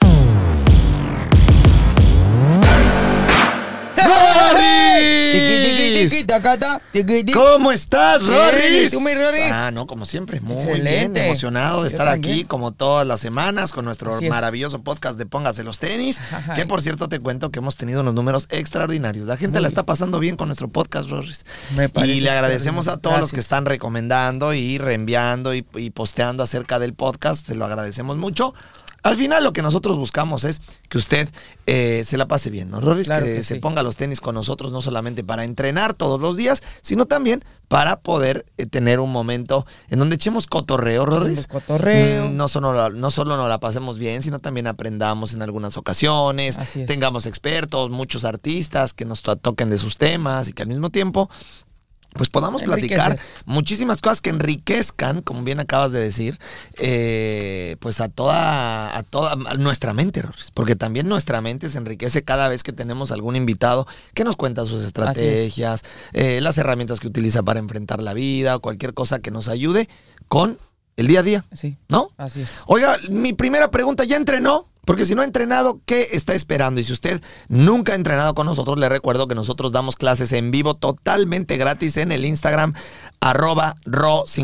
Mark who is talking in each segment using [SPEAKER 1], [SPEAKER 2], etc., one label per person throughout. [SPEAKER 1] Tiqui,
[SPEAKER 2] ¡Rorris!
[SPEAKER 1] tacata, tiqui, tiqui.
[SPEAKER 2] ¿Cómo estás,
[SPEAKER 1] Bien,
[SPEAKER 2] Rorris?
[SPEAKER 1] ¿y tú, mi Rorris?
[SPEAKER 2] Ah, no, como siempre, muy bien,
[SPEAKER 1] Excelente.
[SPEAKER 2] emocionado de
[SPEAKER 1] Yo
[SPEAKER 2] estar aquí
[SPEAKER 1] también.
[SPEAKER 2] como todas las semanas con nuestro
[SPEAKER 1] Así es.
[SPEAKER 2] maravilloso podcast de Póngase los tenis,
[SPEAKER 1] Ajá.
[SPEAKER 2] que por cierto te cuento que hemos tenido unos números extraordinarios. La gente la está pasando bien con nuestro podcast, Rorris.
[SPEAKER 1] Me parece
[SPEAKER 2] Y le agradecemos a todos los que
[SPEAKER 1] Gracias.
[SPEAKER 2] están recomendando y reenviando y, y posteando acerca del podcast. Te lo agradecemos mucho. Al final lo que nosotros buscamos es que usted eh, se la pase bien, ¿no, Rorris?
[SPEAKER 1] Claro
[SPEAKER 2] que,
[SPEAKER 1] que
[SPEAKER 2] se
[SPEAKER 1] sí.
[SPEAKER 2] ponga los tenis con nosotros no solamente para entrenar todos los días, sino también para poder eh, tener un momento en donde echemos cotorreo, Rorris.
[SPEAKER 1] Echemos cotorreo.
[SPEAKER 2] Mm, No solo, la- no solo nos la pasemos bien, sino también aprendamos en algunas ocasiones,
[SPEAKER 1] Así es.
[SPEAKER 2] tengamos expertos, muchos artistas que nos to- toquen de sus temas y que al mismo tiempo pues podamos platicar
[SPEAKER 1] Enriquecer.
[SPEAKER 2] muchísimas cosas que enriquezcan, como bien acabas de decir, eh, pues a toda, a toda a nuestra mente, Rorris, porque también nuestra mente se enriquece cada vez que tenemos algún invitado que nos cuenta sus estrategias, eh, las herramientas que utiliza para enfrentar la vida, o cualquier cosa que nos ayude con el día a día,
[SPEAKER 1] Sí,
[SPEAKER 2] ¿no?
[SPEAKER 1] así es.
[SPEAKER 2] Oiga, mi primera pregunta, ¿ya entrenó? Porque si no ha entrenado, ¿qué está esperando? Y si usted nunca ha entrenado con nosotros, le recuerdo que nosotros damos clases en vivo totalmente gratis en el Instagram arroba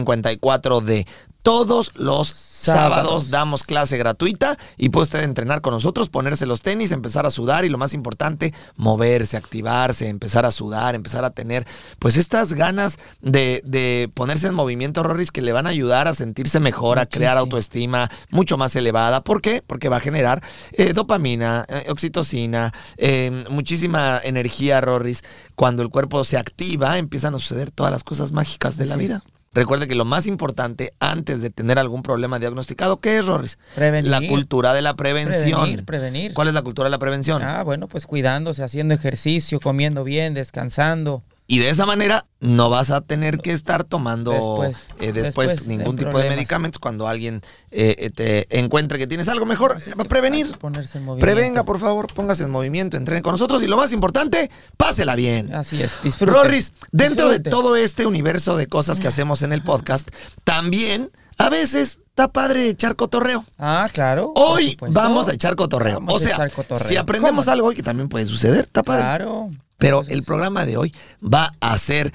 [SPEAKER 2] ro54d. Todos los sábados.
[SPEAKER 1] Sábados.
[SPEAKER 2] damos clase gratuita y puede usted entrenar con nosotros, ponerse los tenis, empezar a sudar y lo más importante, moverse, activarse, empezar a sudar, empezar a tener pues estas ganas de, de ponerse en movimiento, Rorris, que le van a ayudar a sentirse mejor, a crear
[SPEAKER 1] Muchísimo.
[SPEAKER 2] autoestima autoestima mucho más elevada. ¿Por qué? Porque va a generar eh, dopamina, eh, oxitocina, eh, muchísima energía, Rorris. Cuando el cuerpo se activa, empiezan a suceder todas las cosas mágicas de la
[SPEAKER 1] Así es.
[SPEAKER 2] vida. Recuerde que lo más importante antes de tener algún problema diagnosticado, ¿qué es, Rorris?
[SPEAKER 1] Prevenir.
[SPEAKER 2] La cultura de la prevención.
[SPEAKER 1] Prevenir, prevenir.
[SPEAKER 2] ¿Cuál es la cultura de la prevención?
[SPEAKER 1] Ah, bueno, pues cuidándose, haciendo ejercicio, comiendo bien, descansando.
[SPEAKER 2] Y de esa manera no vas a tener que estar tomando eh,
[SPEAKER 1] Después,
[SPEAKER 2] después,
[SPEAKER 1] después,
[SPEAKER 2] ningún
[SPEAKER 1] eh,
[SPEAKER 2] tipo de
[SPEAKER 1] problemas.
[SPEAKER 2] medicamentos cuando alguien eh, eh, te encuentre que tienes algo mejor. eh, va a prevenir.
[SPEAKER 1] Hay que ponerse en movimiento.
[SPEAKER 2] Prevenga, por favor, póngase en movimiento, entrene con nosotros y lo más importante, pásela bien.
[SPEAKER 1] Así es, disfrute.
[SPEAKER 2] Rorris, dentro de
[SPEAKER 1] Disfrute.
[SPEAKER 2] todo este universo de cosas que hacemos en el podcast, también a veces está padre echar cotorreo.
[SPEAKER 1] Ah, claro. por
[SPEAKER 2] Hoy
[SPEAKER 1] supuesto.
[SPEAKER 2] vamos a echar cotorreo.
[SPEAKER 1] Vamos
[SPEAKER 2] O
[SPEAKER 1] a
[SPEAKER 2] sea,
[SPEAKER 1] echar cotorreo.
[SPEAKER 2] si aprendemos
[SPEAKER 1] ¿Cómo?
[SPEAKER 2] algo hoy que también puede suceder, está padre.
[SPEAKER 1] Claro. pues,
[SPEAKER 2] Pero el programa de hoy va a ser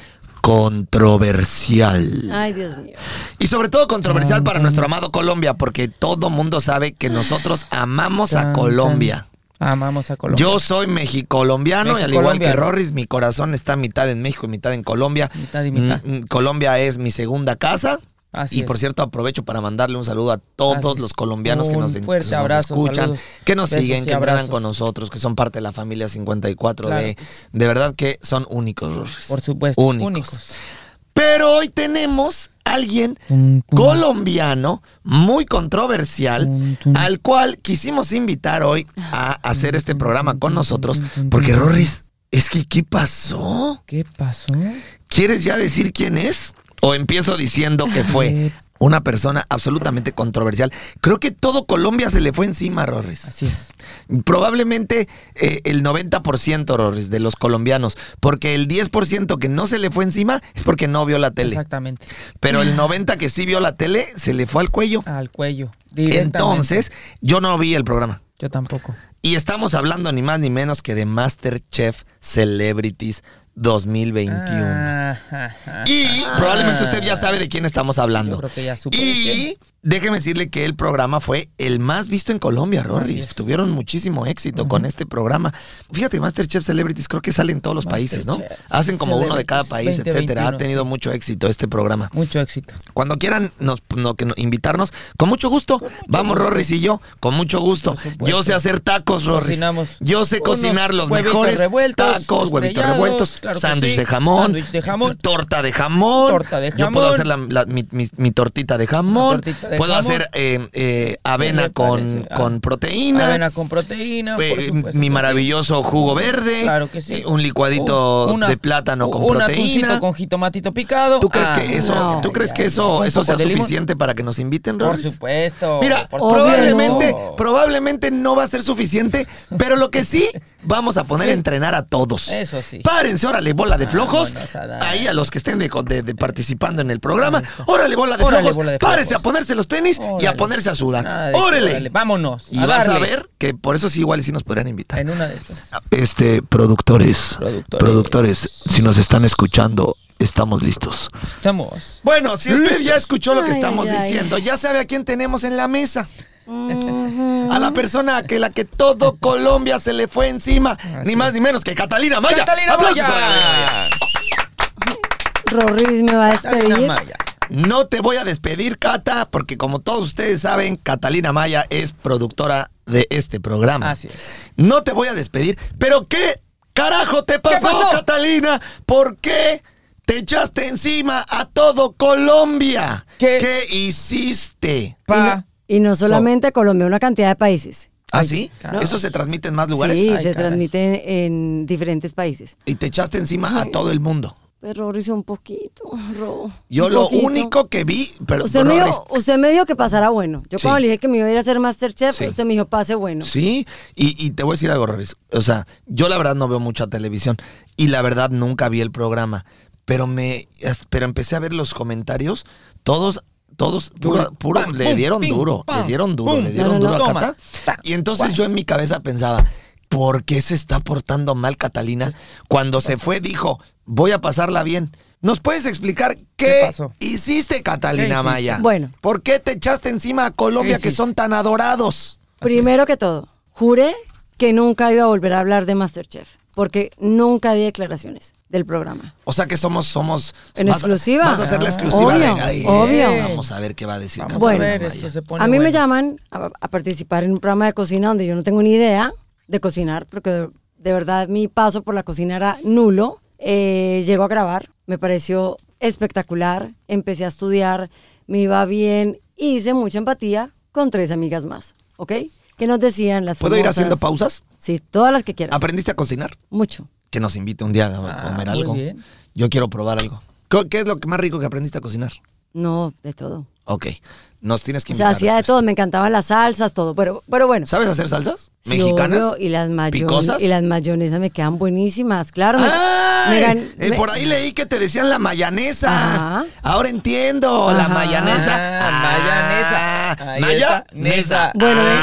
[SPEAKER 2] controversial.
[SPEAKER 3] Ay, Dios mío.
[SPEAKER 2] Y sobre todo controversial para nuestro amado Colombia, porque todo mundo sabe que nosotros amamos a
[SPEAKER 1] Tan,
[SPEAKER 2] Colombia.
[SPEAKER 1] tan. Amamos a Colombia.
[SPEAKER 2] Yo soy mexicolombiano y al igual que
[SPEAKER 1] Mexicolombiano.
[SPEAKER 2] Rorris, mi corazón está mitad en México y mitad en Colombia.
[SPEAKER 1] Mitad y mitad.
[SPEAKER 2] Mm, mm, Colombia es mi segunda casa.
[SPEAKER 1] Así
[SPEAKER 2] y por
[SPEAKER 1] es.
[SPEAKER 2] cierto, aprovecho para mandarle un saludo a todos
[SPEAKER 1] Así es.
[SPEAKER 2] los colombianos que
[SPEAKER 1] Un
[SPEAKER 2] nos, en- que
[SPEAKER 1] fuerte
[SPEAKER 2] nos
[SPEAKER 1] abrazo,
[SPEAKER 2] escuchan,
[SPEAKER 1] saludos,
[SPEAKER 2] que nos
[SPEAKER 1] besos
[SPEAKER 2] siguen,
[SPEAKER 1] y
[SPEAKER 2] que entrenan
[SPEAKER 1] abrazos.
[SPEAKER 2] con nosotros, que son parte de la familia 54
[SPEAKER 1] Claro
[SPEAKER 2] de,
[SPEAKER 1] que sí.
[SPEAKER 2] de verdad que son únicos, Rorris.
[SPEAKER 1] Por supuesto.
[SPEAKER 2] Únicos.
[SPEAKER 1] Únicos.
[SPEAKER 2] Pero hoy tenemos a alguien
[SPEAKER 1] Tum, tum.
[SPEAKER 2] colombiano muy controversial
[SPEAKER 1] Tum, tum.
[SPEAKER 2] al cual quisimos invitar hoy a hacer este programa con nosotros
[SPEAKER 1] tum, tum,
[SPEAKER 2] porque
[SPEAKER 1] tum, tum.
[SPEAKER 2] Rorris, es que ¿qué pasó?
[SPEAKER 1] ¿Qué pasó?
[SPEAKER 2] ¿Quieres ya decir quién es? O empiezo diciendo que fue
[SPEAKER 1] Eh.
[SPEAKER 2] una persona absolutamente controversial. Creo que todo Colombia se le fue encima, Rorris.
[SPEAKER 1] Así es.
[SPEAKER 2] Probablemente eh, el 90%, Rorris, de los colombianos. Porque el 10% que no se le fue encima es porque no vio la tele.
[SPEAKER 1] Exactamente.
[SPEAKER 2] Pero el 90 que sí vio la tele se le fue al cuello.
[SPEAKER 1] Al cuello. Directamente.
[SPEAKER 2] Entonces, yo no vi el programa.
[SPEAKER 1] Yo tampoco.
[SPEAKER 2] Y estamos hablando ni más ni menos que de MasterChef Celebrities 2021.
[SPEAKER 1] Ah, ja, ja.
[SPEAKER 2] Y probablemente usted ya sabe de quién estamos hablando.
[SPEAKER 1] Yo creo que ya supe de
[SPEAKER 2] Y
[SPEAKER 1] quién.
[SPEAKER 2] Déjeme decirle que el programa fue el más visto en Colombia, Rory.
[SPEAKER 1] Así es.
[SPEAKER 2] Tuvieron muchísimo éxito con este programa. Fíjate, Masterchef Celebrities creo que sale en todos los países, ¿no?
[SPEAKER 1] Masterchef
[SPEAKER 2] Hacen como uno de cada país,
[SPEAKER 1] Celebrities
[SPEAKER 2] etcétera. Ha
[SPEAKER 1] 2021,
[SPEAKER 2] tenido
[SPEAKER 1] sí.
[SPEAKER 2] mucho éxito este programa.
[SPEAKER 1] Mucho éxito.
[SPEAKER 2] Cuando quieran nos, no- que no- invitarnos, con mucho gusto. Vamos, Rorris y yo, con mucho gusto.
[SPEAKER 1] Por supuesto.
[SPEAKER 2] Yo sé hacer tacos, Rorris.
[SPEAKER 1] Cocinamos
[SPEAKER 2] Yo sé
[SPEAKER 1] unos
[SPEAKER 2] cocinar los
[SPEAKER 1] huevitos
[SPEAKER 2] mejores
[SPEAKER 1] revueltos,
[SPEAKER 2] tacos, huevitos
[SPEAKER 1] estrellados,
[SPEAKER 2] revueltos,
[SPEAKER 1] claro que
[SPEAKER 2] sándwich
[SPEAKER 1] sí,
[SPEAKER 2] de jamón,
[SPEAKER 1] sándwich de jamón.
[SPEAKER 2] torta de jamón.
[SPEAKER 1] Torta de
[SPEAKER 2] Yo puedo
[SPEAKER 1] jamón.
[SPEAKER 2] hacer la- la- mi, mi- mi tortita de jamón.
[SPEAKER 1] La tortita de
[SPEAKER 2] puedo
[SPEAKER 1] jamón.
[SPEAKER 2] hacer eh, eh, avena
[SPEAKER 1] me
[SPEAKER 2] con,
[SPEAKER 1] parece? Ah.
[SPEAKER 2] con proteína.
[SPEAKER 1] Avena con
[SPEAKER 2] eh,
[SPEAKER 1] proteína. por supuesto que
[SPEAKER 2] mi
[SPEAKER 1] sí.
[SPEAKER 2] maravilloso jugo verde,
[SPEAKER 1] Claro que sí.
[SPEAKER 2] eh, un licuadito
[SPEAKER 1] Un- una-
[SPEAKER 2] de plátano con
[SPEAKER 1] Un
[SPEAKER 2] proteína.
[SPEAKER 1] atuncito con jitomatito picado.
[SPEAKER 2] ¿Tú crees
[SPEAKER 1] Ah,
[SPEAKER 2] que eso,
[SPEAKER 1] no,
[SPEAKER 2] ¿tú crees
[SPEAKER 1] ya,
[SPEAKER 2] que eso,
[SPEAKER 1] ya.
[SPEAKER 2] eso
[SPEAKER 1] Un
[SPEAKER 2] sea
[SPEAKER 1] poco de limón.
[SPEAKER 2] suficiente para que nos inviten,
[SPEAKER 1] Por
[SPEAKER 2] Roris?
[SPEAKER 1] supuesto.
[SPEAKER 2] Mira,
[SPEAKER 1] por
[SPEAKER 2] probablemente,
[SPEAKER 1] supuesto.
[SPEAKER 2] probablemente no va a ser suficiente, pero lo que sí, vamos a poner a entrenar a todos.
[SPEAKER 1] Eso sí. Ah,
[SPEAKER 2] Párense, órale, bola de flojos.
[SPEAKER 1] Vámonos a dar.
[SPEAKER 2] Ahí a los que estén de, de- de participando en el programa.
[SPEAKER 1] Ahí está.
[SPEAKER 2] Órale, bola de
[SPEAKER 1] Órale,
[SPEAKER 2] flojos.
[SPEAKER 1] bola de
[SPEAKER 2] Párense a
[SPEAKER 1] flojos.
[SPEAKER 2] ponerse los tenis y a
[SPEAKER 1] Órale.
[SPEAKER 2] ponerse a sudar.
[SPEAKER 1] Nada de eso,
[SPEAKER 2] Órale.
[SPEAKER 1] Vámonos.
[SPEAKER 2] Y
[SPEAKER 1] a
[SPEAKER 2] vas a
[SPEAKER 1] darle.
[SPEAKER 2] ver que por eso sí, igual y sí nos podrían invitar.
[SPEAKER 1] En una de esas.
[SPEAKER 2] Este, productores,
[SPEAKER 1] Productores.
[SPEAKER 2] si nos están escuchando, estamos listos.
[SPEAKER 1] Estamos.
[SPEAKER 2] Bueno, si usted ya escuchó lo que
[SPEAKER 3] Ay,
[SPEAKER 2] estamos
[SPEAKER 3] ay, ay.
[SPEAKER 2] diciendo, ya sabe a quién tenemos en la mesa. A la persona a que la que todo Colombia se le fue encima, ni más ni menos que Catalina Maya.
[SPEAKER 1] ¡Catalina
[SPEAKER 2] ¡Aplausos
[SPEAKER 1] Maya!
[SPEAKER 2] para Catalina Maya!
[SPEAKER 4] Rorris me va a
[SPEAKER 1] Catalina
[SPEAKER 4] despedir.
[SPEAKER 1] Maya.
[SPEAKER 2] No te voy a despedir, Cata, porque como todos ustedes saben, Catalina Maya es productora de este programa.
[SPEAKER 1] Así es.
[SPEAKER 2] No te voy a despedir, pero ¿qué carajo te pasó,
[SPEAKER 1] pasó?
[SPEAKER 2] Catalina? ¿Por qué te echaste encima a todo Colombia?
[SPEAKER 1] ¿Qué?
[SPEAKER 2] ¿Qué hiciste?
[SPEAKER 4] Y no,
[SPEAKER 1] Pa.
[SPEAKER 4] y no solamente Colombia, una cantidad de países.
[SPEAKER 2] ¿Ah, sí?
[SPEAKER 1] caray.
[SPEAKER 2] ¿Eso se transmite en más lugares?
[SPEAKER 4] Sí,
[SPEAKER 1] Ay,
[SPEAKER 4] se
[SPEAKER 1] caray.
[SPEAKER 4] transmite en, en diferentes países.
[SPEAKER 2] Y te echaste encima a todo el mundo.
[SPEAKER 4] Pero Rorris un poquito. Ro,
[SPEAKER 2] Yo
[SPEAKER 4] un
[SPEAKER 2] lo
[SPEAKER 4] poquito.
[SPEAKER 2] único que vi, pero
[SPEAKER 4] Usted me, dijo, usted me dijo que pasara bueno. Yo
[SPEAKER 2] Sí.
[SPEAKER 4] cuando le dije que me iba a ir a hacer Masterchef,
[SPEAKER 2] Sí.
[SPEAKER 4] usted me dijo pase bueno.
[SPEAKER 2] Sí, y, y te voy a decir algo, Rorris. O sea, yo la verdad no veo mucha televisión y la verdad nunca vi el programa, pero me pero empecé a ver los comentarios, todos todos puro,
[SPEAKER 1] Duro.
[SPEAKER 2] puro-
[SPEAKER 1] Pam,
[SPEAKER 2] le
[SPEAKER 1] pum,
[SPEAKER 2] dieron
[SPEAKER 1] pim,
[SPEAKER 2] duro, le
[SPEAKER 1] pam,
[SPEAKER 2] dieron duro,
[SPEAKER 1] pum.
[SPEAKER 2] le dieron
[SPEAKER 4] No, no,
[SPEAKER 2] duro
[SPEAKER 1] no.
[SPEAKER 2] a
[SPEAKER 1] Toma,
[SPEAKER 2] Cata.
[SPEAKER 1] sac,
[SPEAKER 2] Y entonces
[SPEAKER 1] guas.
[SPEAKER 2] yo en mi cabeza pensaba, ¿por qué se está portando mal Catalina? Cuando se fue dijo, voy a pasarla bien. ¿Nos puedes explicar qué,
[SPEAKER 1] pasó?
[SPEAKER 2] hiciste, Catalina
[SPEAKER 1] ¿Qué hiciste?
[SPEAKER 2] Maya?
[SPEAKER 4] Bueno.
[SPEAKER 2] ¿Por qué te echaste encima a Colombia
[SPEAKER 1] ¿Qué
[SPEAKER 2] que son tan adorados?
[SPEAKER 4] Primero que todo, juré que nunca iba a volver a hablar de Masterchef, porque nunca di declaraciones del programa.
[SPEAKER 2] O sea que somos, somos.
[SPEAKER 4] En
[SPEAKER 2] vas a-
[SPEAKER 4] exclusiva. Ah,
[SPEAKER 2] Vas a hacer la exclusiva
[SPEAKER 4] Obvio,
[SPEAKER 2] de ay,
[SPEAKER 4] obvio.
[SPEAKER 2] Vamos a ver qué va a decir.
[SPEAKER 1] Vamos
[SPEAKER 4] Bueno.
[SPEAKER 1] a ver,
[SPEAKER 2] Catalina
[SPEAKER 1] esto
[SPEAKER 2] Maya.
[SPEAKER 1] se pone
[SPEAKER 4] A mí me
[SPEAKER 1] bueno.
[SPEAKER 4] llaman a, a participar en un programa de cocina donde yo no tengo ni idea de cocinar, porque de, de verdad mi paso por la cocina era nulo. Eh, llego a grabar, me pareció espectacular, empecé a estudiar, me iba bien, hice mucha empatía con tres amigas más, ¿ok? Que nos decían las
[SPEAKER 2] ¿Puedo ir
[SPEAKER 4] famosas-
[SPEAKER 2] haciendo pausas?
[SPEAKER 4] Sí, todas las que quieras.
[SPEAKER 2] ¿Aprendiste a cocinar?
[SPEAKER 4] Mucho.
[SPEAKER 2] Que nos invite un día a
[SPEAKER 1] Ah,
[SPEAKER 2] comer
[SPEAKER 1] muy
[SPEAKER 2] algo.
[SPEAKER 1] bien.
[SPEAKER 2] Yo quiero probar algo. ¿Qué, qué es lo que más rico que aprendiste a cocinar?
[SPEAKER 4] No, de todo.
[SPEAKER 2] Ok. Nos tienes que
[SPEAKER 4] O sea,
[SPEAKER 2] invitar.
[SPEAKER 4] hacía de
[SPEAKER 2] después.
[SPEAKER 4] todo, me encantaban las salsas, todo. Pero, pero bueno.
[SPEAKER 2] ¿Sabes hacer salsas?
[SPEAKER 4] Sí,
[SPEAKER 2] ¿Mexicanas?
[SPEAKER 4] obvio, y las mayonesas.
[SPEAKER 2] ¿Picosas?
[SPEAKER 4] Y las mayonesas me quedan buenísimas, claro. me-
[SPEAKER 2] ¡Ay!
[SPEAKER 4] me gan-
[SPEAKER 2] Eh,
[SPEAKER 4] me-
[SPEAKER 2] por ahí leí que te decían la mayonesa.
[SPEAKER 4] Ajá.
[SPEAKER 2] Ahora entiendo, la
[SPEAKER 4] Ajá.
[SPEAKER 2] mayonesa.
[SPEAKER 1] Ah, mayonesa. Ahí
[SPEAKER 2] Maya,
[SPEAKER 1] está,
[SPEAKER 2] nesa.
[SPEAKER 1] nesa.
[SPEAKER 4] Bueno,
[SPEAKER 1] bien,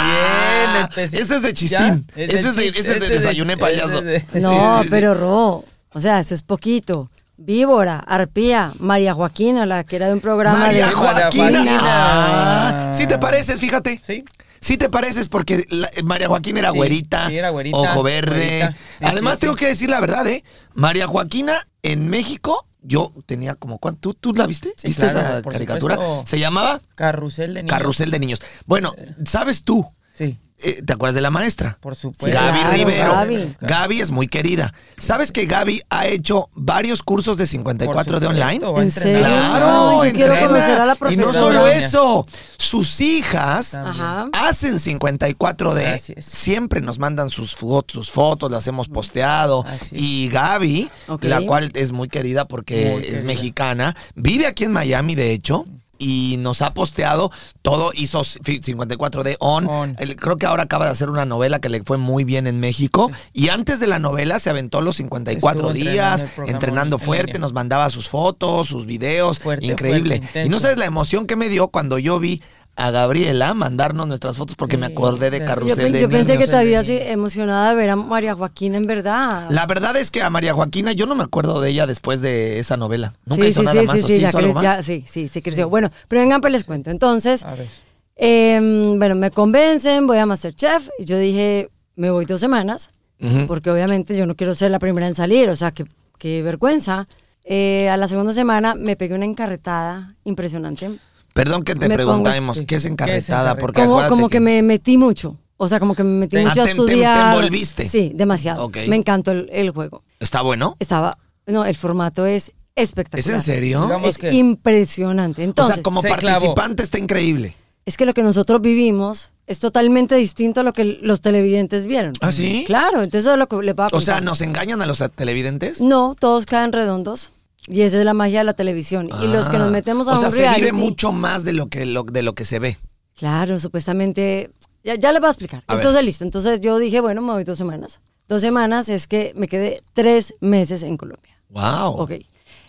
[SPEAKER 1] especi-
[SPEAKER 2] Ah, Ese es de chistín.
[SPEAKER 1] Ya, es de
[SPEAKER 2] Ese es de,
[SPEAKER 1] chiste,
[SPEAKER 2] ese es de
[SPEAKER 1] ese es de-
[SPEAKER 2] desayuné payaso.
[SPEAKER 1] ese es de-
[SPEAKER 4] No,
[SPEAKER 2] Sí, sí, sí.
[SPEAKER 4] pero Ro, o sea, eso es poquito. Víbora, Arpía, María Joaquina, la que era de un programa
[SPEAKER 2] María
[SPEAKER 4] de...
[SPEAKER 2] Joaquina.
[SPEAKER 1] Joaquina.
[SPEAKER 2] Ah, sí te pareces, fíjate.
[SPEAKER 1] Sí.
[SPEAKER 2] Sí te pareces porque la- eh, María Joaquina era
[SPEAKER 1] Sí,
[SPEAKER 2] güerita,
[SPEAKER 1] sí, era güerita,
[SPEAKER 2] ojo verde.
[SPEAKER 1] güerita. Sí,
[SPEAKER 2] Además
[SPEAKER 1] sí,
[SPEAKER 2] tengo
[SPEAKER 1] sí.
[SPEAKER 2] que decir la verdad, ¿eh? María Joaquina en México yo tenía como ¿cuánto? ¿Tú, tú la viste?
[SPEAKER 1] Sí,
[SPEAKER 2] ¿Viste
[SPEAKER 1] claro,
[SPEAKER 2] esa
[SPEAKER 1] por
[SPEAKER 2] caricatura?
[SPEAKER 1] supuesto.
[SPEAKER 2] Se llamaba
[SPEAKER 1] Carrusel de niños.
[SPEAKER 2] Carrusel de niños. Bueno, ¿sabes tú?
[SPEAKER 1] Sí.
[SPEAKER 2] Eh, ¿Te acuerdas de la maestra?
[SPEAKER 1] Por supuesto.
[SPEAKER 2] Gaby
[SPEAKER 4] Claro,
[SPEAKER 2] Rivero. Gaby.
[SPEAKER 4] Gaby.
[SPEAKER 2] es muy querida. ¿Sabes que Gaby ha hecho varios cursos de 54 de
[SPEAKER 1] Por
[SPEAKER 2] online?
[SPEAKER 1] supuesto, va
[SPEAKER 4] ¿En
[SPEAKER 1] entrenando.
[SPEAKER 4] serio?
[SPEAKER 2] Claro,
[SPEAKER 4] Ay, yo quiero
[SPEAKER 2] entrena.
[SPEAKER 4] conocer a la
[SPEAKER 2] Y no
[SPEAKER 4] profesora.
[SPEAKER 2] solo eso, sus hijas
[SPEAKER 4] Ajá.
[SPEAKER 2] hacen 54 de
[SPEAKER 1] Así es.
[SPEAKER 2] siempre nos mandan sus fotos, sus fotos, las hemos posteado
[SPEAKER 1] Así es.
[SPEAKER 2] y Gaby,
[SPEAKER 4] Ok.
[SPEAKER 2] la cual es muy querida porque
[SPEAKER 1] Muy
[SPEAKER 2] es
[SPEAKER 1] querida.
[SPEAKER 2] mexicana, vive aquí en Miami de hecho. Y nos ha posteado todo, hizo 54 de on.
[SPEAKER 1] On.
[SPEAKER 2] El- creo que ahora acaba de hacer una novela que le fue muy bien en México. Y antes de la novela se aventó los 54
[SPEAKER 1] Estuvo
[SPEAKER 2] días,
[SPEAKER 1] entrenando el programa
[SPEAKER 2] entrenando
[SPEAKER 1] en- en
[SPEAKER 2] fuerte,
[SPEAKER 1] línea.
[SPEAKER 2] nos mandaba sus fotos, sus videos.
[SPEAKER 1] Fuerte,
[SPEAKER 2] increíble. y
[SPEAKER 1] fuerte,
[SPEAKER 2] no
[SPEAKER 1] intenso.
[SPEAKER 2] sabes la emoción que me dio cuando yo vi a Gabriela mandarnos nuestras fotos porque
[SPEAKER 1] Sí,
[SPEAKER 2] me acordé de
[SPEAKER 1] claro.
[SPEAKER 4] Yo,
[SPEAKER 2] Carrusel
[SPEAKER 4] pen-
[SPEAKER 2] de
[SPEAKER 4] yo pensé
[SPEAKER 2] Niños.
[SPEAKER 4] que te habías
[SPEAKER 1] Niños.
[SPEAKER 4] emocionada de ver a María Joaquina en verdad.
[SPEAKER 2] La verdad es que a María Joaquina yo no me acuerdo de ella después de esa novela. Nunca
[SPEAKER 4] sí,
[SPEAKER 2] hizo
[SPEAKER 4] sí,
[SPEAKER 2] nada
[SPEAKER 4] sí,
[SPEAKER 2] más
[SPEAKER 4] sí,
[SPEAKER 2] o
[SPEAKER 4] sí,
[SPEAKER 2] sí
[SPEAKER 4] ya
[SPEAKER 2] hizo algo
[SPEAKER 4] cre- ya,
[SPEAKER 2] más.
[SPEAKER 4] sí, sí, sí creció. Bueno, pero vengan, pues les cuento. Entonces,
[SPEAKER 1] A ver.
[SPEAKER 4] eh, bueno, me convencen, voy a Masterchef. Y yo dije, me voy dos semanas, porque obviamente yo no quiero ser la primera en salir, o sea, qué, qué vergüenza. Eh, a la segunda semana me pegué una encarretada impresionante.
[SPEAKER 2] Perdón que te
[SPEAKER 4] Me pongo-
[SPEAKER 2] preguntemos,
[SPEAKER 1] sí.
[SPEAKER 2] ¿qué es encarretada?
[SPEAKER 1] ¿Qué es
[SPEAKER 2] Porque
[SPEAKER 4] Como,
[SPEAKER 2] acuérdate
[SPEAKER 4] como que me metí mucho. O sea, como que me metí
[SPEAKER 1] Te-
[SPEAKER 4] mucho
[SPEAKER 2] Ah,
[SPEAKER 4] a
[SPEAKER 2] te- te- te
[SPEAKER 4] estudiar.
[SPEAKER 2] envolviste.
[SPEAKER 4] Sí, demasiado.
[SPEAKER 2] Ok.
[SPEAKER 4] Me encantó el, el juego.
[SPEAKER 2] ¿Está bueno?
[SPEAKER 4] Estaba, no, el formato es espectacular.
[SPEAKER 2] ¿Es en serio?
[SPEAKER 1] Digamos
[SPEAKER 4] Es
[SPEAKER 1] que-
[SPEAKER 4] impresionante.
[SPEAKER 2] o
[SPEAKER 4] Entonces,
[SPEAKER 2] sea, como
[SPEAKER 1] Se clavó.
[SPEAKER 2] participante está increíble.
[SPEAKER 4] es que lo que nosotros vivimos es totalmente distinto a lo que los televidentes vieron.
[SPEAKER 2] ¿Ah, sí?
[SPEAKER 4] Claro, entonces eso es lo que les va a
[SPEAKER 2] O sea,
[SPEAKER 4] contar.
[SPEAKER 2] ¿nos engañan a los televidentes?
[SPEAKER 4] No, todos caen redondos. Y esa es la magia de la televisión. y los que nos
[SPEAKER 2] Ah.
[SPEAKER 4] metemos a
[SPEAKER 2] O
[SPEAKER 4] un
[SPEAKER 2] sea, se
[SPEAKER 4] reality-
[SPEAKER 2] vive mucho más de lo que, lo- de lo que se ve.
[SPEAKER 4] Claro, supuestamente. Ya, ya les voy a explicar.
[SPEAKER 2] A ver.
[SPEAKER 4] Entonces, listo. Entonces yo dije, bueno, me voy dos semanas. Dos semanas es que me quedé tres meses en Colombia.
[SPEAKER 2] Wow.
[SPEAKER 4] Ok.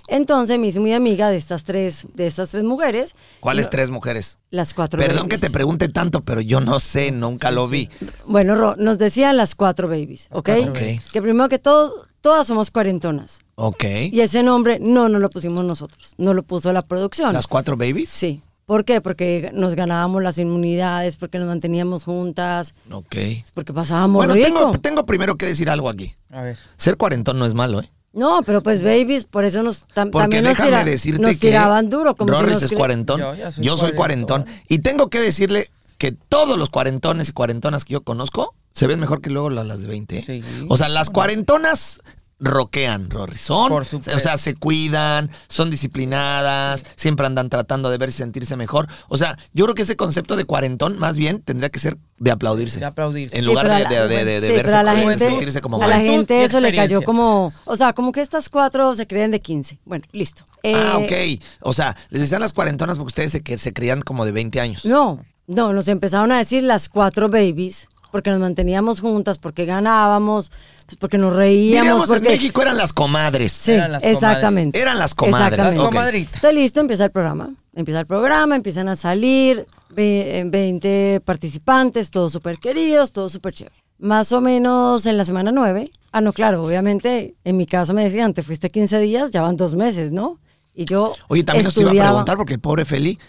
[SPEAKER 4] Entonces me hice muy amiga de estas tres, de estas tres mujeres.
[SPEAKER 2] ¿Cuáles tres mujeres?
[SPEAKER 4] Las cuatro
[SPEAKER 2] Perdón que
[SPEAKER 4] babies.
[SPEAKER 2] te pregunte tanto, pero yo no sé, nunca lo vi.
[SPEAKER 4] Bueno, Ro, nos decían las cuatro babies, ¿ok?
[SPEAKER 1] cuatro
[SPEAKER 2] babies.
[SPEAKER 4] Que primero que todo, todas somos cuarentonas.
[SPEAKER 2] Ok.
[SPEAKER 4] Y ese nombre no nos lo pusimos nosotros, no lo puso la producción.
[SPEAKER 2] ¿Las cuatro babies?
[SPEAKER 4] Sí. ¿Por qué? Porque nos ganábamos las inmunidades, porque nos manteníamos juntas,
[SPEAKER 2] Ok.
[SPEAKER 4] porque pasábamos
[SPEAKER 2] Bueno,
[SPEAKER 4] rico.
[SPEAKER 2] tengo, tengo primero que decir algo aquí.
[SPEAKER 1] A ver.
[SPEAKER 2] Ser cuarentón no es malo, ¿eh?
[SPEAKER 4] No, pero pues babies, por eso nos tam-
[SPEAKER 2] Porque
[SPEAKER 4] también nos,
[SPEAKER 2] déjame
[SPEAKER 4] tira-
[SPEAKER 2] decirte
[SPEAKER 4] nos
[SPEAKER 2] que
[SPEAKER 4] tiraban duro, como si
[SPEAKER 2] Rorris
[SPEAKER 4] nos
[SPEAKER 2] es
[SPEAKER 4] cre-
[SPEAKER 2] cuarentón.
[SPEAKER 1] Yo ya soy
[SPEAKER 2] Yo soy cuarentón.
[SPEAKER 1] cuarentón.
[SPEAKER 2] Y tengo que decirle que todos los cuarentones y cuarentonas que yo conozco se ven mejor que luego la- las de 20. ¿eh?
[SPEAKER 1] Sí.
[SPEAKER 2] O sea, las cuarentonas roquean, Rorris. Son,
[SPEAKER 1] Por supuesto.
[SPEAKER 2] o sea, se cuidan, son disciplinadas, siempre andan tratando de ver y sentirse mejor. O sea, yo creo que ese concepto de cuarentón más bien tendría que ser de aplaudirse.
[SPEAKER 1] De aplaudirse.
[SPEAKER 2] En
[SPEAKER 4] Sí,
[SPEAKER 2] lugar
[SPEAKER 4] pero a
[SPEAKER 2] de,
[SPEAKER 4] la-
[SPEAKER 2] de- de- de- de
[SPEAKER 4] sí,
[SPEAKER 2] verse
[SPEAKER 4] pero a la
[SPEAKER 2] como- de
[SPEAKER 4] gente,
[SPEAKER 2] sentirse como
[SPEAKER 4] a la
[SPEAKER 2] cuarentón.
[SPEAKER 4] gente
[SPEAKER 1] y
[SPEAKER 4] eso le cayó
[SPEAKER 1] experiencia.
[SPEAKER 4] como, o sea, como que estas cuatro se creen de 15. Bueno, listo.
[SPEAKER 2] Ah,
[SPEAKER 4] Eh,
[SPEAKER 2] ok. O sea, les decían las cuarentonas porque ustedes se, que se creían como de 20 años.
[SPEAKER 4] No, no, nos empezaron a decir las cuatro babies, porque nos manteníamos juntas, porque ganábamos, pues, porque nos reíamos.
[SPEAKER 2] Diríamos
[SPEAKER 4] Porque,
[SPEAKER 2] en México eran las comadres.
[SPEAKER 4] Sí,
[SPEAKER 1] Eran las comadres.
[SPEAKER 4] exactamente.
[SPEAKER 2] Eran las comadres.
[SPEAKER 4] Exactamente.
[SPEAKER 2] Ok.
[SPEAKER 1] Las comadritas.
[SPEAKER 4] Entonces, listo, empieza el programa. Empieza el programa, empiezan a salir ve- eh, 20 participantes, todos súper queridos, todos súper chévere. Más o menos en la semana 9. Ah, no, claro, obviamente en mi casa me decían, te fuiste 15 días, ya van dos meses, ¿no? Y yo.
[SPEAKER 2] Oye, también os te iba a
[SPEAKER 4] estudiaba-
[SPEAKER 2] preguntar porque el pobre Feli.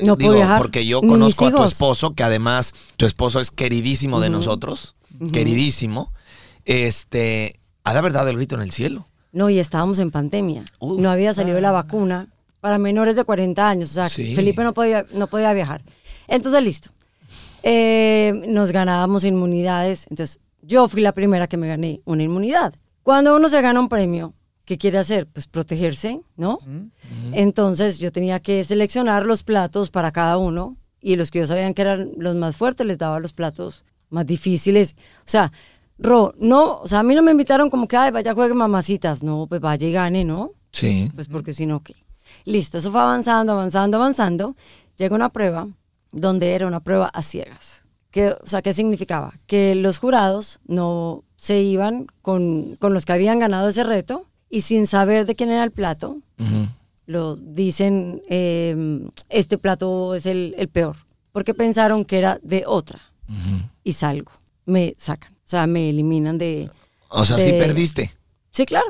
[SPEAKER 2] eh,
[SPEAKER 4] No puedo viajar,
[SPEAKER 2] Porque yo
[SPEAKER 4] ni mis
[SPEAKER 2] conozco a tu
[SPEAKER 4] hijos.
[SPEAKER 2] esposo, que además tu esposo es queridísimo de nosotros, queridísimo. Este, a la verdad del grito en el cielo.
[SPEAKER 4] No, y estábamos en pandemia.
[SPEAKER 2] Uh.
[SPEAKER 4] no había salido la vacuna para menores de 40 años. O sea,
[SPEAKER 2] Sí.
[SPEAKER 4] Felipe no podía, no podía viajar. Entonces, listo. Eh, nos ganábamos inmunidades. Entonces, yo fui la primera que me gané una inmunidad. Cuando uno se gana un premio, ¿qué quiere hacer? Pues protegerse, ¿no? Entonces, yo tenía que seleccionar los platos para cada uno y los que yo sabían que eran los más fuertes les daba los platos más difíciles. O sea, Ro, no, o sea, a mí no me invitaron como que, ay, vaya, juegue mamacitas. No, pues vaya y gane, ¿no?
[SPEAKER 2] Sí.
[SPEAKER 4] Pues porque si no, ¿qué? Listo, eso fue avanzando, avanzando, avanzando. Llega una prueba donde era una prueba a ciegas. Que, o sea, ¿qué significaba? Que los jurados no se iban con, con los que habían ganado ese reto y sin saber de quién era el plato, lo dicen, eh, este plato es el, el peor, porque pensaron que era de otra. Y salgo, me sacan, o sea, me eliminan de...
[SPEAKER 2] O sea, sí
[SPEAKER 4] de-
[SPEAKER 2] perdiste.
[SPEAKER 4] Sí, claro.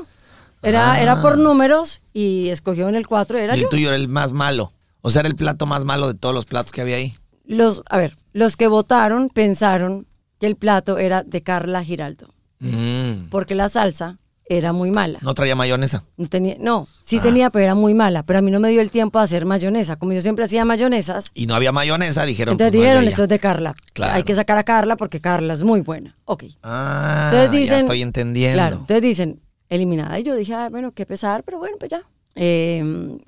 [SPEAKER 4] Era,
[SPEAKER 2] Ah.
[SPEAKER 4] era por números y escogió en el 4, era
[SPEAKER 2] Y el
[SPEAKER 4] yo.
[SPEAKER 2] tuyo era el más malo. O sea, era el plato más malo de todos los platos que había ahí.
[SPEAKER 4] Los, a ver, los que votaron pensaron que el plato era de Carla Giraldo,
[SPEAKER 2] Mm.
[SPEAKER 4] porque la salsa era muy mala.
[SPEAKER 2] No Ah. traía mayonesa.
[SPEAKER 4] No tenía, no, sí tenía, pero era muy mala. Pero a mí no me dio el tiempo a hacer mayonesa. Como yo siempre hacía mayonesas,
[SPEAKER 2] Y no había mayonesa, dijeron.
[SPEAKER 4] entonces
[SPEAKER 2] pues, no es de
[SPEAKER 4] dijeron,
[SPEAKER 2] ella.
[SPEAKER 4] esto es de Carla.
[SPEAKER 2] Claro.
[SPEAKER 4] Hay que sacar a Carla porque Carla es muy buena. Ok.
[SPEAKER 2] Ah,
[SPEAKER 4] Entonces dicen,
[SPEAKER 2] ya estoy entendiendo.
[SPEAKER 4] Claro, entonces dicen, eliminada. Y yo dije, ah, bueno, qué pesar, pero bueno, pues ya. Eh,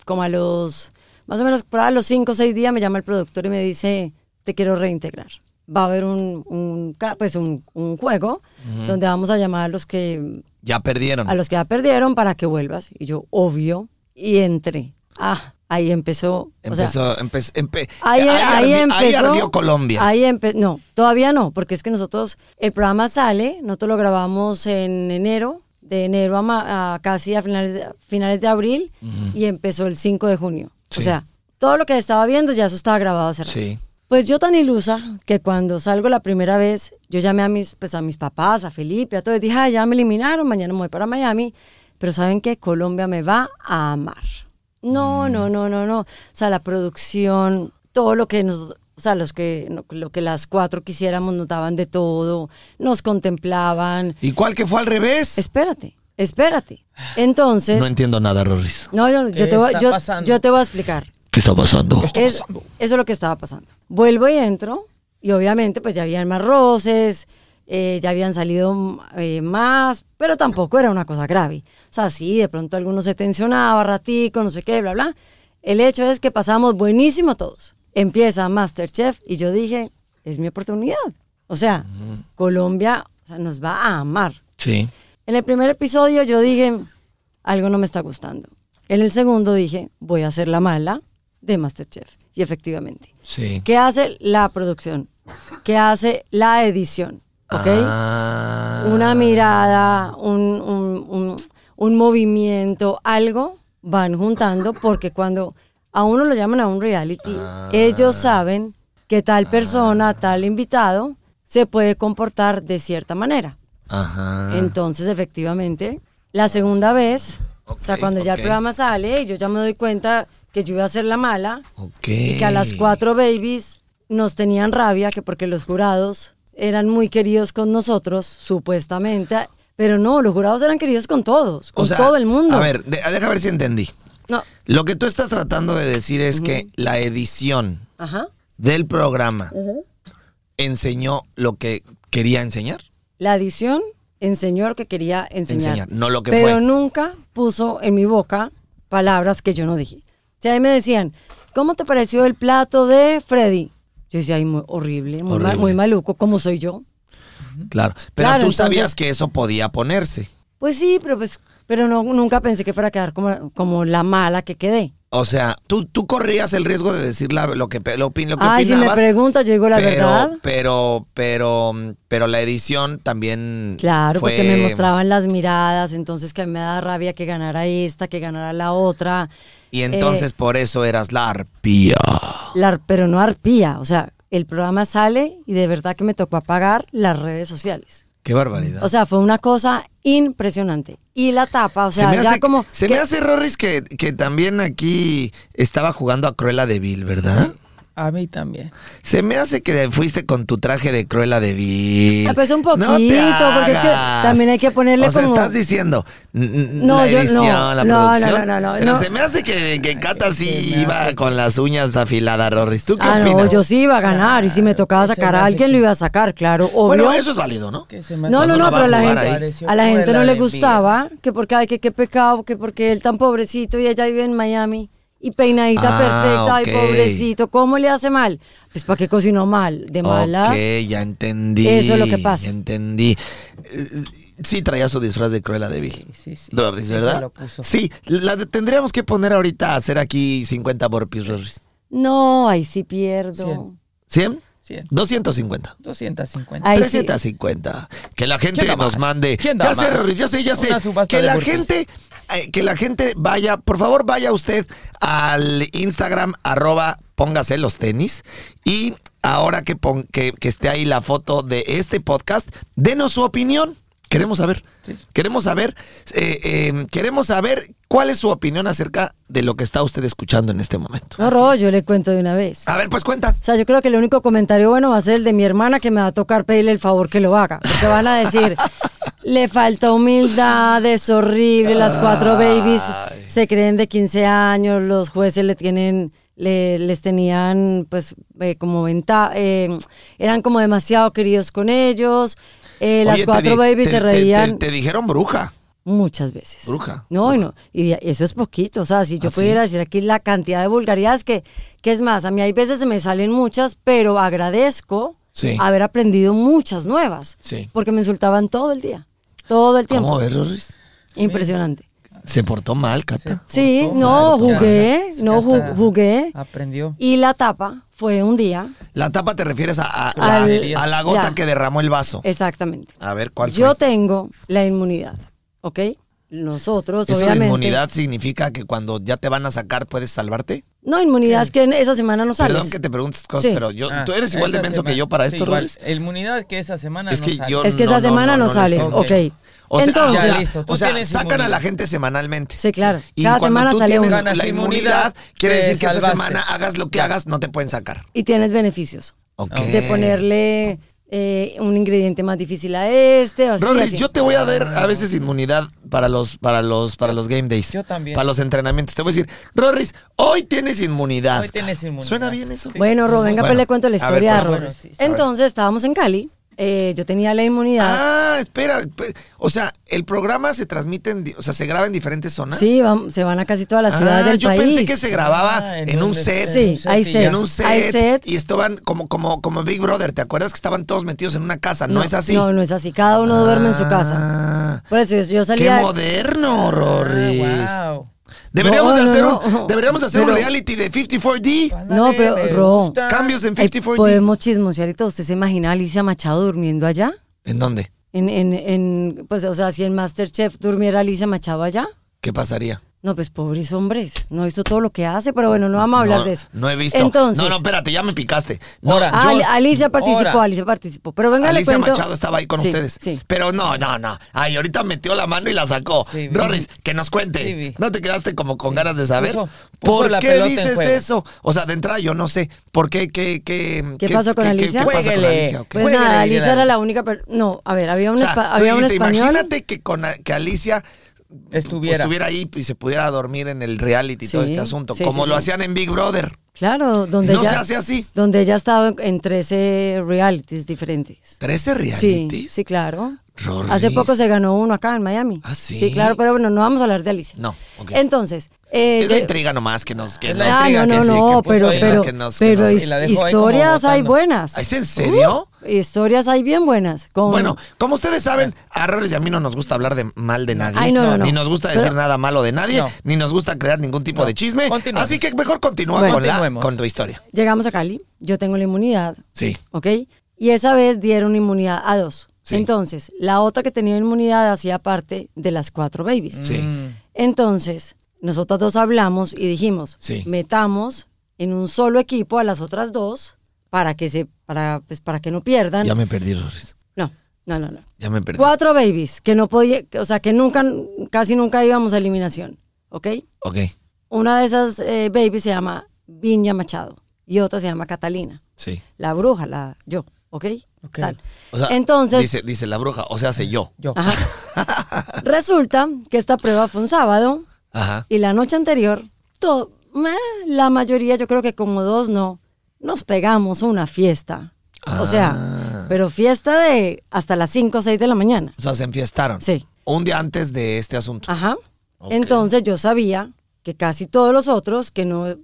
[SPEAKER 4] como a los, más o menos por ahí a los cinco o seis días me llama el productor y me dice, te quiero reintegrar. Va a haber un, un ca- pues un, un juego donde vamos a llamar a los que
[SPEAKER 2] ya perdieron.
[SPEAKER 4] a los que ya perdieron para que vuelvas. Y yo, obvio, y entré. Ah, ahí empezó. o sea,
[SPEAKER 2] Empezó, empe- empe-
[SPEAKER 4] Ahí, em- ahí
[SPEAKER 2] ardi-
[SPEAKER 4] empezó.
[SPEAKER 2] ahí ardió Colombia.
[SPEAKER 4] Ahí empe- no, todavía no, porque es que nosotros, el programa sale, nosotros lo grabamos en enero, de enero a, ma- a casi a finales de, finales de abril, y empezó el 5 de junio.
[SPEAKER 2] Sí.
[SPEAKER 4] O sea, todo lo que estaba viendo ya eso estaba grabado hace rato.
[SPEAKER 2] Sí.
[SPEAKER 4] Pues yo tan ilusa que cuando salgo la primera vez, yo llamé a mis, pues a mis papás, a Felipe, a todos, dije, "Ay, ya me eliminaron, mañana me voy para Miami, pero ¿saben que Colombia me va a amar. No,
[SPEAKER 1] Mm.
[SPEAKER 4] no, no, no, no. O sea, la producción, todo lo que nos, o sea, los que, lo que las cuatro quisiéramos nos daban de todo, nos contemplaban.
[SPEAKER 2] Igual que fue al revés.
[SPEAKER 4] Espérate, espérate. Entonces,
[SPEAKER 2] No entiendo nada, Rorris.
[SPEAKER 4] no, yo, yo
[SPEAKER 1] ¿Qué
[SPEAKER 4] te voy,
[SPEAKER 1] está
[SPEAKER 4] yo-
[SPEAKER 1] pasando?
[SPEAKER 4] yo te voy a explicar.
[SPEAKER 2] ¿Qué está pasando?
[SPEAKER 4] Es- eso es lo que estaba pasando. Vuelvo y entro, y obviamente pues ya habían más roces, eh, ya habían salido mm, eh, más, pero tampoco era una cosa grave. O sea, sí, de pronto alguno se tensionaba, ratico, no sé qué, bla, bla. El hecho es que pasamos buenísimo todos. Empieza Masterchef y yo dije, es mi oportunidad. O sea, Colombia o sea, nos va a amar.
[SPEAKER 2] Sí.
[SPEAKER 4] En el primer episodio yo dije, algo no me está gustando. En el segundo dije, voy a hacer la mala de Masterchef. Y efectivamente.
[SPEAKER 2] Sí.
[SPEAKER 4] ¿Qué hace la producción? ¿Qué hace la edición? ¿Ok?
[SPEAKER 2] Ah,
[SPEAKER 4] Una mirada, un, un- un- un movimiento, algo van juntando porque cuando a uno lo llaman a un reality,
[SPEAKER 2] Ah.
[SPEAKER 4] ellos saben que tal persona, tal invitado, se puede comportar de cierta manera.
[SPEAKER 2] Ajá.
[SPEAKER 4] Entonces, efectivamente, la segunda vez, o sea,
[SPEAKER 2] Ok,
[SPEAKER 4] cuando ya el
[SPEAKER 2] ok.
[SPEAKER 4] programa sale, yo ya me doy cuenta que yo iba a ser la mala
[SPEAKER 2] Ok.
[SPEAKER 4] y que a las cuatro babies nos tenían rabia, que porque los jurados eran muy queridos con nosotros, supuestamente, pero no, los jurados eran queridos con todos,
[SPEAKER 2] O
[SPEAKER 4] con
[SPEAKER 2] sea,
[SPEAKER 4] todo el mundo.
[SPEAKER 2] A ver, de- deja ver si entendí.
[SPEAKER 4] No,
[SPEAKER 2] Lo que tú estás tratando de decir es que la edición
[SPEAKER 4] ajá.
[SPEAKER 2] del programa enseñó lo que quería enseñar.
[SPEAKER 4] La edición enseñó lo que quería enseñar.
[SPEAKER 2] Enseñar, no lo que
[SPEAKER 4] Pero
[SPEAKER 2] fue.
[SPEAKER 4] nunca puso en mi boca palabras que yo no dije. O sea, ahí me decían, ¿cómo te pareció el plato de Freddy? Yo decía, ay, muy horrible, muy, ma-
[SPEAKER 2] Horrible.
[SPEAKER 4] muy maluco, ¿cómo soy yo?
[SPEAKER 2] Claro. Pero
[SPEAKER 4] Claro,
[SPEAKER 2] tú
[SPEAKER 4] entonces-
[SPEAKER 2] sabías que eso podía ponerse.
[SPEAKER 4] Pues sí, pero pues, pero no, nunca pensé que fuera a quedar como, como la mala que quedé.
[SPEAKER 2] O sea, tú, tú corrías el riesgo de decir la- lo que pe- lo, opin- lo que
[SPEAKER 4] Ay, si me
[SPEAKER 2] opinabas,
[SPEAKER 4] pregunta, yo digo la
[SPEAKER 2] pero,
[SPEAKER 4] verdad.
[SPEAKER 2] Pero, pero, pero la edición también.
[SPEAKER 4] Claro,
[SPEAKER 2] fue-
[SPEAKER 4] porque me mostraban las miradas, entonces que me da rabia que ganara esta, que ganara la otra.
[SPEAKER 2] Y
[SPEAKER 4] Eh,
[SPEAKER 2] entonces por eso eras la arpía.
[SPEAKER 4] La ar- pero no arpía, o sea, el programa sale y de verdad que me tocó apagar las redes sociales.
[SPEAKER 2] Qué barbaridad.
[SPEAKER 4] O sea, fue una cosa impresionante. Y la tapa, o sea,
[SPEAKER 2] se me
[SPEAKER 4] ya
[SPEAKER 2] hace,
[SPEAKER 4] como...
[SPEAKER 2] se
[SPEAKER 4] que-
[SPEAKER 2] me hace Rorris que, que también aquí estaba jugando a Cruella de Vil, ¿verdad?
[SPEAKER 1] A mí también.
[SPEAKER 2] Se me hace que fuiste con tu traje de Cruella de Vil.
[SPEAKER 4] Ah, pues un
[SPEAKER 2] No te
[SPEAKER 4] poquito, porque es que
[SPEAKER 2] hagas.
[SPEAKER 4] también hay que ponerle
[SPEAKER 2] o sea,
[SPEAKER 4] como-
[SPEAKER 2] estás diciendo n- n-
[SPEAKER 4] No,
[SPEAKER 2] la
[SPEAKER 4] yo no.
[SPEAKER 2] edición, la
[SPEAKER 4] No, no,
[SPEAKER 2] producción.
[SPEAKER 4] no, no, no,
[SPEAKER 2] Pero
[SPEAKER 4] no.
[SPEAKER 2] se me hace que, que Cata
[SPEAKER 1] se
[SPEAKER 2] sí
[SPEAKER 1] me
[SPEAKER 2] iba
[SPEAKER 1] hace.
[SPEAKER 2] con las uñas afiladas, Rorris. ¿Tú qué
[SPEAKER 4] Ah, no,
[SPEAKER 2] opinas?
[SPEAKER 4] yo sí iba a ganar y si me tocaba
[SPEAKER 1] Ese
[SPEAKER 4] sacar
[SPEAKER 1] me
[SPEAKER 4] a
[SPEAKER 1] hace
[SPEAKER 4] alguien
[SPEAKER 1] que-
[SPEAKER 4] lo iba a sacar, claro, obvio.
[SPEAKER 2] Bueno, eso es válido, ¿no?
[SPEAKER 1] Que se me
[SPEAKER 4] No,
[SPEAKER 1] hace-
[SPEAKER 2] no
[SPEAKER 4] no,
[SPEAKER 2] va
[SPEAKER 4] no, pero
[SPEAKER 2] a
[SPEAKER 4] a la
[SPEAKER 2] jugar
[SPEAKER 4] gente,
[SPEAKER 1] ahí.
[SPEAKER 4] a la gente no le
[SPEAKER 1] Pareció
[SPEAKER 4] gustaba, que porque ay, que qué pecado, que porque él tan pobrecito y ella vive en Miami y peinadita
[SPEAKER 2] Ah,
[SPEAKER 4] perfecta,
[SPEAKER 2] ok.
[SPEAKER 4] ay, pobrecito, ¿cómo le hace mal? Pues para qué cocinó mal, de malas.
[SPEAKER 2] Ok, ya entendí.
[SPEAKER 4] Eso es lo que pasa.
[SPEAKER 2] Ya entendí. Eh, Sí traía su disfraz de Cruella de Vil.
[SPEAKER 1] Sí, sí.
[SPEAKER 2] Rorris,
[SPEAKER 1] Sí, se
[SPEAKER 2] ¿verdad?
[SPEAKER 1] lo puso.
[SPEAKER 2] Sí, la de- tendríamos que poner ahorita a hacer aquí 50 burpees, Rorris.
[SPEAKER 4] No, ahí sí pierdo.
[SPEAKER 1] Cien.
[SPEAKER 2] ¿100?
[SPEAKER 1] Cien.
[SPEAKER 2] 250.
[SPEAKER 1] 250.
[SPEAKER 4] Ahí sí.
[SPEAKER 2] 350. Que la gente
[SPEAKER 1] ¿Quién da
[SPEAKER 2] nos
[SPEAKER 1] más?
[SPEAKER 2] mande.
[SPEAKER 1] ¿Quién da
[SPEAKER 2] ya sé,
[SPEAKER 1] más?
[SPEAKER 2] Rorris, ya sé, ya sé.
[SPEAKER 1] Una subasta
[SPEAKER 2] Que
[SPEAKER 1] de
[SPEAKER 2] la
[SPEAKER 1] burpees.
[SPEAKER 2] gente, eh, que la gente vaya, por favor, vaya usted al Instagram, arroba, póngase los tenis. Y ahora que, pon- que, que esté ahí la foto de este podcast, denos su opinión. Queremos saber.
[SPEAKER 1] Sí.
[SPEAKER 2] Queremos saber. eh, eh, queremos saber cuál es su opinión acerca de lo que está usted escuchando en este momento.
[SPEAKER 4] No, Ro, yo le cuento de una vez.
[SPEAKER 2] A ver, pues cuenta.
[SPEAKER 4] O sea, yo creo que el único comentario bueno va a ser el de mi hermana que me va a tocar pedirle el favor que lo haga. Porque van a decir, le falta humildad, es horrible, las cuatro babies se creen de 15 años, los jueces le tienen, le- les tenían pues eh, como venta, eh, eran como demasiado queridos con ellos, eh, las
[SPEAKER 2] Oye, te
[SPEAKER 4] cuatro
[SPEAKER 2] di-
[SPEAKER 4] babies
[SPEAKER 2] te- te-
[SPEAKER 4] se
[SPEAKER 2] te-
[SPEAKER 4] reían.
[SPEAKER 2] te dijeron bruja.
[SPEAKER 4] Muchas veces.
[SPEAKER 2] Bruja,
[SPEAKER 4] No, y no. Y eso es poquito. O sea, si yo
[SPEAKER 2] ¿Ah, sí?
[SPEAKER 4] pudiera decir aquí la cantidad de vulgaridades que, que es más, a mí hay veces se me salen muchas, pero agradezco
[SPEAKER 2] Sí.
[SPEAKER 4] haber aprendido muchas nuevas.
[SPEAKER 2] Sí.
[SPEAKER 4] Porque me insultaban todo el día. Todo el tiempo.
[SPEAKER 2] ¿Cómo ves, Rorris?
[SPEAKER 4] Impresionante.
[SPEAKER 2] Se portó mal, Cata.
[SPEAKER 4] Sí,
[SPEAKER 1] Por
[SPEAKER 4] no,
[SPEAKER 1] todo.
[SPEAKER 4] jugué,
[SPEAKER 1] Ya,
[SPEAKER 4] no
[SPEAKER 1] ya
[SPEAKER 4] ju-
[SPEAKER 1] está.
[SPEAKER 4] jugué.
[SPEAKER 1] Aprendió.
[SPEAKER 4] Y la tapa fue un día,
[SPEAKER 2] La tapa te refieres a, a- a-
[SPEAKER 4] Al-
[SPEAKER 2] a la gota
[SPEAKER 4] Ya.
[SPEAKER 2] que derramó el vaso.
[SPEAKER 4] exactamente.
[SPEAKER 2] A ver, ¿cuál fue?
[SPEAKER 4] Yo tengo la inmunidad, ¿ok? Nosotros,
[SPEAKER 2] ¿Eso de
[SPEAKER 4] obviamente.
[SPEAKER 2] inmunidad significa que cuando ya te van a sacar puedes salvarte?
[SPEAKER 4] No, inmunidad es que en esa semana no sales.
[SPEAKER 2] Perdón que te preguntes cosas,
[SPEAKER 4] Sí.
[SPEAKER 2] pero yo,
[SPEAKER 1] Ah,
[SPEAKER 2] tú eres igual de
[SPEAKER 1] esa
[SPEAKER 2] menso que
[SPEAKER 1] semana.
[SPEAKER 2] yo para
[SPEAKER 1] Sí,
[SPEAKER 2] esto,
[SPEAKER 1] igual.
[SPEAKER 2] Rolis.
[SPEAKER 1] El inmunidad que esa semana
[SPEAKER 2] Es
[SPEAKER 1] no
[SPEAKER 2] que
[SPEAKER 1] sale.
[SPEAKER 2] yo-
[SPEAKER 4] es que
[SPEAKER 2] No,
[SPEAKER 4] esa
[SPEAKER 2] no,
[SPEAKER 4] semana
[SPEAKER 2] no, no les
[SPEAKER 4] no, sales.
[SPEAKER 1] sale.
[SPEAKER 4] Ok.
[SPEAKER 2] O sea,
[SPEAKER 4] Entonces,
[SPEAKER 2] o sea,
[SPEAKER 1] Ya, listo. Tú
[SPEAKER 2] o sea,
[SPEAKER 1] tienes
[SPEAKER 2] sacan a la
[SPEAKER 1] inmunidad.
[SPEAKER 2] gente semanalmente.
[SPEAKER 4] Sí, claro.
[SPEAKER 2] Y
[SPEAKER 4] Cada
[SPEAKER 2] cuando
[SPEAKER 4] semana
[SPEAKER 2] tú
[SPEAKER 4] sale
[SPEAKER 2] tienes
[SPEAKER 4] uno.
[SPEAKER 2] la
[SPEAKER 1] Ganas
[SPEAKER 2] inmunidad,
[SPEAKER 1] inmunidad,
[SPEAKER 2] quiere
[SPEAKER 1] te
[SPEAKER 2] decir que esa
[SPEAKER 1] salvaste.
[SPEAKER 2] semana hagas lo que hagas, no te pueden sacar.
[SPEAKER 4] y tienes beneficios.
[SPEAKER 2] Ok.
[SPEAKER 4] De ponerle eh, un ingrediente más difícil a este. o así,
[SPEAKER 2] Rolis,
[SPEAKER 4] así.
[SPEAKER 2] yo te voy a dar a veces inmunidad para los, para los, para los game days.
[SPEAKER 1] Yo también.
[SPEAKER 2] Para los entrenamientos. Te voy a decir, Rolis, hoy tienes inmunidad.
[SPEAKER 1] Hoy tienes inmunidad.
[SPEAKER 2] ¿Suena bien eso?
[SPEAKER 1] Sí.
[SPEAKER 4] Bueno, Ro, venga, pues
[SPEAKER 2] Bueno,
[SPEAKER 4] le cuento la
[SPEAKER 2] a ver,
[SPEAKER 4] historia
[SPEAKER 2] pues,
[SPEAKER 4] a Ro.
[SPEAKER 1] bueno, sí, sí.
[SPEAKER 4] Entonces, estábamos en Cali. eh, yo tenía la inmunidad.
[SPEAKER 2] Ah, espera. pe- O sea, el programa se transmite, en, di- o sea, se graba en diferentes zonas.
[SPEAKER 4] sí, vam- se van a casi todas las ciudades
[SPEAKER 2] Ah,
[SPEAKER 4] del
[SPEAKER 2] yo
[SPEAKER 4] país.
[SPEAKER 2] pensé que se grababa
[SPEAKER 1] Ah,
[SPEAKER 2] en,
[SPEAKER 1] en
[SPEAKER 2] un
[SPEAKER 1] un
[SPEAKER 2] set.
[SPEAKER 1] set.
[SPEAKER 4] Sí,
[SPEAKER 1] Sí,
[SPEAKER 4] hay
[SPEAKER 1] sí,
[SPEAKER 4] set.
[SPEAKER 2] En un set,
[SPEAKER 4] Hay set.
[SPEAKER 2] Y estaban como, como, como Big Brother, ¿te acuerdas que estaban todos metidos en una casa? No, es así.
[SPEAKER 4] No, no es así. Cada uno duerme en su casa.
[SPEAKER 2] Ah,
[SPEAKER 4] Por eso yo, yo
[SPEAKER 2] Qué
[SPEAKER 4] salía.
[SPEAKER 2] moderno, Rory.
[SPEAKER 1] Ah, wow.
[SPEAKER 2] Deberíamos,
[SPEAKER 4] No,
[SPEAKER 2] de
[SPEAKER 4] no,
[SPEAKER 2] hacer
[SPEAKER 4] no.
[SPEAKER 2] un, deberíamos de hacer un
[SPEAKER 4] Pero-
[SPEAKER 2] reality de 54D.
[SPEAKER 1] Ándale,
[SPEAKER 4] No, pero,
[SPEAKER 1] me
[SPEAKER 4] Ro.
[SPEAKER 1] gusta.
[SPEAKER 2] Cambios en
[SPEAKER 4] Ay,
[SPEAKER 2] 54D.
[SPEAKER 4] podemos chismosear y todo. ¿Usted se imagina a Alicia Machado durmiendo allá?
[SPEAKER 2] ¿En dónde?
[SPEAKER 4] En, en, en, pues, o sea, si en Masterchef durmiera Alicia Machado allá.
[SPEAKER 2] ¿Qué pasaría?
[SPEAKER 4] No, pues pobres hombres. No he visto todo lo que hace, pero bueno, no vamos a hablar
[SPEAKER 2] no,
[SPEAKER 4] de eso.
[SPEAKER 2] No he visto.
[SPEAKER 4] Entonces,
[SPEAKER 2] no, no, espérate, ya me picaste. No,
[SPEAKER 1] Ahora,
[SPEAKER 4] Ah,
[SPEAKER 2] yo-
[SPEAKER 4] Al- Alicia participó,
[SPEAKER 1] Ahora.
[SPEAKER 4] Alicia participó. Pero venga, le
[SPEAKER 2] Alicia
[SPEAKER 4] cuento.
[SPEAKER 2] Machado estaba ahí con
[SPEAKER 4] Sí,
[SPEAKER 2] ustedes.
[SPEAKER 4] Sí.
[SPEAKER 2] Pero no, no, no. Ay, ahorita metió la mano y la sacó.
[SPEAKER 1] Sí, vi.
[SPEAKER 2] Rorris, que nos cuente.
[SPEAKER 1] Sí, vi.
[SPEAKER 2] ¿No te quedaste como con ganas de saber?
[SPEAKER 1] Puso- puso
[SPEAKER 2] ¿Por
[SPEAKER 1] la
[SPEAKER 2] qué
[SPEAKER 1] pelota en
[SPEAKER 2] dices
[SPEAKER 1] juego.
[SPEAKER 2] eso? O sea, de entrada yo no sé. ¿Por qué? ¿Qué, qué,
[SPEAKER 4] ¿Qué pasó con Alicia?
[SPEAKER 2] ¿Qué, pasó con
[SPEAKER 1] Juéguele.
[SPEAKER 2] Alicia? Ok.
[SPEAKER 4] Pues
[SPEAKER 1] Juegue,
[SPEAKER 4] nada,
[SPEAKER 1] Miguel
[SPEAKER 4] Alicia
[SPEAKER 1] Ángel.
[SPEAKER 4] era la única. per- No, a ver, había un,
[SPEAKER 2] O sea,
[SPEAKER 4] espa-
[SPEAKER 2] tú
[SPEAKER 4] había un
[SPEAKER 2] dijiste,
[SPEAKER 4] español.
[SPEAKER 2] Imagínate que, con, que Alicia
[SPEAKER 1] Estuviera.
[SPEAKER 2] estuviera ahí y se pudiera dormir en el reality y todo
[SPEAKER 4] Sí,
[SPEAKER 2] este asunto,
[SPEAKER 4] sí,
[SPEAKER 2] como
[SPEAKER 4] sí,
[SPEAKER 2] lo
[SPEAKER 4] sí.
[SPEAKER 2] hacían en Big Brother.
[SPEAKER 4] Claro, donde
[SPEAKER 2] No
[SPEAKER 4] ella.
[SPEAKER 2] se hace así.
[SPEAKER 4] Donde ella estaba en- en 13 realities diferentes.
[SPEAKER 2] ¿13
[SPEAKER 4] Sí,
[SPEAKER 2] realities?
[SPEAKER 4] sí, claro.
[SPEAKER 2] Rorris.
[SPEAKER 4] Hace poco se ganó uno acá en Miami.
[SPEAKER 2] Ah, ¿sí?
[SPEAKER 4] claro, pero bueno, no vamos a hablar de Alicia.
[SPEAKER 2] No, ok.
[SPEAKER 4] Entonces, eh,
[SPEAKER 2] Es la
[SPEAKER 4] de-
[SPEAKER 2] intriga nomás que nos... Que
[SPEAKER 1] Es la
[SPEAKER 2] nos-
[SPEAKER 4] Ah,
[SPEAKER 1] intriga
[SPEAKER 4] no,
[SPEAKER 2] que
[SPEAKER 4] no,
[SPEAKER 2] sí, que
[SPEAKER 4] no,
[SPEAKER 2] puso
[SPEAKER 4] pero,
[SPEAKER 2] ahí,
[SPEAKER 4] pero,
[SPEAKER 2] que nos- que
[SPEAKER 4] pero
[SPEAKER 2] nos-
[SPEAKER 4] his-
[SPEAKER 1] Y la dejó ahí como
[SPEAKER 4] historias hay
[SPEAKER 1] votando.
[SPEAKER 4] buenas.
[SPEAKER 2] ¿Es en serio?
[SPEAKER 4] Historias hay bien buenas. con-
[SPEAKER 2] Bueno, como ustedes saben, a Roles y a mí no nos gusta hablar de mal de nadie.
[SPEAKER 4] Ay, no, no, no.
[SPEAKER 2] Ni nos gusta decir
[SPEAKER 4] Pero-
[SPEAKER 2] nada malo de nadie,
[SPEAKER 1] No.
[SPEAKER 2] ni nos gusta crear ningún tipo
[SPEAKER 1] No.
[SPEAKER 2] de chisme.
[SPEAKER 1] Continuemos.
[SPEAKER 2] Así que mejor continúa
[SPEAKER 4] Bueno.
[SPEAKER 2] con, la-
[SPEAKER 1] Continuemos.
[SPEAKER 2] con tu historia.
[SPEAKER 4] Llegamos a Cali, yo tengo la inmunidad,
[SPEAKER 2] Sí.
[SPEAKER 4] ¿ok? Y esa vez dieron inmunidad a dos.
[SPEAKER 2] Sí.
[SPEAKER 4] Entonces, la otra que tenía inmunidad hacía parte de las cuatro babies.
[SPEAKER 2] Sí.
[SPEAKER 4] Mm. Entonces, nosotras dos hablamos y dijimos,
[SPEAKER 2] Sí.
[SPEAKER 4] metamos en un solo equipo a las otras dos para que se para pues, para que no pierdan.
[SPEAKER 2] Ya me perdí, Roles.
[SPEAKER 4] No, no, no, no.
[SPEAKER 2] Ya me perdí.
[SPEAKER 4] Cuatro babies que no podía, o sea, que nunca casi nunca íbamos a eliminación, ¿ok?
[SPEAKER 2] Ok.
[SPEAKER 4] Una de esas eh, babies se llama Viña Machado y otra se llama Catalina,
[SPEAKER 2] Sí.
[SPEAKER 4] la bruja, la yo, ¿ok?
[SPEAKER 1] Ok.
[SPEAKER 4] Tal.
[SPEAKER 2] O sea,
[SPEAKER 4] Entonces,
[SPEAKER 2] Dice, dice la bruja, o sea, hace yo.
[SPEAKER 1] Yo.
[SPEAKER 4] ajá. resulta que esta prueba fue un sábado
[SPEAKER 2] Ajá.
[SPEAKER 4] Y la noche anterior, todo, meh, la mayoría, yo creo que como dos no, nos pegamos una fiesta. O
[SPEAKER 2] Ah.
[SPEAKER 4] sea, pero fiesta de hasta las 5 o 6 de la mañana.
[SPEAKER 2] O sea, se enfiestaron.
[SPEAKER 4] Sí. Ah.
[SPEAKER 2] Un día antes de este asunto.
[SPEAKER 4] Ajá.
[SPEAKER 2] Ok.
[SPEAKER 4] Entonces yo sabía que casi todos los otros, que no,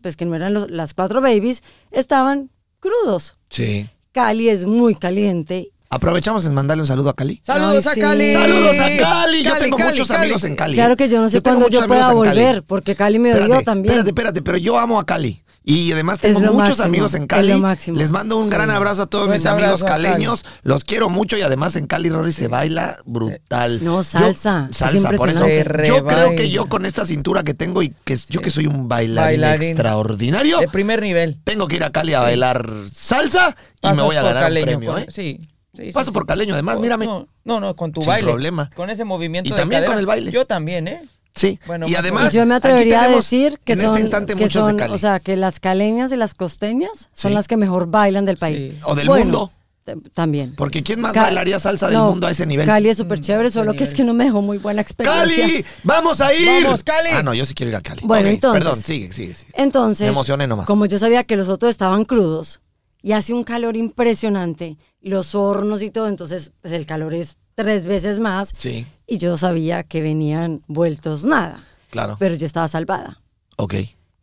[SPEAKER 4] pues que no eran los- las cuatro babies, estaban crudos.
[SPEAKER 2] Sí.
[SPEAKER 4] Cali es muy caliente.
[SPEAKER 2] Aprovechamos en mandarle un saludo a Cali.
[SPEAKER 1] Saludos
[SPEAKER 4] Ay,
[SPEAKER 1] a
[SPEAKER 4] sí.
[SPEAKER 1] Cali.
[SPEAKER 2] Saludos a Cali. Yo tengo
[SPEAKER 1] Cali,
[SPEAKER 2] muchos
[SPEAKER 1] Cali.
[SPEAKER 2] amigos en Cali.
[SPEAKER 4] Claro que yo no sé
[SPEAKER 2] tengo
[SPEAKER 4] cuándo yo
[SPEAKER 2] muchos
[SPEAKER 4] pueda
[SPEAKER 2] amigos en Cali.
[SPEAKER 4] volver, porque Cali me odió
[SPEAKER 2] Espérate,
[SPEAKER 4] también.
[SPEAKER 2] Espérate, espérate, pero yo amo a Cali. Y además tengo
[SPEAKER 4] Es lo
[SPEAKER 2] muchos
[SPEAKER 4] máximo,
[SPEAKER 2] amigos en
[SPEAKER 4] es
[SPEAKER 2] Cali.
[SPEAKER 4] lo máximo.
[SPEAKER 2] Les mando un gran abrazo a todos
[SPEAKER 1] Buen
[SPEAKER 2] mis amigos
[SPEAKER 1] abrazo a Cali.
[SPEAKER 2] caleños. Los quiero mucho y además en Cali Rory se baila brutal.
[SPEAKER 4] No,
[SPEAKER 2] Yo-
[SPEAKER 4] salsa. Es
[SPEAKER 2] salsa, por eso.
[SPEAKER 1] impresionante.
[SPEAKER 2] Yo creo
[SPEAKER 1] Rebaila.
[SPEAKER 2] que yo con esta cintura que tengo y que yo que soy un bailarín,
[SPEAKER 1] Bailarín.
[SPEAKER 2] extraordinario,
[SPEAKER 1] De primer nivel.
[SPEAKER 2] tengo que ir a Cali a bailar salsa y me
[SPEAKER 1] Pasas
[SPEAKER 2] voy a
[SPEAKER 1] por
[SPEAKER 2] ganar un
[SPEAKER 1] caleño,
[SPEAKER 2] premio.
[SPEAKER 1] con-
[SPEAKER 2] ¿eh?
[SPEAKER 1] Sí. sí, sí,
[SPEAKER 2] Paso
[SPEAKER 1] sí.
[SPEAKER 2] por caleño, además, mírame.
[SPEAKER 1] No, no, no, con tu
[SPEAKER 2] Sin
[SPEAKER 1] baile.
[SPEAKER 2] problema.
[SPEAKER 1] Con ese movimiento
[SPEAKER 2] Y
[SPEAKER 1] de
[SPEAKER 2] también
[SPEAKER 1] cadera.
[SPEAKER 2] con el baile.
[SPEAKER 1] Yo también, ¿eh?
[SPEAKER 2] Sí,
[SPEAKER 1] Bueno,
[SPEAKER 2] y
[SPEAKER 1] más o
[SPEAKER 2] además.
[SPEAKER 4] Yo me
[SPEAKER 2] aquí
[SPEAKER 4] atrevería a
[SPEAKER 2] tenemos
[SPEAKER 4] decir que
[SPEAKER 2] en
[SPEAKER 4] son,
[SPEAKER 2] este instante
[SPEAKER 4] que
[SPEAKER 2] muchos de
[SPEAKER 4] son-
[SPEAKER 2] Cali.
[SPEAKER 4] o sea, que las caleñas y las costeñas son
[SPEAKER 2] Sí.
[SPEAKER 4] las que mejor bailan del país.
[SPEAKER 1] Sí.
[SPEAKER 2] O del mundo.
[SPEAKER 4] t- También.
[SPEAKER 2] Porque ¿quién más
[SPEAKER 4] Ca-
[SPEAKER 2] bailaría salsa del
[SPEAKER 4] No,
[SPEAKER 2] mundo a ese nivel? Mm,
[SPEAKER 4] Cali es súper chévere, solo que es que no me dejó muy buena experiencia.
[SPEAKER 2] ¡Cali! ¡Vamos a ir!
[SPEAKER 1] ¡Vamos, Cali!
[SPEAKER 2] Ah, no, yo sí quiero ir a Cali.
[SPEAKER 4] Bueno,
[SPEAKER 2] Ok,
[SPEAKER 4] entonces-
[SPEAKER 2] Perdón, sigue, sigue, sigue.
[SPEAKER 4] Entonces,
[SPEAKER 2] Me emocioné nomás.
[SPEAKER 4] como yo sabía que los otros estaban crudos y hace un calor impresionante, los hornos y todo, entonces pues, el calor es tres veces más
[SPEAKER 2] Sí,
[SPEAKER 4] y yo sabía que venían vueltos nada,
[SPEAKER 2] claro.
[SPEAKER 4] pero yo estaba salvada.
[SPEAKER 2] ok.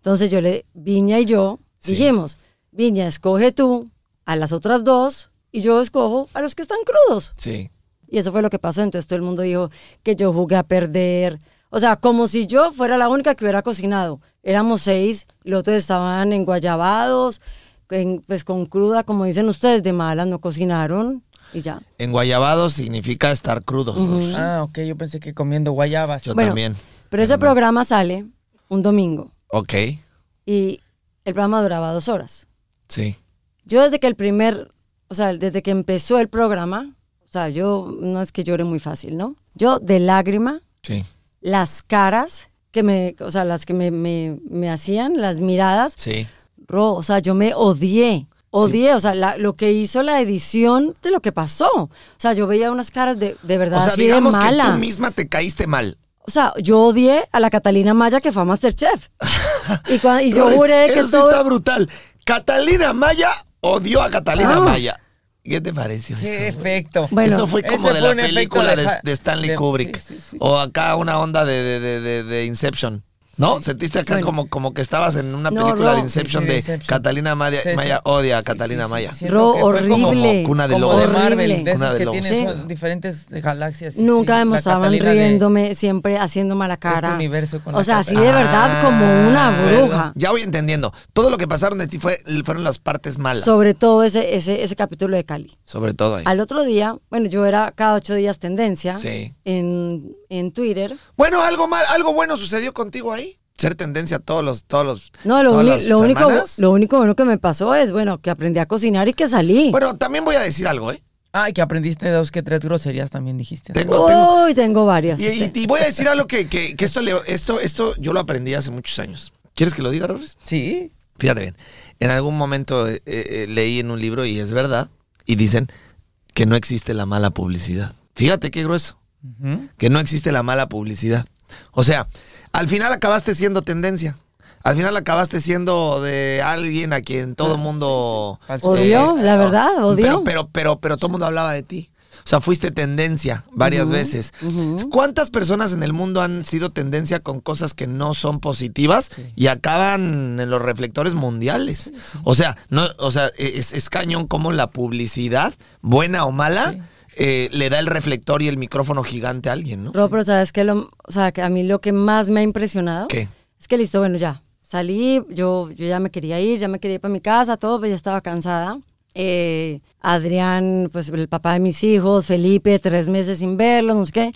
[SPEAKER 4] Entonces yo le, Viña y yo
[SPEAKER 2] Sí.
[SPEAKER 4] dijimos, Viña, escoge tú a las otras dos y yo escojo a los que están crudos.
[SPEAKER 2] Sí.
[SPEAKER 4] Y eso fue lo que pasó. Entonces todo el mundo dijo que yo jugué a perder. O sea, como si yo fuera la única que hubiera cocinado. Éramos seis, los otros estaban enguayabados, en- pues con cruda, como dicen ustedes, de malas, no cocinaron y ya.
[SPEAKER 2] Enguayabado significa estar crudo.
[SPEAKER 1] Ah, ok, yo pensé que comiendo guayabas.
[SPEAKER 2] Yo
[SPEAKER 4] Bueno.
[SPEAKER 2] también.
[SPEAKER 4] Pero ese programa sale un domingo.
[SPEAKER 2] Ok.
[SPEAKER 4] Y y el programa duraba dos horas.
[SPEAKER 2] Sí.
[SPEAKER 4] Yo desde que el primer, o sea, desde que empezó el programa, o sea, yo no es que llore muy fácil, ¿no? Yo de lágrima,
[SPEAKER 2] Sí.
[SPEAKER 4] las caras que me, o sea, las que me, me- me hacían, las miradas,
[SPEAKER 2] Sí.
[SPEAKER 4] Ro, o sea, yo me odié. Odié, o sea, la- lo que hizo la edición de lo que pasó. O sea, yo veía unas caras de, de verdad
[SPEAKER 2] O sea,
[SPEAKER 4] así de
[SPEAKER 2] digamos que
[SPEAKER 4] mala.
[SPEAKER 2] tú misma te caíste mal.
[SPEAKER 4] O sea, yo odié a la Catalina Maya que fue a Masterchef. Y, cua- y yo
[SPEAKER 2] Flores,
[SPEAKER 4] juré que
[SPEAKER 2] eso sí
[SPEAKER 4] todo.
[SPEAKER 2] está brutal. Catalina Maya odió a Catalina
[SPEAKER 4] Ah.
[SPEAKER 2] Maya. ¿Qué te pareció
[SPEAKER 1] Qué
[SPEAKER 2] eso?
[SPEAKER 1] efecto.
[SPEAKER 4] Bueno.
[SPEAKER 2] eso fue
[SPEAKER 1] Ese
[SPEAKER 2] como de
[SPEAKER 1] fue
[SPEAKER 2] la
[SPEAKER 1] un efecto
[SPEAKER 2] película
[SPEAKER 1] de
[SPEAKER 2] de,
[SPEAKER 1] fa-
[SPEAKER 2] de Stanley
[SPEAKER 1] de-
[SPEAKER 2] Kubrick.
[SPEAKER 1] sí, sí, sí.
[SPEAKER 2] O acá una onda de, de- de- de- de Inception. ¿No? Sentiste acá
[SPEAKER 4] Bueno.
[SPEAKER 2] como, como que estabas en una
[SPEAKER 4] No,
[SPEAKER 2] película
[SPEAKER 4] no.
[SPEAKER 2] de Inception
[SPEAKER 1] Sí, sí,
[SPEAKER 2] de
[SPEAKER 1] Inception.
[SPEAKER 2] Catalina Maya,
[SPEAKER 1] Sí, sí.
[SPEAKER 2] Maya odia a
[SPEAKER 1] Sí,
[SPEAKER 2] Catalina
[SPEAKER 1] sí, sí,
[SPEAKER 2] Maya.
[SPEAKER 1] siento
[SPEAKER 4] Ro,
[SPEAKER 1] que fue como-
[SPEAKER 4] horrible.
[SPEAKER 2] cuna de
[SPEAKER 1] como
[SPEAKER 2] lobos.
[SPEAKER 1] de Marvel, de
[SPEAKER 4] Horrible.
[SPEAKER 2] Una
[SPEAKER 1] esos
[SPEAKER 2] de
[SPEAKER 1] que
[SPEAKER 2] lobos.
[SPEAKER 1] tienen
[SPEAKER 4] Sí.
[SPEAKER 1] son diferentes galaxias. sí,
[SPEAKER 4] Nunca
[SPEAKER 1] sí,
[SPEAKER 4] me
[SPEAKER 1] la
[SPEAKER 4] estaban
[SPEAKER 1] Catalina de-
[SPEAKER 4] riéndome, siempre haciendo mala cara.
[SPEAKER 1] universo con
[SPEAKER 4] o
[SPEAKER 1] la
[SPEAKER 4] sea, así
[SPEAKER 1] Catalina.
[SPEAKER 4] de verdad como
[SPEAKER 2] Ah,
[SPEAKER 4] una bruja.
[SPEAKER 2] Ya voy entendiendo. Todo lo que pasaron de ti fue, fueron las partes malas.
[SPEAKER 4] Sobre todo ese, ese, ese capítulo de Cali.
[SPEAKER 2] Sobre todo ahí.
[SPEAKER 4] Al otro día, bueno, yo era cada ocho días tendencia
[SPEAKER 2] Sí.
[SPEAKER 4] en, en Twitter.
[SPEAKER 2] Bueno, algo mal, algo bueno sucedió contigo ahí. Ser tendencia todos los, todos los.
[SPEAKER 4] No, lo,
[SPEAKER 2] todas
[SPEAKER 4] uni-
[SPEAKER 2] las
[SPEAKER 4] lo único,
[SPEAKER 2] semanas.
[SPEAKER 4] lo único bueno que me pasó es, bueno, que aprendí a cocinar y que salí.
[SPEAKER 2] Bueno, también voy a decir algo, ¿eh?
[SPEAKER 1] Ay, que aprendiste dos que tres groserías también dijiste.
[SPEAKER 2] Tengo, tengo.
[SPEAKER 4] Uy, tengo varias.
[SPEAKER 2] Y, y- y voy a decir algo que, que- que esto, le- esto, esto yo lo aprendí hace muchos años. ¿Quieres que lo diga, Robres?
[SPEAKER 1] Sí.
[SPEAKER 2] Fíjate bien. En algún momento eh, eh, leí en un libro y es verdad. Y dicen que no existe la mala publicidad. Fíjate qué grueso.
[SPEAKER 1] Ujú.
[SPEAKER 2] que no existe la mala publicidad. O sea, al final acabaste siendo tendencia. Al final acabaste siendo de alguien a quien todo el mundo
[SPEAKER 1] Ah,
[SPEAKER 2] eh,
[SPEAKER 1] sí, sí.
[SPEAKER 4] Odió, la verdad, odió.
[SPEAKER 2] Pero, pero, pero, pero todo el mundo hablaba de ti. O sea, fuiste tendencia varias veces. ¿Cuántas personas en el mundo han sido tendencia con cosas que no son positivas y acaban en los reflectores mundiales? O sea, no, o sea, e, es, es cañón como la publicidad, buena o mala, eh, le da el reflector y el micrófono gigante a alguien, ¿no?
[SPEAKER 4] Ro, pero sabes que lo, o sea, que a mí lo que más me ha impresionado
[SPEAKER 2] ¿Qué?
[SPEAKER 4] es que listo, bueno, ya salí, yo, yo ya me quería ir, ya me quería ir para mi casa, todo, pues ya estaba cansada. Eh, Adrián, pues el papá de mis hijos, Felipe, tres meses sin verlo, no sé qué.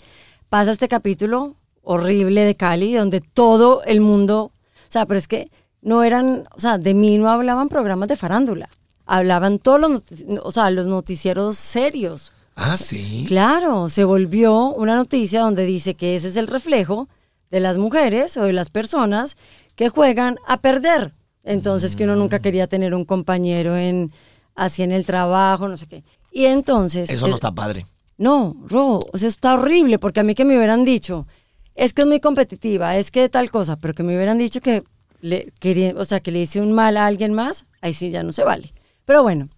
[SPEAKER 4] Pasa este capítulo horrible de Cali, donde todo el mundo, o sea, pero es que no eran, o sea, de mí no hablaban programas de farándula, hablaban todos los, noti- o sea, los noticieros serios.
[SPEAKER 2] Ah, sí.
[SPEAKER 4] Claro, se volvió una noticia donde dice que ese es el reflejo de las mujeres o de las personas que juegan a perder. Entonces que uno
[SPEAKER 2] Mm.
[SPEAKER 4] nunca quería tener un compañero en así en el trabajo, no sé qué. Y entonces
[SPEAKER 2] Eso no
[SPEAKER 4] es-
[SPEAKER 2] está padre.
[SPEAKER 4] no, Ro, o sea, está horrible porque a mí que me hubieran dicho, es que es muy competitiva, es que tal cosa, pero que me hubieran dicho que le, quería, o sea, que le hice un mal a alguien más, ahí sí ya no se vale. Pero bueno,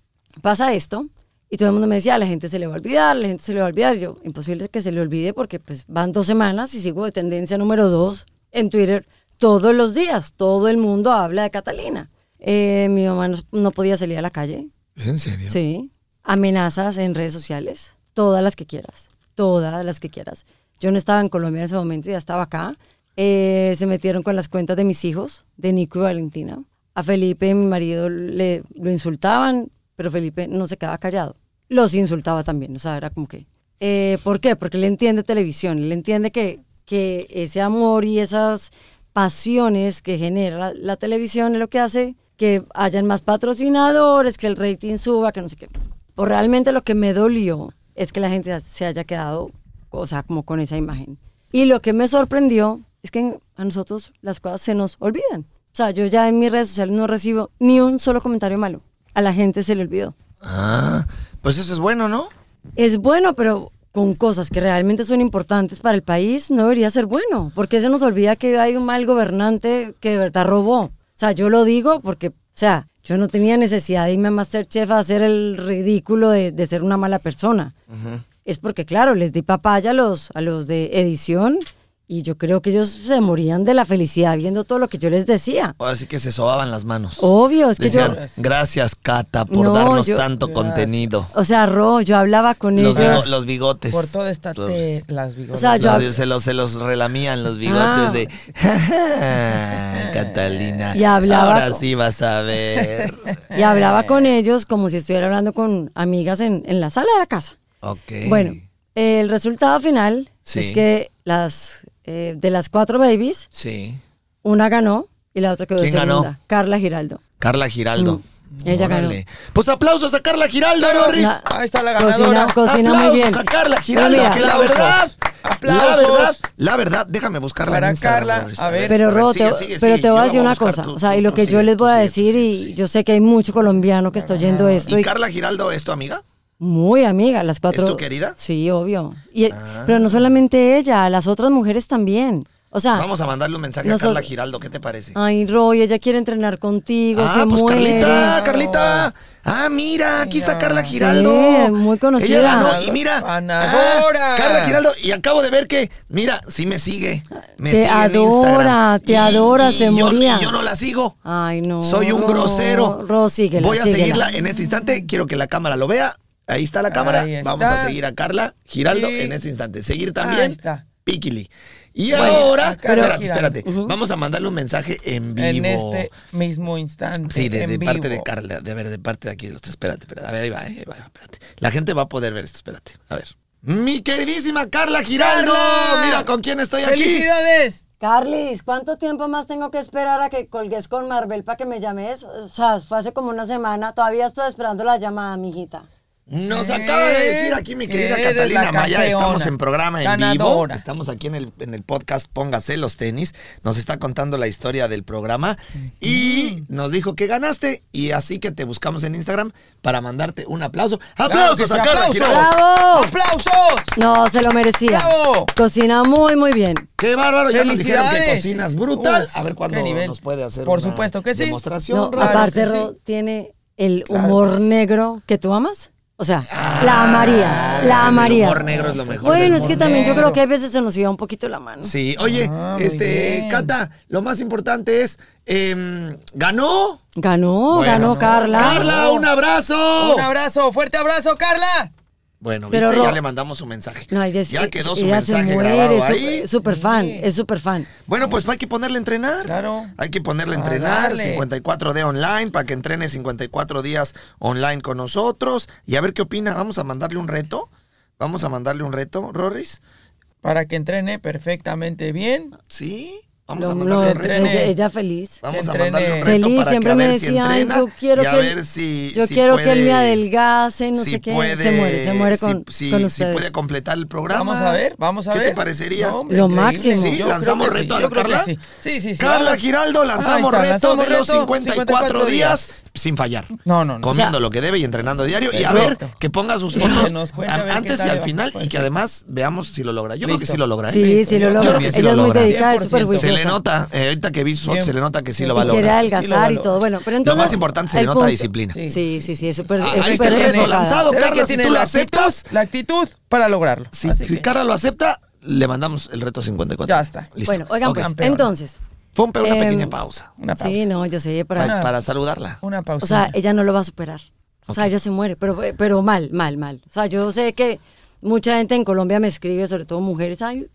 [SPEAKER 4] pasa esto y todo el mundo me decía, "A la gente se le va a olvidar, la gente se le va a olvidar. Yo, imposible que se le olvide porque pues van dos semanas y sigo de tendencia número dos en Twitter todos los días. Todo el mundo habla de Catalina. Eh, mi mamá no- no podía salir a la calle,
[SPEAKER 2] ¿Es en serio?
[SPEAKER 4] Sí. Amenazas en redes sociales, todas las que quieras, todas las que quieras. Yo no estaba en Colombia en ese momento, ya estaba acá. Eh, se metieron con las cuentas de mis hijos, de Nico y Valentina. A Felipe, mi marido, le, lo insultaban, pero Felipe no se quedaba callado. Los insultaba también, o sea, era como que... eh, ¿Por qué? Porque él entiende televisión, él entiende que, que ese amor y esas pasiones que genera la televisión es lo que hace que hayan más patrocinadores, que el rating suba, que no sé qué. Pues realmente lo que me dolió es que la gente se haya quedado, o sea, como con esa imagen. Y lo que me sorprendió es que a nosotros las cosas se nos olvidan. O sea, yo ya en mis redes sociales no recibo ni un solo comentario malo. A la gente se le olvidó.
[SPEAKER 2] Ah, pues eso es bueno, ¿no?
[SPEAKER 4] Es bueno, pero con cosas que realmente son importantes para el país, no debería ser bueno, porque se nos olvida que hay un mal gobernante que de verdad robó. O sea, yo lo digo porque, o sea, yo no tenía necesidad de irme a Masterchef a hacer el ridículo de, de ser una mala persona. Es porque, claro, les di papaya a los, a los de edición y yo creo que ellos se morían de la felicidad viendo todo lo que yo les decía.
[SPEAKER 2] Ahora sí que se sobaban las manos.
[SPEAKER 4] Obvio, es que yo...
[SPEAKER 2] Decían, gracias, Cata, por
[SPEAKER 4] No,
[SPEAKER 2] darnos
[SPEAKER 4] yo-
[SPEAKER 2] tanto
[SPEAKER 1] Gracias.
[SPEAKER 2] contenido.
[SPEAKER 4] O sea, Ro, yo hablaba con
[SPEAKER 2] Los,
[SPEAKER 4] ellos.
[SPEAKER 2] bigo- los bigotes.
[SPEAKER 1] Por toda esta te, las bigotes.
[SPEAKER 4] O sea, Ah, yo-
[SPEAKER 2] Los- se, los, se los relamían los bigotes
[SPEAKER 4] Ah.
[SPEAKER 2] de "Ja, ja, Catalina.
[SPEAKER 4] Y hablaba
[SPEAKER 2] Ahora
[SPEAKER 4] con-
[SPEAKER 2] sí vas a ver.
[SPEAKER 4] Y
[SPEAKER 2] Eh.
[SPEAKER 4] hablaba con ellos como si estuviera hablando con amigas en, en la sala de la casa.
[SPEAKER 2] Ok.
[SPEAKER 4] Bueno, el resultado final
[SPEAKER 2] Sí.
[SPEAKER 4] es que las eh, de las cuatro babies,
[SPEAKER 2] Sí.
[SPEAKER 4] una ganó y la otra quedó
[SPEAKER 2] ¿Quién ganó?
[SPEAKER 4] segunda. Carla Giraldo.
[SPEAKER 2] Carla Giraldo.
[SPEAKER 4] Mm. Ella ganó.
[SPEAKER 2] Órale. Pues aplausos a Carla Giraldo, Norris.
[SPEAKER 4] La-
[SPEAKER 1] Ahí está la
[SPEAKER 4] Cocina-
[SPEAKER 1] ganadora.
[SPEAKER 4] cocina muy bien.
[SPEAKER 2] Aplausos a Carla
[SPEAKER 4] Pero
[SPEAKER 2] Giraldo,
[SPEAKER 4] mira,
[SPEAKER 2] que la
[SPEAKER 1] Aplausos.
[SPEAKER 2] verdad, la
[SPEAKER 1] Aplausos.
[SPEAKER 2] verdad, la verdad, déjame buscarla
[SPEAKER 1] Para
[SPEAKER 2] en Instagram,
[SPEAKER 1] Carla,
[SPEAKER 2] Norris.
[SPEAKER 1] a ver.
[SPEAKER 4] Pero, Ro,
[SPEAKER 2] sigue,
[SPEAKER 4] te-
[SPEAKER 2] sigue,
[SPEAKER 4] pero
[SPEAKER 2] sigue.
[SPEAKER 4] te
[SPEAKER 2] Yo
[SPEAKER 4] voy
[SPEAKER 2] la
[SPEAKER 4] a decir
[SPEAKER 2] voy a
[SPEAKER 4] una
[SPEAKER 2] buscar,
[SPEAKER 4] cosa.
[SPEAKER 2] tú-
[SPEAKER 4] o sea,
[SPEAKER 2] tú-
[SPEAKER 4] y lo
[SPEAKER 2] tú
[SPEAKER 4] que yo
[SPEAKER 2] sigue,
[SPEAKER 4] les
[SPEAKER 2] tú
[SPEAKER 4] voy a
[SPEAKER 2] sigue, tú
[SPEAKER 4] decir,
[SPEAKER 2] sigue,
[SPEAKER 4] y
[SPEAKER 2] tú sigue.
[SPEAKER 4] yo sé que hay mucho colombiano que está oyendo esto
[SPEAKER 2] ¿Y
[SPEAKER 4] y
[SPEAKER 2] Carla Giraldo es tu amiga?
[SPEAKER 4] muy amiga, las cuatro.
[SPEAKER 2] tu querida? Ah.
[SPEAKER 4] Sí, obvio. Y, eh, Pero no solamente ella, las otras mujeres también. O sea,
[SPEAKER 2] Vamos a mandarle un mensaje
[SPEAKER 4] Ah. nosotros-
[SPEAKER 2] a Carla Giraldo, ¿qué te parece?
[SPEAKER 4] ay, Roy, ella quiere entrenar contigo,
[SPEAKER 2] Ah,
[SPEAKER 4] se
[SPEAKER 2] pues
[SPEAKER 4] muere.
[SPEAKER 2] Carlita, Carlita. Ah, mira, aquí está Carla Giraldo.
[SPEAKER 4] Sí, muy conocida.
[SPEAKER 2] Ella ganó, y mira.
[SPEAKER 1] Ganadora.
[SPEAKER 2] ah, Carla Giraldo. Y acabo de ver que, mira, sí me sigue. Me sigue
[SPEAKER 4] Te
[SPEAKER 2] en
[SPEAKER 4] adora,
[SPEAKER 2] Instagram.
[SPEAKER 4] te adora, se
[SPEAKER 2] yo,
[SPEAKER 4] moría.
[SPEAKER 2] y yo no la sigo.
[SPEAKER 4] Ay, no.
[SPEAKER 2] Soy un
[SPEAKER 4] Ro,
[SPEAKER 2] grosero.
[SPEAKER 4] Ro, síguela,
[SPEAKER 2] Voy a
[SPEAKER 4] síguela.
[SPEAKER 2] seguirla en este instante. Quiero que la cámara lo vea. Ahí está la cámara.
[SPEAKER 1] Ahí está.
[SPEAKER 2] Vamos a seguir a Carla Giraldo
[SPEAKER 1] Y-
[SPEAKER 2] en este instante. Seguir también.
[SPEAKER 1] Ahí está.
[SPEAKER 2] Piquili. Y
[SPEAKER 1] Bueno,
[SPEAKER 2] ahora,
[SPEAKER 1] a Carla
[SPEAKER 2] espérate,
[SPEAKER 1] Giraldo.
[SPEAKER 2] espérate. Vamos a mandarle un mensaje en vivo.
[SPEAKER 1] En este mismo instante.
[SPEAKER 2] Sí, de,
[SPEAKER 1] en
[SPEAKER 2] de parte de
[SPEAKER 1] vivo.
[SPEAKER 2] Carla, de ver, de parte de aquí de los tres. Espérate, espérate. A ver, ahí va, eh, ahí va, ahí va, espérate. La gente va a poder ver esto, espérate. A ver. Mi queridísima Carla Giraldo.
[SPEAKER 1] ¡Carla!
[SPEAKER 2] Mira con quién estoy aquí.
[SPEAKER 1] ¡Felicidades!
[SPEAKER 4] Carlis, ¿cuánto tiempo más tengo que esperar a que colgues con Marvel para que me llames? O sea, fue hace como una semana, todavía estoy esperando la llamada, mijita.
[SPEAKER 2] Nos acaba de decir aquí mi querida
[SPEAKER 1] Eh, Eres
[SPEAKER 2] Catalina
[SPEAKER 1] la
[SPEAKER 2] Maya,
[SPEAKER 1] campeona.
[SPEAKER 2] estamos en programa en vivo,
[SPEAKER 1] Ganadora.
[SPEAKER 2] estamos aquí en el, en el podcast Póngase los tenis, nos está contando la historia del programa y nos dijo que ganaste y así que te buscamos en Instagram para mandarte un aplauso. ¡Aplausos
[SPEAKER 1] Claro que sí,
[SPEAKER 2] a Carla
[SPEAKER 1] aplausos.
[SPEAKER 2] Giraldo!
[SPEAKER 4] ¡Bravo!
[SPEAKER 1] ¡Aplausos!
[SPEAKER 4] No, se lo merecía.
[SPEAKER 1] ¡Bravo!
[SPEAKER 4] Cocina muy, muy bien.
[SPEAKER 2] ¡Qué bárbaro! Ya nos dijeron que
[SPEAKER 1] ¡Felicidades!
[SPEAKER 2] cocinas brutal.
[SPEAKER 1] Uf,
[SPEAKER 2] a ver cuándo
[SPEAKER 1] qué nivel.
[SPEAKER 2] nos puede hacer
[SPEAKER 1] Por
[SPEAKER 2] una
[SPEAKER 1] supuesto que sí.
[SPEAKER 2] demostración.
[SPEAKER 4] No,
[SPEAKER 2] Rod.
[SPEAKER 1] Claro
[SPEAKER 4] aparte,
[SPEAKER 1] que sí.
[SPEAKER 4] Ro, tiene el
[SPEAKER 1] Claro
[SPEAKER 4] humor
[SPEAKER 1] que
[SPEAKER 2] pues.
[SPEAKER 1] sí.
[SPEAKER 4] negro que tú amas. O sea, la amarías,
[SPEAKER 2] Ah, ese es
[SPEAKER 4] la
[SPEAKER 2] el
[SPEAKER 4] amarías.
[SPEAKER 2] humor negro, es lo mejor del
[SPEAKER 4] Bueno, es que
[SPEAKER 2] humor
[SPEAKER 4] también yo
[SPEAKER 1] negro.
[SPEAKER 4] creo que a veces se nos iba un poquito la mano.
[SPEAKER 2] Sí, oye,
[SPEAKER 1] Ah, muy
[SPEAKER 2] este,
[SPEAKER 1] bien.
[SPEAKER 2] Cata, lo más importante es, em, ¿ganó?
[SPEAKER 4] Ganó,
[SPEAKER 2] Bueno,
[SPEAKER 4] ganó
[SPEAKER 2] no.
[SPEAKER 4] Carla.
[SPEAKER 2] Carla, un abrazo.
[SPEAKER 1] Un abrazo, fuerte abrazo, Carla.
[SPEAKER 2] Bueno,
[SPEAKER 4] Pero,
[SPEAKER 2] viste, ya
[SPEAKER 4] Ro-
[SPEAKER 2] le mandamos su mensaje.
[SPEAKER 4] No, ella es- eh,
[SPEAKER 2] ya quedó su
[SPEAKER 4] ella se
[SPEAKER 2] mensaje
[SPEAKER 4] muere,
[SPEAKER 2] grabado
[SPEAKER 4] es
[SPEAKER 2] ahí.
[SPEAKER 4] su- Súper fan,
[SPEAKER 1] Mm.
[SPEAKER 4] es súper fan.
[SPEAKER 2] Bueno, pues hay que ponerle a entrenar.
[SPEAKER 1] Claro. Ah,
[SPEAKER 2] Hay que ponerle a
[SPEAKER 1] A
[SPEAKER 2] entrenar.
[SPEAKER 1] darle.
[SPEAKER 2] 54D online para que entrene 54 días online con nosotros. Y a ver qué opina. Vamos a mandarle un reto. Vamos a mandarle un reto, Rorris.
[SPEAKER 1] Para que entrene perfectamente bien.
[SPEAKER 2] Sí. Vamos
[SPEAKER 4] Lo-
[SPEAKER 2] a
[SPEAKER 4] lo-
[SPEAKER 2] mandarle un reto.
[SPEAKER 4] ella, ella feliz.
[SPEAKER 2] Vamos a
[SPEAKER 1] entrene.
[SPEAKER 2] mandarle un reto
[SPEAKER 4] Feliz,
[SPEAKER 2] para
[SPEAKER 4] siempre
[SPEAKER 2] que a
[SPEAKER 4] me
[SPEAKER 2] ver si
[SPEAKER 4] decía, "Ay,
[SPEAKER 2] entrena
[SPEAKER 4] yo quiero
[SPEAKER 2] y a
[SPEAKER 4] que,
[SPEAKER 2] ver si
[SPEAKER 4] yo
[SPEAKER 2] si
[SPEAKER 4] quiero que él me
[SPEAKER 2] puede-
[SPEAKER 4] adelgase, no
[SPEAKER 2] si
[SPEAKER 4] sé qué, se
[SPEAKER 2] puede-
[SPEAKER 4] muere, se muere
[SPEAKER 2] si-
[SPEAKER 4] con,
[SPEAKER 2] si,
[SPEAKER 4] con
[SPEAKER 2] si
[SPEAKER 4] ustedes.
[SPEAKER 2] puede completar el programa.
[SPEAKER 1] Vamos a ver, vamos a
[SPEAKER 2] ¿Qué
[SPEAKER 1] ver.
[SPEAKER 2] te parecería?
[SPEAKER 1] No, hombre,
[SPEAKER 4] Lo
[SPEAKER 1] increíble.
[SPEAKER 4] máximo.
[SPEAKER 2] Sí,
[SPEAKER 1] yo
[SPEAKER 2] lanzamos
[SPEAKER 1] creo que
[SPEAKER 2] reto
[SPEAKER 1] sí,
[SPEAKER 2] a
[SPEAKER 1] yo creo que
[SPEAKER 2] Carla.
[SPEAKER 1] Sí, sí, sí. sí,
[SPEAKER 2] Carla
[SPEAKER 1] vamos.
[SPEAKER 2] Giraldo, lanzamos
[SPEAKER 1] Ahí está,
[SPEAKER 2] reto
[SPEAKER 1] lanzamos
[SPEAKER 2] de los
[SPEAKER 1] reto,
[SPEAKER 2] 54,
[SPEAKER 1] 54
[SPEAKER 2] días sin fallar.
[SPEAKER 1] No, no, no.
[SPEAKER 2] Comiendo
[SPEAKER 1] O sea,
[SPEAKER 2] lo que debe y entrenando diario. Y a ver,
[SPEAKER 1] perfecto.
[SPEAKER 2] que ponga sus
[SPEAKER 1] Que nos
[SPEAKER 2] fotos
[SPEAKER 1] cuente a
[SPEAKER 2] a-
[SPEAKER 1] ver qué
[SPEAKER 2] antes y
[SPEAKER 1] tal le
[SPEAKER 2] al
[SPEAKER 1] va. Pues
[SPEAKER 2] final y que además veamos si lo logra. Yo creo que
[SPEAKER 1] Listo.
[SPEAKER 2] sí lo logra. ¿eh?
[SPEAKER 4] Sí, sí, lo
[SPEAKER 1] Yo
[SPEAKER 4] logra.
[SPEAKER 1] creo que sí
[SPEAKER 4] ella
[SPEAKER 2] lo
[SPEAKER 4] es muy
[SPEAKER 2] logra.
[SPEAKER 4] dedicada, es súper
[SPEAKER 1] 100%.
[SPEAKER 2] Se le
[SPEAKER 4] juiciosa.
[SPEAKER 2] nota, eh, ahorita que vi sus fotos,
[SPEAKER 1] Bien.
[SPEAKER 2] se le nota que sí lo va a
[SPEAKER 4] Y quiere
[SPEAKER 2] lograr.
[SPEAKER 1] Sí, lo
[SPEAKER 4] adelgazar y
[SPEAKER 1] valora.
[SPEAKER 4] todo. Bueno, pero
[SPEAKER 2] Lo
[SPEAKER 4] entonces.
[SPEAKER 2] más importante, se
[SPEAKER 4] el
[SPEAKER 2] le nota
[SPEAKER 4] punto-
[SPEAKER 2] disciplina.
[SPEAKER 4] Sí,
[SPEAKER 1] Sí.
[SPEAKER 4] sí, sí, es súper.
[SPEAKER 2] Ah,
[SPEAKER 4] es
[SPEAKER 2] ahí está
[SPEAKER 4] súper
[SPEAKER 2] el reto
[SPEAKER 4] enfocada.
[SPEAKER 2] lanzado.
[SPEAKER 1] se ve
[SPEAKER 2] Carla,
[SPEAKER 1] que
[SPEAKER 2] si
[SPEAKER 1] tiene
[SPEAKER 2] tú lo
[SPEAKER 1] la actitud,
[SPEAKER 2] aceptas-
[SPEAKER 1] La actitud para lograrlo.
[SPEAKER 2] Si
[SPEAKER 1] Así que-
[SPEAKER 2] Carla lo acepta, le mandamos el reto 54.
[SPEAKER 1] Ya está.
[SPEAKER 2] Listo.
[SPEAKER 4] Bueno, oigan,
[SPEAKER 2] Ok.
[SPEAKER 4] pues,
[SPEAKER 1] Campeona.
[SPEAKER 4] entonces.
[SPEAKER 2] Fue un pe- una
[SPEAKER 4] em,
[SPEAKER 2] pequeña pausa
[SPEAKER 1] Una pausa.
[SPEAKER 4] Sí, no, yo sé, para.
[SPEAKER 2] pa- para saludarla.
[SPEAKER 1] Una pausa.
[SPEAKER 4] O sea, ella no lo va a superar. O sea, ella se muere, pero, pero mal, mal, mal. O sea, yo sé que mucha gente en Colombia me escribe, sobre todo mujeres, ay,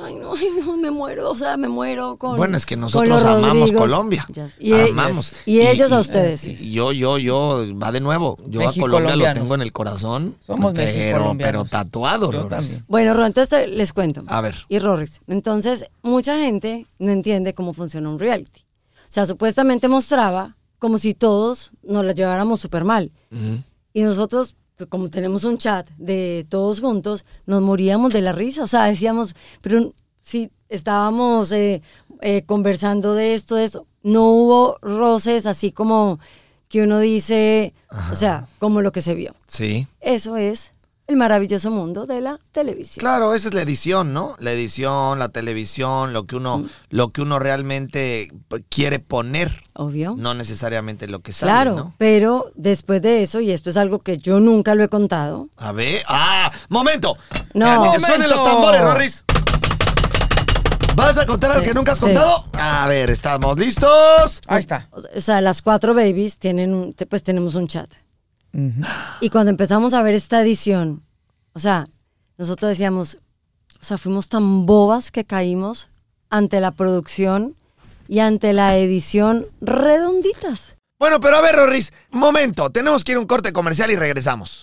[SPEAKER 4] ay, no, ay, no, me muero, o sea, me muero con
[SPEAKER 2] Bueno, es que
[SPEAKER 4] con
[SPEAKER 2] nosotros
[SPEAKER 4] los
[SPEAKER 2] amamos
[SPEAKER 4] Rodrigos.
[SPEAKER 2] Colombia.
[SPEAKER 4] Ya, Y, e-
[SPEAKER 2] amamos.
[SPEAKER 4] y ellos a
[SPEAKER 2] y-
[SPEAKER 4] ustedes.
[SPEAKER 2] y Yo, yo, yo, va de nuevo. Yo a Colombia lo
[SPEAKER 1] Mexicolombianos.
[SPEAKER 2] tengo en el corazón.
[SPEAKER 1] Somos
[SPEAKER 2] pero, pero
[SPEAKER 1] mexicolombianos.
[SPEAKER 2] tatuado,
[SPEAKER 1] Yo
[SPEAKER 2] Roris.
[SPEAKER 1] también.
[SPEAKER 4] Bueno, Ron, entonces te- les cuento.
[SPEAKER 2] A ver.
[SPEAKER 4] Y Rorix. Entonces, mucha gente no entiende cómo funciona un reality. O sea, supuestamente mostraba como si todos nos la lleváramos súper mal. Y nosotros, que como tenemos un chat de todos juntos, nos moríamos de la risa. O sea, decíamos, pero si estábamos eh, eh, conversando de esto, de esto, no hubo roces así como que uno dice, o sea, como lo que se vio.
[SPEAKER 2] Sí.
[SPEAKER 4] Eso es el maravilloso mundo de la televisión.
[SPEAKER 2] Claro, esa es la edición, ¿no? La edición, la televisión, lo que uno,
[SPEAKER 4] Mm.
[SPEAKER 2] lo que uno realmente p- quiere poner,
[SPEAKER 4] Obvio.
[SPEAKER 2] no necesariamente lo que sale,
[SPEAKER 4] claro,
[SPEAKER 2] ¿no?
[SPEAKER 4] pero después de eso, y esto es algo que yo nunca lo he contado,
[SPEAKER 2] A ver, ah, momento.
[SPEAKER 4] No.
[SPEAKER 2] Espérate que suenen
[SPEAKER 1] ¡Momento!
[SPEAKER 2] los tambores, Rorris. ¿Vas a contar algo
[SPEAKER 4] Sí,
[SPEAKER 2] que nunca has
[SPEAKER 4] sí.
[SPEAKER 2] contado? A ver, estamos listos.
[SPEAKER 1] Ahí está.
[SPEAKER 4] o o sea, las cuatro babies tienen, un- te- pues tenemos un chat. Y cuando empezamos a ver esta edición, o sea, nosotros decíamos, o sea, fuimos tan bobas que caímos ante la producción y ante la edición redonditas.
[SPEAKER 2] Bueno, pero a ver, Rorris, momento, tenemos que ir a un corte comercial y regresamos.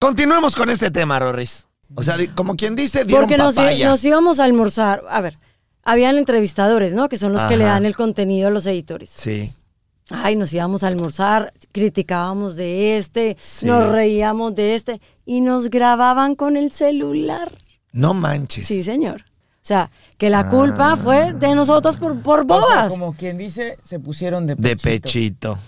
[SPEAKER 2] Continuemos con este tema, Rorris. O sea, di- como quien dice, dieron
[SPEAKER 4] Porque nos, i-
[SPEAKER 2] papaya.
[SPEAKER 4] nos íbamos a almorzar. A ver, habían entrevistadores, ¿no? Que son los que le
[SPEAKER 2] Ajá.
[SPEAKER 4] dan el contenido a los editores.
[SPEAKER 2] Sí.
[SPEAKER 4] Ay, nos íbamos a almorzar, criticábamos de este,
[SPEAKER 2] Sí.
[SPEAKER 4] nos reíamos de este y nos grababan con el celular.
[SPEAKER 2] No manches.
[SPEAKER 4] Sí, señor. O sea, que la culpa fue de nosotros por, por
[SPEAKER 1] O sea,
[SPEAKER 4] bobas.
[SPEAKER 1] como quien dice, se pusieron de
[SPEAKER 2] De
[SPEAKER 1] pechito.
[SPEAKER 2] pechito.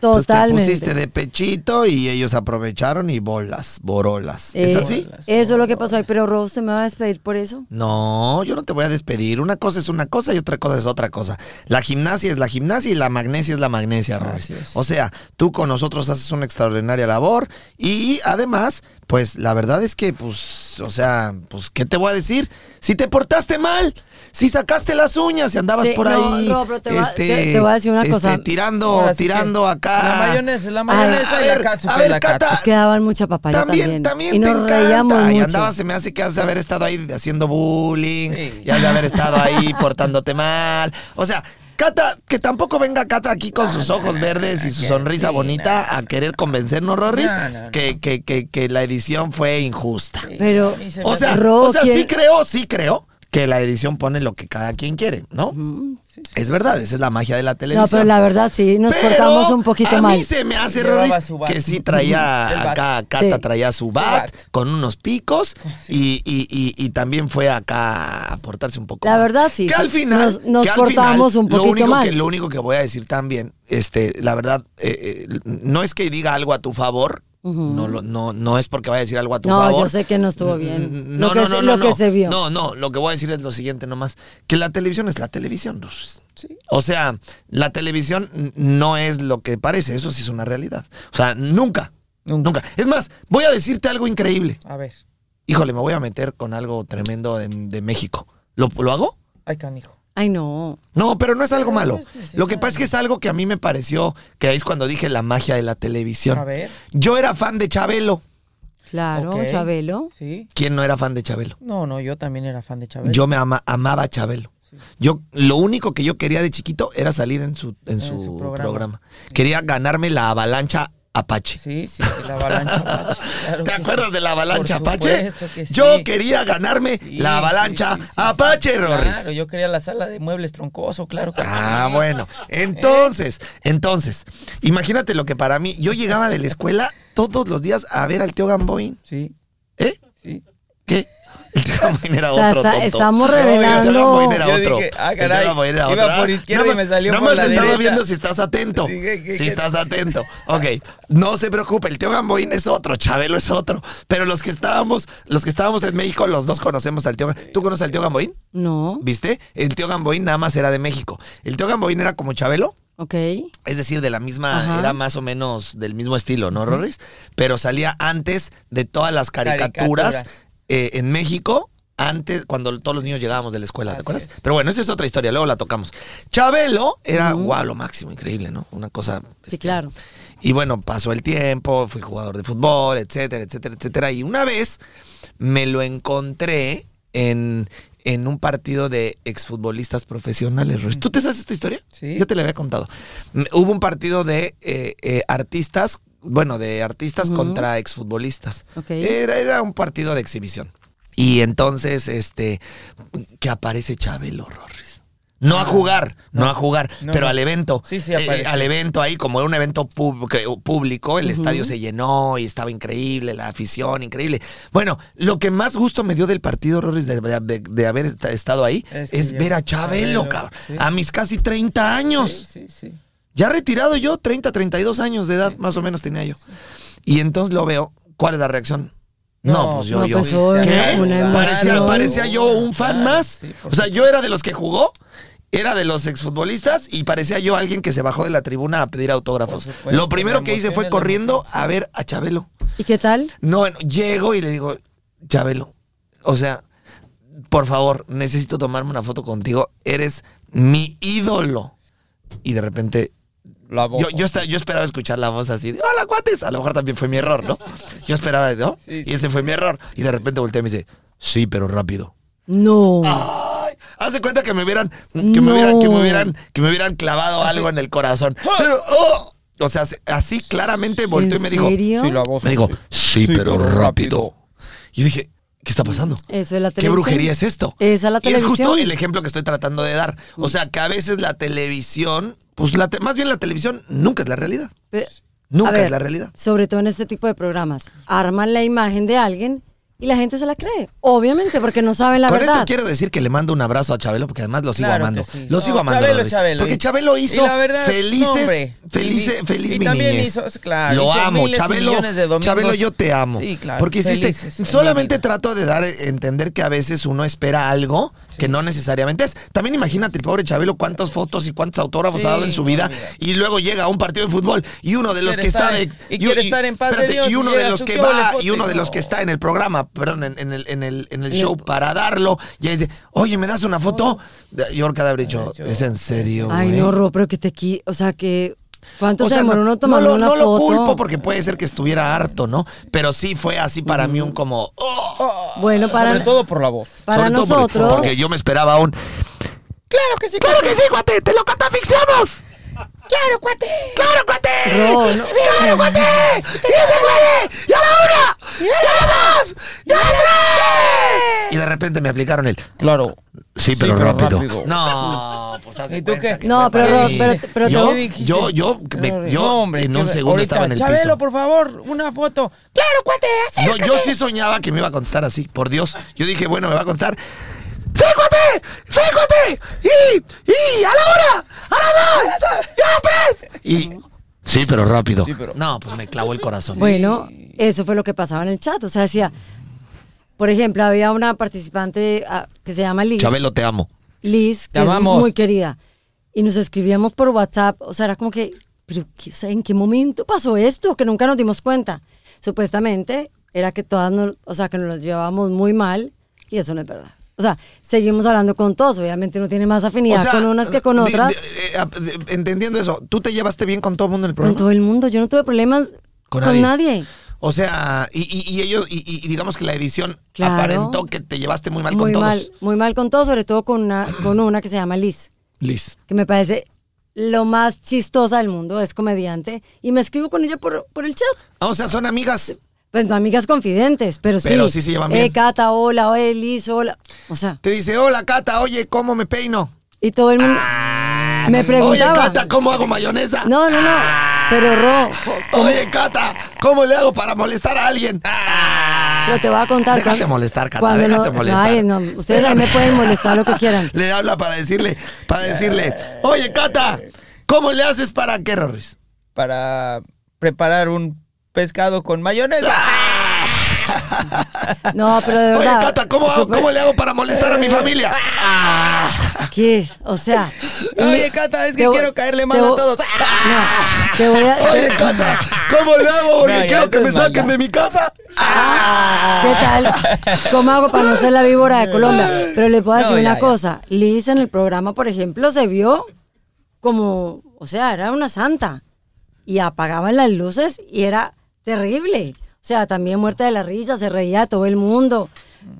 [SPEAKER 2] Pues te
[SPEAKER 4] Totalmente.
[SPEAKER 2] pusiste de pechito y ellos aprovecharon y bolas, borolas.
[SPEAKER 4] Eh,
[SPEAKER 2] ¿Es así?
[SPEAKER 4] Eso es lo que pasó ahí. Pero, Rose, ¿te me va a despedir por eso?
[SPEAKER 2] No, yo no te voy a despedir. Una cosa es una cosa y otra cosa es otra cosa. La gimnasia es la gimnasia y la magnesia es la magnesia, Rorris.
[SPEAKER 1] Así es.
[SPEAKER 2] O sea, tú con nosotros haces una extraordinaria labor y además, pues la verdad es que, pues, o sea, pues, ¿qué te voy a decir? Si te portaste mal, si sacaste las uñas y andabas
[SPEAKER 4] Sí,
[SPEAKER 2] por
[SPEAKER 4] no,
[SPEAKER 2] ahí,
[SPEAKER 4] no, pero te va- te- te voy a decir una
[SPEAKER 2] este,
[SPEAKER 4] cosa.
[SPEAKER 2] tirando,
[SPEAKER 1] Ahora sí que
[SPEAKER 2] tirando acá.
[SPEAKER 1] La mayonesa, la mayonesa
[SPEAKER 2] a
[SPEAKER 1] y la
[SPEAKER 2] ver,
[SPEAKER 1] catsup.
[SPEAKER 2] a
[SPEAKER 1] y
[SPEAKER 2] ver,
[SPEAKER 1] la
[SPEAKER 2] Cata,
[SPEAKER 1] catsup.
[SPEAKER 4] Es que daban mucha papaya
[SPEAKER 2] También,
[SPEAKER 4] también.
[SPEAKER 2] también
[SPEAKER 4] y
[SPEAKER 2] te
[SPEAKER 4] nos
[SPEAKER 2] encanta.
[SPEAKER 4] reíamos
[SPEAKER 2] Y
[SPEAKER 4] mucho.
[SPEAKER 2] andaba, se me hace que has de haber estado ahí haciendo bullying,
[SPEAKER 1] Sí.
[SPEAKER 2] y has de haber estado ahí portándote mal. O sea, Cata, que tampoco venga Cata aquí con sus ojos verdes y su sonrisa bonita a querer convencernos, Rorris,
[SPEAKER 1] No, no, no.
[SPEAKER 2] Que, que, que, que la edición fue injusta.
[SPEAKER 4] Pero,
[SPEAKER 1] Sí, se me
[SPEAKER 2] O sea,
[SPEAKER 4] Ro
[SPEAKER 2] o sea, sí
[SPEAKER 4] quiere-
[SPEAKER 2] creo, sí creo que la edición pone lo que cada quien quiere, ¿no? es verdad, esa es la magia de la
[SPEAKER 4] no,
[SPEAKER 2] televisión.
[SPEAKER 4] pero la verdad sí, nos
[SPEAKER 2] Pero
[SPEAKER 4] portamos un poquito
[SPEAKER 2] a
[SPEAKER 4] mal.
[SPEAKER 2] mí se me hace,
[SPEAKER 1] Llevaba
[SPEAKER 2] Rorris,
[SPEAKER 1] su bat.
[SPEAKER 2] que sí traía
[SPEAKER 1] El bat.
[SPEAKER 2] acá, Cata
[SPEAKER 4] Sí.
[SPEAKER 2] traía su bat,
[SPEAKER 1] bat.
[SPEAKER 2] con unos picos y, y- y- y también fue acá a portarse un poco
[SPEAKER 4] La
[SPEAKER 2] mal.
[SPEAKER 4] verdad, sí,
[SPEAKER 2] Que al
[SPEAKER 4] sí,
[SPEAKER 2] final,
[SPEAKER 4] nos- nos
[SPEAKER 2] que al
[SPEAKER 4] portamos
[SPEAKER 2] final,
[SPEAKER 4] un
[SPEAKER 2] lo
[SPEAKER 4] poquito
[SPEAKER 2] único
[SPEAKER 4] mal.
[SPEAKER 2] Que, lo único que voy a decir también, este, la verdad, eh, eh, no es que diga algo a tu favor, no, lo- no, no es porque vaya a decir algo a tu
[SPEAKER 4] No,
[SPEAKER 2] favor.
[SPEAKER 4] yo sé que no estuvo bien.
[SPEAKER 2] Mm,
[SPEAKER 4] Lo que se- lo que se vio.
[SPEAKER 2] No, no, lo que voy a decir es lo siguiente nomás, que la televisión es la televisión, Rorris. O sea, la televisión n- no es lo que parece, eso sí es una realidad. O sea, nunca, nunca.
[SPEAKER 1] Nunca.
[SPEAKER 2] Es más, voy a decirte algo increíble.
[SPEAKER 1] A ver.
[SPEAKER 2] Híjole, me voy a meter con algo tremendo en- de México. ¿Lo, ¿Lo hago?
[SPEAKER 1] Ay, canijo.
[SPEAKER 4] Ay, no.
[SPEAKER 2] No, pero no es algo malo.
[SPEAKER 1] es necesario.
[SPEAKER 2] Lo que pasa es que es algo que a mí me pareció, que ahí es cuando dije la magia de la televisión.
[SPEAKER 1] A ver.
[SPEAKER 2] Yo era fan de Chabelo.
[SPEAKER 4] Claro,
[SPEAKER 1] Ok.
[SPEAKER 4] Chabelo.
[SPEAKER 1] Sí.
[SPEAKER 2] ¿Quién no era fan de Chabelo?
[SPEAKER 1] No, no, yo también era fan de Chabelo.
[SPEAKER 2] Yo me ama- amaba a Chabelo. Yo lo único que yo quería de chiquito era salir en su, en su
[SPEAKER 1] su
[SPEAKER 2] programa.
[SPEAKER 1] programa.
[SPEAKER 2] Quería ganarme la avalancha Apache.
[SPEAKER 1] Sí, sí, sí, la avalancha Apache. claro
[SPEAKER 2] ¿Te
[SPEAKER 1] que
[SPEAKER 2] acuerdas
[SPEAKER 1] sí.
[SPEAKER 2] de la avalancha
[SPEAKER 1] Por
[SPEAKER 2] Apache?
[SPEAKER 1] supuesto que sí.
[SPEAKER 2] Yo quería ganarme
[SPEAKER 1] Sí,
[SPEAKER 2] la avalancha
[SPEAKER 1] sí, sí, sí,
[SPEAKER 2] Apache,
[SPEAKER 1] sí,
[SPEAKER 2] Rorris.
[SPEAKER 1] Claro, yo quería la sala de muebles troncoso, claro. que sí.
[SPEAKER 2] Ah, bueno. Entonces, entonces, imagínate lo que para mí, yo llegaba de la escuela todos los días a ver al tío Gamboín.
[SPEAKER 1] Sí,
[SPEAKER 2] ¿Eh?
[SPEAKER 1] sí.
[SPEAKER 2] ¿Qué? El tío Gamboín era
[SPEAKER 4] O sea,
[SPEAKER 2] otro
[SPEAKER 4] está-
[SPEAKER 2] tonto.
[SPEAKER 4] estamos
[SPEAKER 2] No, El tío
[SPEAKER 4] revelando.
[SPEAKER 2] Gamboín era
[SPEAKER 1] Yo
[SPEAKER 2] otro.
[SPEAKER 1] dije, ah,
[SPEAKER 2] El tío
[SPEAKER 1] caray,
[SPEAKER 2] Gamboín era
[SPEAKER 1] iba
[SPEAKER 2] otro.
[SPEAKER 1] por izquierda
[SPEAKER 2] Nada
[SPEAKER 1] y me
[SPEAKER 2] más-
[SPEAKER 1] salió
[SPEAKER 2] Nada
[SPEAKER 1] por
[SPEAKER 2] más
[SPEAKER 1] la
[SPEAKER 2] estaba
[SPEAKER 1] derecha.
[SPEAKER 2] viendo si estás atento.
[SPEAKER 1] Dije, ¿qué-
[SPEAKER 2] si
[SPEAKER 1] qué-
[SPEAKER 2] estás atento. Ok, no se preocupe, el tío Gamboín es otro, Chabelo es otro. Pero los que estábamos, los que estábamos en México, los dos conocemos al tío Gamboín. ¿Tú conoces al tío Gamboín?
[SPEAKER 4] No.
[SPEAKER 2] ¿Viste? El tío Gamboín nada más era de México. El tío Gamboín era como Chabelo.
[SPEAKER 4] Ok.
[SPEAKER 2] Es decir, de la misma,
[SPEAKER 4] Ajá.
[SPEAKER 2] era más o menos del mismo estilo, ¿no, Rorris? Pero salía antes de todas las caricaturas,
[SPEAKER 1] Caricaturas.
[SPEAKER 2] eh, en México, antes, cuando todos los niños llegábamos de la escuela, ¿te
[SPEAKER 1] Así
[SPEAKER 2] acuerdas?
[SPEAKER 1] es.
[SPEAKER 2] Pero bueno, esa es otra historia, luego la tocamos. Chabelo era, wow, lo máximo, increíble, ¿no? Una cosa.
[SPEAKER 4] Sí,
[SPEAKER 2] bestial.
[SPEAKER 4] claro.
[SPEAKER 2] Y bueno, pasó el tiempo, fui jugador de fútbol, etcétera, etcétera, etcétera. Y una vez me lo encontré en, en un partido de exfutbolistas profesionales. Ruiz. ¿Tú te sabes esta historia?
[SPEAKER 1] Sí.
[SPEAKER 2] Ya te la había contado. Mm, Hubo un partido de eh, eh, artistas, bueno, de artistas
[SPEAKER 4] Ujú.
[SPEAKER 2] contra exfutbolistas.
[SPEAKER 4] Ok.
[SPEAKER 2] Era, era un partido de exhibición. Y entonces, este, que aparece Chabelo Rorris. No a jugar, no, a jugar,
[SPEAKER 1] Ah. No,
[SPEAKER 2] pero
[SPEAKER 1] no.
[SPEAKER 2] al evento.
[SPEAKER 1] Sí, sí,
[SPEAKER 2] Eh,
[SPEAKER 1] apareció.
[SPEAKER 2] al evento ahí, como era un evento pub- que- público, el estadio se llenó y estaba increíble, la afición, increíble. Bueno, lo que más gusto me dio del partido, Rorris, de, de- de haber est- estado ahí,
[SPEAKER 1] Es
[SPEAKER 2] es,
[SPEAKER 1] que llegó
[SPEAKER 2] ver a Chabelo,
[SPEAKER 1] Chabelo,
[SPEAKER 2] cabrón.
[SPEAKER 1] sí.
[SPEAKER 2] A mis casi 30 años.
[SPEAKER 1] Sí, sí, sí.
[SPEAKER 2] Ya retirado yo, 30, 32 años de edad, más o menos tenía yo. Y entonces lo veo. ¿Cuál es la reacción? No, pues yo,
[SPEAKER 4] no,
[SPEAKER 2] yo.
[SPEAKER 4] pues, obvio,
[SPEAKER 2] ¿Qué?
[SPEAKER 4] una
[SPEAKER 2] Parecía,
[SPEAKER 4] emoción.
[SPEAKER 2] parecía yo un fan
[SPEAKER 1] Claro,
[SPEAKER 2] más.
[SPEAKER 1] sí, por
[SPEAKER 2] O sea, yo era de los que jugó, era de los exfutbolistas y parecía yo alguien que se bajó de la tribuna a pedir autógrafos.
[SPEAKER 1] Por supuesto,
[SPEAKER 2] Lo primero
[SPEAKER 1] la
[SPEAKER 2] que hice
[SPEAKER 1] emoción
[SPEAKER 2] fue
[SPEAKER 1] es la
[SPEAKER 2] corriendo
[SPEAKER 1] emoción,
[SPEAKER 2] a ver a Chabelo.
[SPEAKER 4] ¿Y qué tal?
[SPEAKER 2] No, no, llego y le digo, Chabelo, o sea, por favor, necesito tomarme una foto contigo. Eres mi ídolo. Y de repente
[SPEAKER 1] La voz.
[SPEAKER 2] yo, yo, esta- yo esperaba escuchar la voz así de, hola, cuates. A lo mejor también fue mi error, ¿no? Yo esperaba, ¿no?
[SPEAKER 1] Sí, sí.
[SPEAKER 2] Y ese fue mi error. Y de repente volteé y me dice, sí, pero rápido.
[SPEAKER 4] No.
[SPEAKER 2] Ah, ¡Ay! Haz de cuenta que me hubieran, que me hubieran, que me
[SPEAKER 4] No.
[SPEAKER 2] hubieran, que me hubieran clavado algo en el corazón.
[SPEAKER 1] ¡Ah!
[SPEAKER 2] Pero, oh, o sea, así claramente volteó y
[SPEAKER 4] ¿En
[SPEAKER 2] me dijo,
[SPEAKER 4] serio?
[SPEAKER 1] Sí, la voz.
[SPEAKER 2] me dijo, sí,
[SPEAKER 1] Sí,
[SPEAKER 2] pero
[SPEAKER 1] pero
[SPEAKER 2] rápido.
[SPEAKER 1] rápido.
[SPEAKER 2] Y dije, ¿qué está pasando?
[SPEAKER 4] Eso es la
[SPEAKER 2] ¿Qué
[SPEAKER 4] televisión.
[SPEAKER 2] brujería es esto?
[SPEAKER 4] Esa es la
[SPEAKER 2] Y es
[SPEAKER 4] televisión.
[SPEAKER 2] justo el ejemplo que estoy tratando de dar. O sea, que a veces la televisión, pues la te- más bien la televisión nunca es la realidad.
[SPEAKER 4] Pe-
[SPEAKER 2] Nunca
[SPEAKER 4] A ver,
[SPEAKER 2] es la realidad.
[SPEAKER 4] Sobre todo en este tipo de programas. Arman la imagen de alguien y la gente se la cree. Obviamente, porque no saben la
[SPEAKER 2] Con
[SPEAKER 4] verdad.
[SPEAKER 2] esto quiero decir que le mando un abrazo a Chabelo, porque además lo sigo
[SPEAKER 1] Claro que
[SPEAKER 2] amando.
[SPEAKER 1] sí.
[SPEAKER 2] Lo
[SPEAKER 1] No,
[SPEAKER 2] sigo amando.
[SPEAKER 1] Chabelo,
[SPEAKER 2] Rorris.
[SPEAKER 1] Chabelo.
[SPEAKER 2] Porque
[SPEAKER 1] Y-
[SPEAKER 2] Chabelo
[SPEAKER 1] y
[SPEAKER 2] hizo
[SPEAKER 1] la verdad,
[SPEAKER 2] felices,
[SPEAKER 1] no, hombre.
[SPEAKER 2] felices,
[SPEAKER 1] Y-
[SPEAKER 2] feliz
[SPEAKER 1] y
[SPEAKER 2] mi
[SPEAKER 1] también
[SPEAKER 2] niñez.
[SPEAKER 1] hizo- claro,
[SPEAKER 2] lo
[SPEAKER 1] hizo
[SPEAKER 2] amo,
[SPEAKER 1] miles y
[SPEAKER 2] Chabelo.
[SPEAKER 1] millones de domingos.
[SPEAKER 2] Chabelo, yo te amo.
[SPEAKER 1] Sí, claro,
[SPEAKER 2] Porque hiciste.
[SPEAKER 1] felices en mi
[SPEAKER 2] Solamente
[SPEAKER 1] vida.
[SPEAKER 2] trato de dar a entender que a veces uno espera algo que no necesariamente es. También imagínate el pobre Chabelo cuántas fotos y cuántos autógrafos
[SPEAKER 1] Sí,
[SPEAKER 2] ha dado en su
[SPEAKER 1] no,
[SPEAKER 2] vida
[SPEAKER 1] mira.
[SPEAKER 2] y luego llega a un partido de fútbol y uno de los
[SPEAKER 1] Quiere
[SPEAKER 2] que está
[SPEAKER 1] estar
[SPEAKER 2] de
[SPEAKER 1] en- y quiere estar en paz de Dios
[SPEAKER 2] y
[SPEAKER 1] y
[SPEAKER 2] uno de
[SPEAKER 1] llega
[SPEAKER 2] los
[SPEAKER 1] su
[SPEAKER 2] que
[SPEAKER 1] qué ole
[SPEAKER 2] va y
[SPEAKER 1] fote,
[SPEAKER 2] uno de los que
[SPEAKER 1] no.
[SPEAKER 2] está en el programa, perdón, en, en el, en el, en el
[SPEAKER 4] En el- Oh.
[SPEAKER 2] show para darlo. Y ahí dice, oye, ¿me das una foto? Yo ahorita habré dicho,
[SPEAKER 1] Habré dicho,
[SPEAKER 2] ¿es en serio?
[SPEAKER 4] Ay,
[SPEAKER 2] güey?"
[SPEAKER 4] no, Ro, pero que te qui... O sea, que... ¿Cuánto
[SPEAKER 2] eh. O sea,
[SPEAKER 4] se demoró
[SPEAKER 2] no-
[SPEAKER 4] uno
[SPEAKER 2] no
[SPEAKER 4] tomando
[SPEAKER 2] lo,
[SPEAKER 4] una
[SPEAKER 2] no lo
[SPEAKER 4] foto?
[SPEAKER 2] culpo porque puede ser que estuviera harto, ¿no? Pero sí fue así para mí
[SPEAKER 4] Mm.
[SPEAKER 2] un como... "Oh".
[SPEAKER 4] Bueno, para,
[SPEAKER 1] Sobre todo por la voz.
[SPEAKER 4] para
[SPEAKER 2] Sobre todo porque-
[SPEAKER 4] nosotros...
[SPEAKER 2] Porque, yo me esperaba un... ¡Claro que sí! ¡Claro que sí, cuate! ¡Te lo catafixiamos! ¡Claro, cuate! ¡Claro, cuate!
[SPEAKER 4] Ro, no.
[SPEAKER 2] ¡Claro, cuate! ¡Ya se puede! ¡Ya la una! ¡Ya la dos! ¡Ya la tres! Y de repente me aplicaron el...
[SPEAKER 1] Claro.
[SPEAKER 2] Sí, pero, rápido. No, pues hace
[SPEAKER 1] ¿Y tú
[SPEAKER 2] cuenta
[SPEAKER 1] qué?
[SPEAKER 2] que
[SPEAKER 4] No,
[SPEAKER 2] fue
[SPEAKER 4] pero-
[SPEAKER 2] para mí.
[SPEAKER 4] pero- pero te-
[SPEAKER 2] yo,
[SPEAKER 4] ¿Qué
[SPEAKER 1] dijiste?
[SPEAKER 2] yo, yo, me-
[SPEAKER 1] No,
[SPEAKER 2] yo
[SPEAKER 1] no, hombre,
[SPEAKER 2] en un
[SPEAKER 1] que-
[SPEAKER 2] segundo
[SPEAKER 1] ahorita,
[SPEAKER 2] estaba en el
[SPEAKER 1] Chabelo,
[SPEAKER 2] piso.
[SPEAKER 1] por favor, una foto. Claro, cuate,
[SPEAKER 2] No,
[SPEAKER 1] acércate.
[SPEAKER 2] yo sí soñaba que me iba a contestar así, por Dios. Yo dije, bueno, me va a contestar. ¡Sí, cuate! ¡Sí, cuate! ¡Y! ¡Y! ¡A la hora! ¡A las dos! ¡Y a las tres! Y. Sí, pero rápido.
[SPEAKER 1] Sí, pero-
[SPEAKER 2] No, pues me clavó el corazón.
[SPEAKER 4] Bueno, eso fue lo que pasaba en el chat. O sea, decía... Por ejemplo, había una participante ah, que se llama Liz.
[SPEAKER 2] Chabelo, te amo.
[SPEAKER 4] Liz, que
[SPEAKER 1] Te
[SPEAKER 4] es
[SPEAKER 1] amamos.
[SPEAKER 4] muy querida. Y nos escribíamos por WhatsApp. O sea, era como que, pero, ¿qué- o sea, ¿en qué momento pasó esto? Que nunca nos dimos cuenta. Supuestamente era que todas nos, o sea, que nos llevábamos muy mal y eso no es verdad. O sea, seguimos hablando con todos. Obviamente uno tiene más afinidad
[SPEAKER 2] O sea,
[SPEAKER 4] con unas que con
[SPEAKER 2] de-
[SPEAKER 4] otras.
[SPEAKER 2] de- eh, ap- de- entendiendo eso, ¿tú te llevaste bien con todo el mundo en el
[SPEAKER 4] con
[SPEAKER 2] programa?
[SPEAKER 4] todo el mundo. Yo no tuve problemas con, nadie.
[SPEAKER 2] O sea, y, y- y ellos, y, y- y digamos que la edición
[SPEAKER 4] Claro.
[SPEAKER 2] aparentó que te llevaste muy mal
[SPEAKER 4] muy
[SPEAKER 2] con
[SPEAKER 4] mal,
[SPEAKER 2] todos.
[SPEAKER 4] muy mal con todos, sobre todo con una, con una que se llama Liz.
[SPEAKER 2] Liz.
[SPEAKER 4] que me parece lo más chistosa del mundo, es comediante, y me escribo con ella por, por el chat.
[SPEAKER 2] Ah, o sea, son amigas.
[SPEAKER 4] Pues no amigas confidentes, pero sí.
[SPEAKER 2] Pero sí se llevan bien.
[SPEAKER 4] Eh, Cata, hola, oye, Liz, hola. O sea,
[SPEAKER 2] Te dice, hola Cata, oye, ¿cómo me peino?
[SPEAKER 4] y todo el mundo
[SPEAKER 2] Ah,
[SPEAKER 4] me
[SPEAKER 2] Oye,
[SPEAKER 4] preguntaba.
[SPEAKER 2] Cata, Ah. ¿cómo hago mayonesa?
[SPEAKER 4] No, no, no. Pero Ro,
[SPEAKER 2] Oye, Cata, ¿cómo le hago para molestar a alguien?
[SPEAKER 1] Ah.
[SPEAKER 4] lo te voy a contar.
[SPEAKER 2] Déjate
[SPEAKER 4] cuando-
[SPEAKER 2] molestar, Cata,
[SPEAKER 4] cuando
[SPEAKER 2] déjate molestar.
[SPEAKER 4] Ay, no, ustedes a mí me pueden molestar lo que quieran.
[SPEAKER 2] Le habla para decirle, para decirle, oye, Cata, ¿cómo le haces para qué, Rorris?
[SPEAKER 1] Para preparar un pescado con mayonesa.
[SPEAKER 4] No, pero Ah. de
[SPEAKER 2] Oye,
[SPEAKER 4] verdad.
[SPEAKER 2] Cata, ¿cómo, hago-
[SPEAKER 4] súper-
[SPEAKER 2] ¿cómo le hago para molestar a mi familia?
[SPEAKER 4] ¿Qué? O sea.
[SPEAKER 1] Ah. Oye,
[SPEAKER 4] me-
[SPEAKER 1] Cata, es
[SPEAKER 4] te
[SPEAKER 1] que
[SPEAKER 4] voy-
[SPEAKER 1] quiero caerle mal
[SPEAKER 4] te
[SPEAKER 1] a
[SPEAKER 4] voy-
[SPEAKER 1] todos.
[SPEAKER 4] No, te voy a.
[SPEAKER 2] Oye,
[SPEAKER 4] te-
[SPEAKER 2] Cata, ¿cómo le hago? Porque
[SPEAKER 1] No, ya,
[SPEAKER 2] quiero
[SPEAKER 1] eso
[SPEAKER 2] que
[SPEAKER 1] es
[SPEAKER 2] me
[SPEAKER 1] maldad.
[SPEAKER 2] saquen de mi casa.
[SPEAKER 4] ¿Qué tal? ¿Cómo hago para no ser la víbora de Colombia? Pero les puedo
[SPEAKER 1] No,
[SPEAKER 4] decir
[SPEAKER 1] ya,
[SPEAKER 4] una
[SPEAKER 1] ya.
[SPEAKER 4] cosa. Liz en el programa, por ejemplo, se vio como, o sea, era una santa. Y apagaban las luces y era terrible. O sea, también muerta de la risa, se reía de todo el mundo.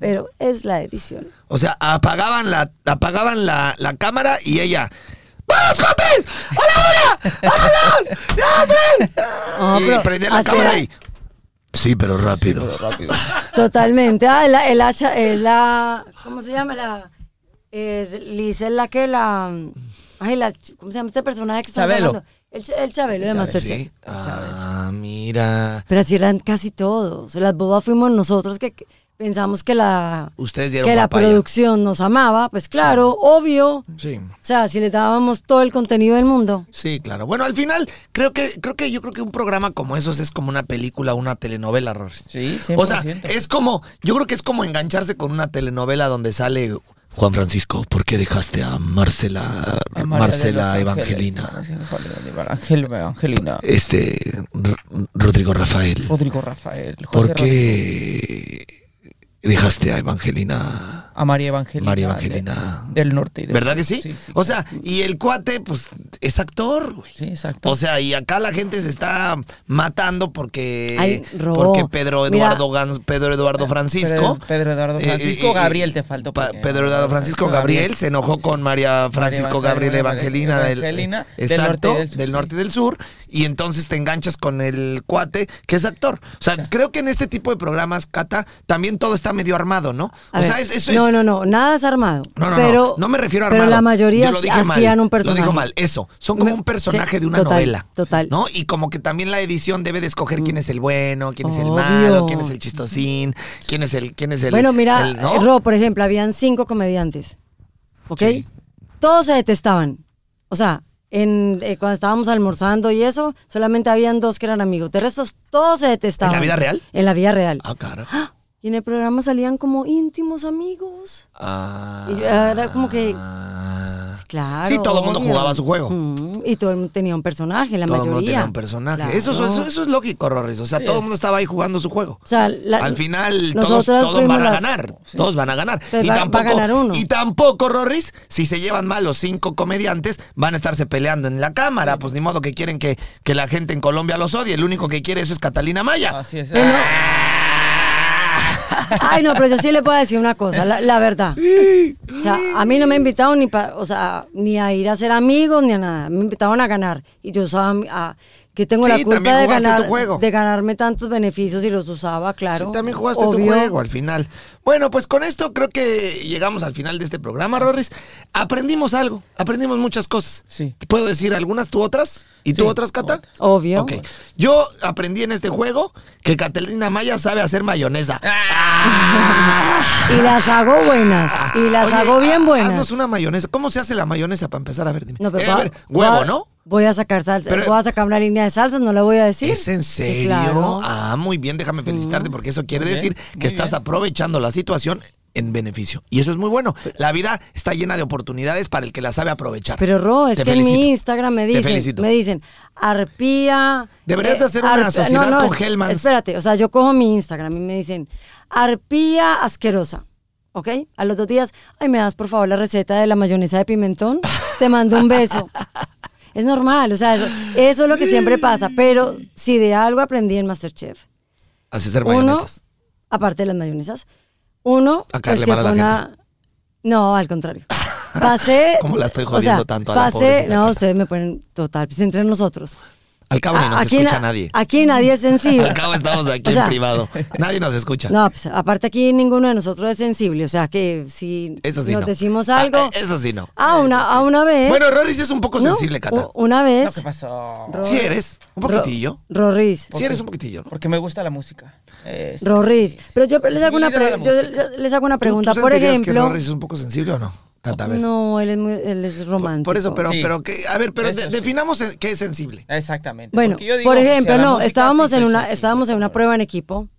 [SPEAKER 4] Pero es la edición.
[SPEAKER 2] O sea, apagaban la, apagaban la, la cámara y ella. ¡Vamos, cuates! ¡A la hora! ¡A las dos! ¡Ya, tres!
[SPEAKER 4] No,
[SPEAKER 2] y
[SPEAKER 4] pero
[SPEAKER 2] prendía la
[SPEAKER 4] así
[SPEAKER 2] cámara
[SPEAKER 4] era.
[SPEAKER 2] y. Sí, pero rápido.
[SPEAKER 4] Totalmente. Ah, la- el hacha, es la. ¿Cómo se llama? La. Es Liz es la que la. Ay, la, ¿cómo se llama este personaje que está
[SPEAKER 1] Chabelo.
[SPEAKER 4] hablando? El, Ch- el Chabelo de Masterchef.
[SPEAKER 2] Sí. Ah, mira.
[SPEAKER 4] Pero así eran casi todos. Las bobas fuimos nosotros que que pensamos que la,
[SPEAKER 2] Ustedes dieron
[SPEAKER 4] que la
[SPEAKER 2] papaya.
[SPEAKER 4] producción nos amaba. Pues claro, obvio.
[SPEAKER 2] Sí.
[SPEAKER 4] O sea, si le dábamos todo el contenido del mundo.
[SPEAKER 2] Sí, claro. Bueno, al final creo que creo que yo creo que un programa como esos es como una película, una telenovela. Rorris.
[SPEAKER 1] Sí,
[SPEAKER 2] O sea,
[SPEAKER 1] 100%.
[SPEAKER 2] es como yo creo que es como engancharse con una telenovela donde sale Juan Francisco, ¿por qué dejaste a Marcela
[SPEAKER 1] A María de los
[SPEAKER 2] Marcela
[SPEAKER 1] Ángeles,
[SPEAKER 2] Evangelina?
[SPEAKER 1] María de los Ángeles, Ángel- Evangelina.
[SPEAKER 2] Este R- Rodrigo Rafael.
[SPEAKER 1] Rodrigo Rafael.
[SPEAKER 2] ¿Por
[SPEAKER 1] José Rodríguez,
[SPEAKER 2] qué dejaste a Evangelina?
[SPEAKER 1] A María Evangelina.
[SPEAKER 2] María
[SPEAKER 1] de-
[SPEAKER 2] Evangelina.
[SPEAKER 1] del norte. y del
[SPEAKER 2] ¿Verdad
[SPEAKER 1] sur.
[SPEAKER 2] que sí?
[SPEAKER 1] sí,
[SPEAKER 2] o sea, y el cuate, pues, es actor, güey.
[SPEAKER 1] Sí, exacto.
[SPEAKER 2] O sea, y acá la gente se está matando porque,
[SPEAKER 4] Ay, Ro,
[SPEAKER 2] porque Pedro
[SPEAKER 4] mira.
[SPEAKER 2] Eduardo Gan- Pedro Eduardo Francisco. eh,
[SPEAKER 1] Pedro- Pedro Eduardo Francisco, Gabriel te faltó,
[SPEAKER 2] Pa-
[SPEAKER 1] porque-
[SPEAKER 2] Pedro Eduardo Francisco Gabriel, se enojó con María Francisco
[SPEAKER 1] Evangelina,
[SPEAKER 2] Gabriel Evangelina,
[SPEAKER 1] María
[SPEAKER 2] del,
[SPEAKER 1] Evangelina, del
[SPEAKER 2] exacto,
[SPEAKER 1] norte y
[SPEAKER 2] del,
[SPEAKER 1] del sur, sí.
[SPEAKER 2] norte y del sur. Y entonces te enganchas con el cuate que es actor. O sea, creo que en este tipo de programas, Cata, también todo está medio armado, ¿no?
[SPEAKER 4] A
[SPEAKER 2] o
[SPEAKER 4] ver,
[SPEAKER 2] sea, es- eso
[SPEAKER 4] no,
[SPEAKER 2] es.
[SPEAKER 4] no, no, nada es armado.
[SPEAKER 2] No, no,
[SPEAKER 4] pero,
[SPEAKER 2] no. No me refiero a
[SPEAKER 4] Pero
[SPEAKER 2] armado.
[SPEAKER 4] la mayoría
[SPEAKER 2] Yo lo dije
[SPEAKER 4] hacían
[SPEAKER 2] mal,
[SPEAKER 4] un personaje.
[SPEAKER 2] Lo digo mal. Eso. Son como
[SPEAKER 4] Me-
[SPEAKER 2] un personaje
[SPEAKER 4] sí,
[SPEAKER 2] de una
[SPEAKER 4] total,
[SPEAKER 2] novela.
[SPEAKER 4] total.
[SPEAKER 2] ¿No? Y como que también la edición debe de escoger quién es el bueno, quién es el
[SPEAKER 4] Obvio.
[SPEAKER 2] malo, quién es el chistosín, quién es el, quién es el.
[SPEAKER 4] bueno, mira,
[SPEAKER 2] el- ¿no?
[SPEAKER 4] eh, Ro, por ejemplo, habían cinco comediantes. ¿Ok?
[SPEAKER 2] Sí.
[SPEAKER 4] Todos se detestaban. O sea, en, eh, cuando estábamos almorzando y eso, solamente habían dos que eran amigos. De restos, todos se detestaban.
[SPEAKER 2] ¿En la vida real?
[SPEAKER 4] En la vida real.
[SPEAKER 2] Ah, cara.
[SPEAKER 4] Y en el programa salían como íntimos amigos.
[SPEAKER 2] Ah.
[SPEAKER 4] Y yo era como que- Claro.
[SPEAKER 2] Sí, todo el mundo
[SPEAKER 4] obvio.
[SPEAKER 2] jugaba su juego.
[SPEAKER 4] Mm, y todo el mundo tenía un personaje, la
[SPEAKER 2] todo el
[SPEAKER 4] mayoría.
[SPEAKER 2] mundo tenía un personaje. Eso, es-
[SPEAKER 4] Claro.
[SPEAKER 2] eso, eso es lógico, Rorris. O sea, todo el mundo estaba ahí jugando su juego.
[SPEAKER 4] O sea, la-
[SPEAKER 2] Al final todos,
[SPEAKER 4] nosotras
[SPEAKER 2] todos
[SPEAKER 4] fuimos
[SPEAKER 2] van a
[SPEAKER 4] las-
[SPEAKER 2] ganar. Todos van a ganar.
[SPEAKER 4] Pero
[SPEAKER 2] y,
[SPEAKER 4] va- va a
[SPEAKER 2] tampoco,
[SPEAKER 4] ganar uno.
[SPEAKER 2] y tampoco, Rorris, si se llevan mal los cinco comediantes, van a estarse peleando en la cámara. Pues ni modo que quieren que, que la gente en Colombia los odie. El único que quiere eso es Catalina Maya. Ah.
[SPEAKER 1] Así es. Ah,
[SPEAKER 4] Bueno, Ay, no, pero yo sí le puedo decir una cosa, la, la verdad. O sea, a mí no me invitaron ni, pa- o sea, ni a ir a ser amigos ni a nada. Me invitaron a ganar. Y yo usaba mi- a- que tengo
[SPEAKER 2] Sí,
[SPEAKER 4] la
[SPEAKER 2] también
[SPEAKER 4] culpa de,
[SPEAKER 2] jugaste
[SPEAKER 4] ganar,
[SPEAKER 2] tu juego.
[SPEAKER 4] de ganarme tantos beneficios y los usaba, claro.
[SPEAKER 2] Sí, también jugaste tu
[SPEAKER 4] obvio.
[SPEAKER 2] juego al final. Bueno, pues con esto creo que llegamos al final de este programa, Rorris. Aprendimos algo, aprendimos muchas cosas.
[SPEAKER 1] Sí.
[SPEAKER 2] ¿Puedo decir algunas, tú otras? ¿Y tú
[SPEAKER 1] Sí,
[SPEAKER 2] otras, Cata?
[SPEAKER 4] Obvio.
[SPEAKER 2] Ok. Yo aprendí en este juego que Catalina Maya sabe hacer mayonesa.
[SPEAKER 4] Ah.
[SPEAKER 2] Ah.
[SPEAKER 4] Y las hago buenas. Y las
[SPEAKER 2] Oye,
[SPEAKER 4] hago bien
[SPEAKER 2] ha-
[SPEAKER 4] buenas.
[SPEAKER 2] Haznos una mayonesa. ¿Cómo se hace la mayonesa para empezar? A ver, dime.
[SPEAKER 4] No, pero
[SPEAKER 2] Eh, a
[SPEAKER 4] va-
[SPEAKER 2] ver,
[SPEAKER 4] voy
[SPEAKER 2] huevo,
[SPEAKER 4] a-
[SPEAKER 2] ¿no?
[SPEAKER 4] Voy a sacar salsa.
[SPEAKER 2] Pero-
[SPEAKER 4] voy a sacar una línea de salsa, no la voy a decir.
[SPEAKER 2] ¿Es en
[SPEAKER 4] Sí,
[SPEAKER 2] serio?
[SPEAKER 4] claro. Mm.
[SPEAKER 2] Ah, muy bien, déjame felicitarte porque eso quiere
[SPEAKER 1] bien,
[SPEAKER 2] decir
[SPEAKER 1] muy
[SPEAKER 2] que estás
[SPEAKER 1] bien.
[SPEAKER 2] aprovechando la situación en beneficio. Y eso es muy bueno.
[SPEAKER 4] Pues
[SPEAKER 2] La vida está llena de oportunidades para el que la sabe aprovechar.
[SPEAKER 4] Pero Ro, es
[SPEAKER 2] Te
[SPEAKER 4] que en
[SPEAKER 2] felicito.
[SPEAKER 4] mi Instagram me
[SPEAKER 2] Te
[SPEAKER 4] dicen,
[SPEAKER 2] felicito.
[SPEAKER 4] me dicen, arpía.
[SPEAKER 2] Deberías de hacer una
[SPEAKER 4] arp-
[SPEAKER 2] sociedad con
[SPEAKER 4] es-
[SPEAKER 2] Hellmans.
[SPEAKER 4] Espérate, o sea, yo cojo mi Instagram y me dicen, arpía asquerosa. ¿Ok? A los dos días, ay, me das por favor la receta de la mayonesa de pimentón, te mando un beso. Es normal, o sea, eso, eso es lo que siempre pasa. Pero si de algo aprendí en Masterchef,
[SPEAKER 2] Así ser
[SPEAKER 4] uno,
[SPEAKER 2] mayonesas.
[SPEAKER 4] aparte de las mayonesas, uno,
[SPEAKER 2] A
[SPEAKER 4] es
[SPEAKER 2] caerle
[SPEAKER 4] que
[SPEAKER 2] mal a la
[SPEAKER 4] fue una... No, al contrario. Pasé.
[SPEAKER 2] ¿Cómo la estoy
[SPEAKER 4] o
[SPEAKER 2] jodiendo
[SPEAKER 4] sea,
[SPEAKER 2] tanto a la
[SPEAKER 4] Pasé.
[SPEAKER 2] pobrecita Ah,
[SPEAKER 4] no,
[SPEAKER 2] Cata?
[SPEAKER 4] ustedes me ponen total. Pues entre nosotros.
[SPEAKER 2] Al cabo ni
[SPEAKER 4] A-
[SPEAKER 2] nos
[SPEAKER 4] aquí
[SPEAKER 2] escucha
[SPEAKER 4] na-
[SPEAKER 2] nadie.
[SPEAKER 4] Aquí nadie es sensible.
[SPEAKER 2] Al cabo estamos aquí
[SPEAKER 4] O sea,
[SPEAKER 2] en privado. Nadie nos escucha.
[SPEAKER 4] No, pues aparte aquí ninguno de nosotros es sensible. O sea que si
[SPEAKER 2] Eso sí
[SPEAKER 4] nos
[SPEAKER 2] no.
[SPEAKER 4] decimos algo.
[SPEAKER 2] Ah, eh, eso sí no.
[SPEAKER 4] Ah, una, a una vez.
[SPEAKER 2] Bueno, Rory sí es un poco
[SPEAKER 4] No,
[SPEAKER 2] sensible, Cata.
[SPEAKER 4] u- Una
[SPEAKER 1] No,
[SPEAKER 4] vez.
[SPEAKER 1] ¿qué pasó?
[SPEAKER 4] Ro-
[SPEAKER 2] Sí eres, un
[SPEAKER 4] Ro-
[SPEAKER 2] poquitillo.
[SPEAKER 4] Rorris.
[SPEAKER 2] Sí eres un poquitillo. ¿no?
[SPEAKER 1] Porque me gusta la música. Eh, sí,
[SPEAKER 4] Rorris.
[SPEAKER 1] sí, sí.
[SPEAKER 4] Pero yo les hago, una
[SPEAKER 1] Sensibilidad a
[SPEAKER 4] pre-
[SPEAKER 1] la
[SPEAKER 4] yo
[SPEAKER 1] música.
[SPEAKER 4] les hago una pregunta.
[SPEAKER 2] ¿Tú, tú
[SPEAKER 4] Por
[SPEAKER 2] sentirías que
[SPEAKER 4] ejemplo.
[SPEAKER 2] Rory es un poco sensible o no? Cata, a ver.
[SPEAKER 4] No, él es, muy- él es
[SPEAKER 2] Por,
[SPEAKER 4] romántico.
[SPEAKER 2] por eso, pero,
[SPEAKER 1] Sí.
[SPEAKER 2] pero que, a ver, pero
[SPEAKER 1] Eso
[SPEAKER 2] de-
[SPEAKER 1] sí.
[SPEAKER 2] definamos eh, qué es sensible.
[SPEAKER 1] Exactamente.
[SPEAKER 4] Bueno,
[SPEAKER 1] Porque yo digo,
[SPEAKER 4] por
[SPEAKER 1] pues, si a
[SPEAKER 4] ejemplo,
[SPEAKER 1] la
[SPEAKER 4] no,
[SPEAKER 1] música
[SPEAKER 4] estábamos
[SPEAKER 1] sí
[SPEAKER 4] en
[SPEAKER 1] soy
[SPEAKER 4] una,
[SPEAKER 1] sensible,
[SPEAKER 4] estábamos en una
[SPEAKER 1] pero-
[SPEAKER 4] prueba en equipo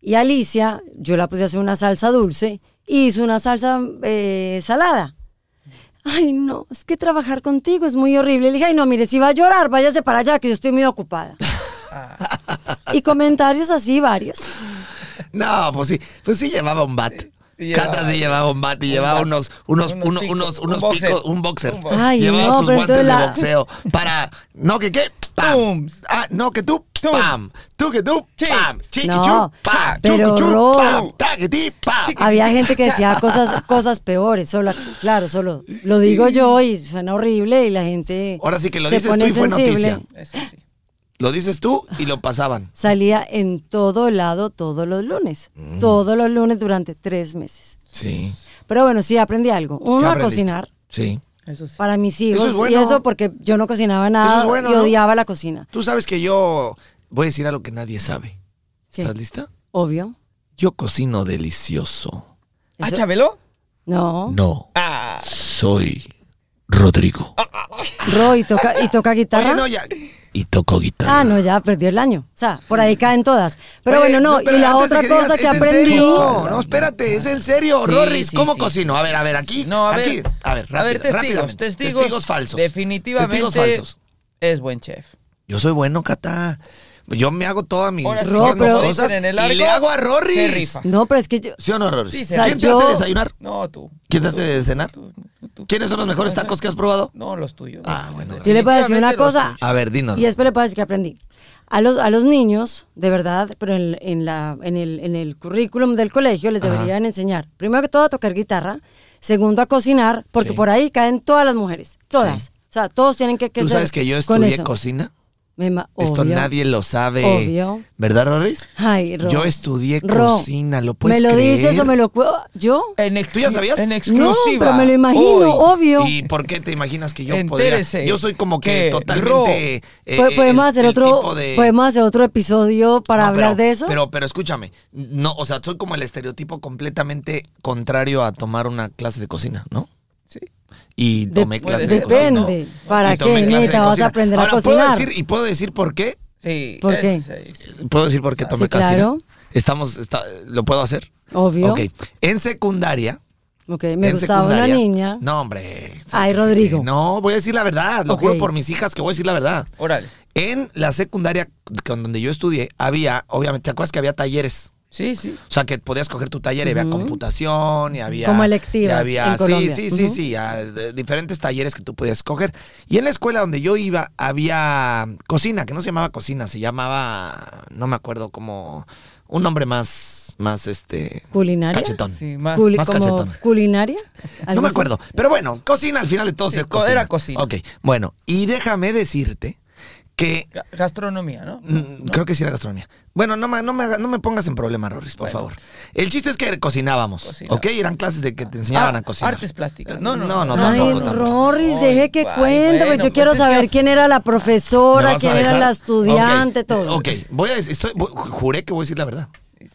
[SPEAKER 4] y Alicia, yo la puse a hacer una salsa dulce y hizo una salsa eh, salada. Ay, no, es que trabajar contigo es muy horrible. Le dije, ay, no, mire, si va a llorar, váyase para allá, que yo estoy muy ocupada.
[SPEAKER 2] Ah.
[SPEAKER 4] Y comentarios así varios.
[SPEAKER 2] No, pues sí, pues sí llevaba un bat.
[SPEAKER 1] Sí
[SPEAKER 2] Cata
[SPEAKER 1] llevaba-
[SPEAKER 2] sí llevaba un bat y
[SPEAKER 1] un
[SPEAKER 2] llevaba
[SPEAKER 1] bat.
[SPEAKER 2] unos, unos,
[SPEAKER 1] Unos
[SPEAKER 2] uno-
[SPEAKER 1] picos,
[SPEAKER 2] unos,
[SPEAKER 1] un
[SPEAKER 2] unos
[SPEAKER 1] boxer.
[SPEAKER 2] picos, un boxer.
[SPEAKER 1] Un boxer.
[SPEAKER 4] Ay,
[SPEAKER 2] llevaba
[SPEAKER 4] no,
[SPEAKER 2] sus
[SPEAKER 4] pero
[SPEAKER 2] guantes de
[SPEAKER 4] entonces la-
[SPEAKER 2] boxeo para, no, que qué, pam.
[SPEAKER 1] Tums.
[SPEAKER 2] Ah, no, que tú,
[SPEAKER 1] Tum.
[SPEAKER 2] pam. Tú que tú,
[SPEAKER 1] Sí.
[SPEAKER 2] pam. Chiqui
[SPEAKER 4] No,
[SPEAKER 2] chu, pam.
[SPEAKER 4] pero
[SPEAKER 2] Chucu chu,
[SPEAKER 4] Ro-
[SPEAKER 2] pam. Taquiti, pam.
[SPEAKER 4] Había gente que decía cosas, cosas peores, solo, claro, solo lo digo yo y suena horrible y la gente
[SPEAKER 2] Ahora sí que lo
[SPEAKER 4] se
[SPEAKER 2] dices tú
[SPEAKER 4] pone
[SPEAKER 2] y fue
[SPEAKER 4] sensible.
[SPEAKER 2] noticia.
[SPEAKER 1] Eso sí.
[SPEAKER 2] Lo dices tú y lo pasaban.
[SPEAKER 4] Salía en todo lado todos los lunes.
[SPEAKER 2] Mm.
[SPEAKER 4] Todos los lunes durante tres meses.
[SPEAKER 2] Sí.
[SPEAKER 4] Pero bueno, sí aprendí algo.
[SPEAKER 2] ¿Qué
[SPEAKER 4] Uno a
[SPEAKER 2] aprendiste?
[SPEAKER 4] cocinar
[SPEAKER 2] Sí.
[SPEAKER 1] Eso sí.
[SPEAKER 4] para mis hijos.
[SPEAKER 2] Eso es bueno.
[SPEAKER 4] Y eso porque yo no cocinaba nada
[SPEAKER 2] Eso es bueno,
[SPEAKER 4] y
[SPEAKER 2] ¿no?
[SPEAKER 4] odiaba la cocina.
[SPEAKER 2] Tú sabes que yo voy a decir algo que nadie sabe.
[SPEAKER 4] ¿Qué?
[SPEAKER 2] ¿Estás lista?
[SPEAKER 4] Obvio.
[SPEAKER 2] Yo cocino delicioso.
[SPEAKER 1] ¿Ah,
[SPEAKER 4] Eso-
[SPEAKER 1] Chabelo?
[SPEAKER 4] no.
[SPEAKER 2] No,
[SPEAKER 1] Ah,
[SPEAKER 2] soy Rodrigo.
[SPEAKER 4] Roy toca, y toca guitarra.
[SPEAKER 2] Ah, Oye, no, ya. Y toco guitarra.
[SPEAKER 4] Ah, no, ya perdió el año. O sea, por ahí caen todas. Pero
[SPEAKER 2] Oye,
[SPEAKER 4] bueno, no.
[SPEAKER 2] pero
[SPEAKER 4] y la
[SPEAKER 2] antes de
[SPEAKER 4] otra
[SPEAKER 2] digas,
[SPEAKER 4] cosa que
[SPEAKER 2] ¿es en
[SPEAKER 4] aprendí.
[SPEAKER 2] serio? No, no, espérate, es en serio.
[SPEAKER 1] Sí,
[SPEAKER 2] Rorris,
[SPEAKER 1] sí,
[SPEAKER 2] ¿cómo
[SPEAKER 1] sí,
[SPEAKER 2] cocino?
[SPEAKER 1] sí,
[SPEAKER 2] a ver, a ver,
[SPEAKER 1] sí,
[SPEAKER 2] aquí.
[SPEAKER 1] sí. No, a ver.
[SPEAKER 2] aquí. A ver,
[SPEAKER 1] a ver,
[SPEAKER 2] rápido,
[SPEAKER 1] testigos,
[SPEAKER 2] rápidamente.
[SPEAKER 1] testigos.
[SPEAKER 2] falsos.
[SPEAKER 1] Definitivamente.
[SPEAKER 2] Testigos falsos.
[SPEAKER 1] Es buen chef.
[SPEAKER 2] Yo soy bueno, Cata. Yo me hago todas mis
[SPEAKER 1] Ahora sí,
[SPEAKER 4] Ro,
[SPEAKER 2] mis
[SPEAKER 4] pero-
[SPEAKER 1] como
[SPEAKER 2] cosas
[SPEAKER 1] dicen en el
[SPEAKER 2] y le
[SPEAKER 1] arco,
[SPEAKER 2] hago a Rorris.
[SPEAKER 1] se rifa.
[SPEAKER 4] No, pero es que yo.
[SPEAKER 2] ¿Sí o no, Rorris?
[SPEAKER 1] Sí, se
[SPEAKER 2] ¿Quién
[SPEAKER 4] rifa.
[SPEAKER 2] te
[SPEAKER 4] O sea,
[SPEAKER 2] hace
[SPEAKER 4] yo-
[SPEAKER 2] desayunar?
[SPEAKER 1] No, tú.
[SPEAKER 2] ¿Quién te hace de cenar?
[SPEAKER 1] tú, tú.
[SPEAKER 2] ¿Quiénes son los mejores tacos que has probado?
[SPEAKER 1] No, los tuyos.
[SPEAKER 2] Ah, bueno.
[SPEAKER 4] Yo le voy a decir una
[SPEAKER 1] Definitivamente los
[SPEAKER 4] cosa.
[SPEAKER 1] tuyos.
[SPEAKER 2] A ver, dinos.
[SPEAKER 4] Y después le puedo decir que aprendí. A los, a los niños, de verdad, pero en, en la, en, el, en el currículum del colegio les deberían enseñar, primero que todo, a tocar guitarra, segundo, a cocinar, porque
[SPEAKER 2] Sí.
[SPEAKER 4] por ahí caen todas las mujeres, todas. O sea, todos tienen que, que
[SPEAKER 2] ¿Tú
[SPEAKER 4] ser
[SPEAKER 2] sabes que yo
[SPEAKER 4] con
[SPEAKER 2] estudié
[SPEAKER 4] eso.
[SPEAKER 2] cocina?
[SPEAKER 4] Me ma-
[SPEAKER 2] Esto
[SPEAKER 4] obvio.
[SPEAKER 2] nadie lo sabe.
[SPEAKER 4] Obvio.
[SPEAKER 2] ¿Verdad, Rorris?
[SPEAKER 4] Ay, Ro.
[SPEAKER 2] Yo estudié
[SPEAKER 4] Ro,
[SPEAKER 2] cocina, ¿lo puedes
[SPEAKER 4] ¿Me lo
[SPEAKER 2] creer? Eh,
[SPEAKER 4] dices o me lo cu- ¿Yo?
[SPEAKER 1] En ex-
[SPEAKER 2] ¿Tú ya sabías?
[SPEAKER 1] En
[SPEAKER 2] No,
[SPEAKER 4] No,
[SPEAKER 1] exclusiva.
[SPEAKER 4] pero me lo imagino, obvio.
[SPEAKER 2] ¿Y por qué te imaginas que yo
[SPEAKER 1] Entérese
[SPEAKER 2] podría? Yo soy como que
[SPEAKER 1] que
[SPEAKER 2] totalmente. eh,
[SPEAKER 4] Po-
[SPEAKER 2] eh,
[SPEAKER 4] podemos,
[SPEAKER 2] el-
[SPEAKER 4] hacer
[SPEAKER 2] el
[SPEAKER 4] otro,
[SPEAKER 2] tipo de-
[SPEAKER 4] podemos hacer otro episodio para
[SPEAKER 2] No, pero-
[SPEAKER 4] hablar de eso.
[SPEAKER 2] Pero, pero escúchame, no, o sea, soy como el estereotipo completamente contrario a tomar una clase de cocina, ¿no?
[SPEAKER 1] Sí.
[SPEAKER 2] Y
[SPEAKER 4] De-
[SPEAKER 2] tomé clase de cocina.
[SPEAKER 4] depende. ¿Para
[SPEAKER 2] Y tomé
[SPEAKER 4] qué,
[SPEAKER 2] clase de
[SPEAKER 4] neta? Vas
[SPEAKER 2] cocina.
[SPEAKER 4] a aprender
[SPEAKER 2] Ahora,
[SPEAKER 4] a cocinar.
[SPEAKER 2] ¿puedo decir, ¿Y puedo decir por qué?
[SPEAKER 1] Sí.
[SPEAKER 4] ¿Por qué?
[SPEAKER 1] es- es-
[SPEAKER 2] ¿Puedo decir por qué tomé
[SPEAKER 4] Sí,
[SPEAKER 2] cocina?
[SPEAKER 4] claro.
[SPEAKER 2] Estamos, está- ¿Lo puedo hacer?
[SPEAKER 4] Obvio.
[SPEAKER 2] Ok. En secundaria.
[SPEAKER 4] Ok, me
[SPEAKER 2] en
[SPEAKER 4] gustaba una
[SPEAKER 2] secundaria-
[SPEAKER 4] niña.
[SPEAKER 2] No, hombre.
[SPEAKER 4] Ay, Rodrigo.
[SPEAKER 2] No, voy a decir la verdad. Lo
[SPEAKER 4] Ok.
[SPEAKER 2] juro por mis hijas que voy a decir la verdad.
[SPEAKER 1] Órale.
[SPEAKER 2] En la secundaria con donde yo estudié, había, obviamente, ¿te acuerdas que había talleres?
[SPEAKER 1] Sí, sí.
[SPEAKER 2] O sea, que podías coger tu taller y había computación y había...
[SPEAKER 4] Como electivas
[SPEAKER 2] y había-
[SPEAKER 4] en
[SPEAKER 2] sí,
[SPEAKER 4] Colombia.
[SPEAKER 2] Sí, sí,
[SPEAKER 4] Ujú.
[SPEAKER 2] sí, a- de- diferentes talleres que tú podías coger. Y en la escuela donde yo iba había cocina, que no se llamaba cocina, se llamaba, no me acuerdo, como un nombre más, más este...
[SPEAKER 4] ¿Culinaria?
[SPEAKER 2] Cachetón.
[SPEAKER 1] Sí, más.
[SPEAKER 4] Culi-
[SPEAKER 2] más
[SPEAKER 4] como
[SPEAKER 2] calcetón.
[SPEAKER 4] culinaria.
[SPEAKER 2] No
[SPEAKER 4] algo
[SPEAKER 2] me
[SPEAKER 4] así.
[SPEAKER 2] acuerdo. Pero bueno, cocina al final de todo
[SPEAKER 1] Sí,
[SPEAKER 2] se
[SPEAKER 1] co-
[SPEAKER 2] cocina.
[SPEAKER 1] era cocina.
[SPEAKER 2] Ok, bueno, y déjame decirte que
[SPEAKER 1] Ga- Gastronomía, ¿no?
[SPEAKER 2] Mm, Creo que sí era gastronomía. Bueno, no me, no me, haga- no me pongas en problema, Rorris, por favor. El chiste es que cocinábamos,
[SPEAKER 1] Cocina.
[SPEAKER 2] ¿ok? Eran clases de que te enseñaban
[SPEAKER 1] Ah,
[SPEAKER 2] a cocinar.
[SPEAKER 1] artes plásticas. No, no,
[SPEAKER 2] no, no,
[SPEAKER 1] no,
[SPEAKER 4] Ay,
[SPEAKER 2] tampoco, tampoco.
[SPEAKER 4] Rorris,
[SPEAKER 1] Ay,
[SPEAKER 4] deje que
[SPEAKER 1] guay,
[SPEAKER 4] cuente, pues
[SPEAKER 1] bueno,
[SPEAKER 4] yo
[SPEAKER 1] pues
[SPEAKER 4] quiero
[SPEAKER 1] es que-
[SPEAKER 4] saber quién era la
[SPEAKER 2] ¿Me
[SPEAKER 4] profesora,
[SPEAKER 2] vas a
[SPEAKER 4] quién era
[SPEAKER 2] dejar?
[SPEAKER 4] la estudiante,
[SPEAKER 2] Ok,
[SPEAKER 4] todo.
[SPEAKER 2] Ok, voy a decir, estoy, voy- juré que voy a decir la verdad.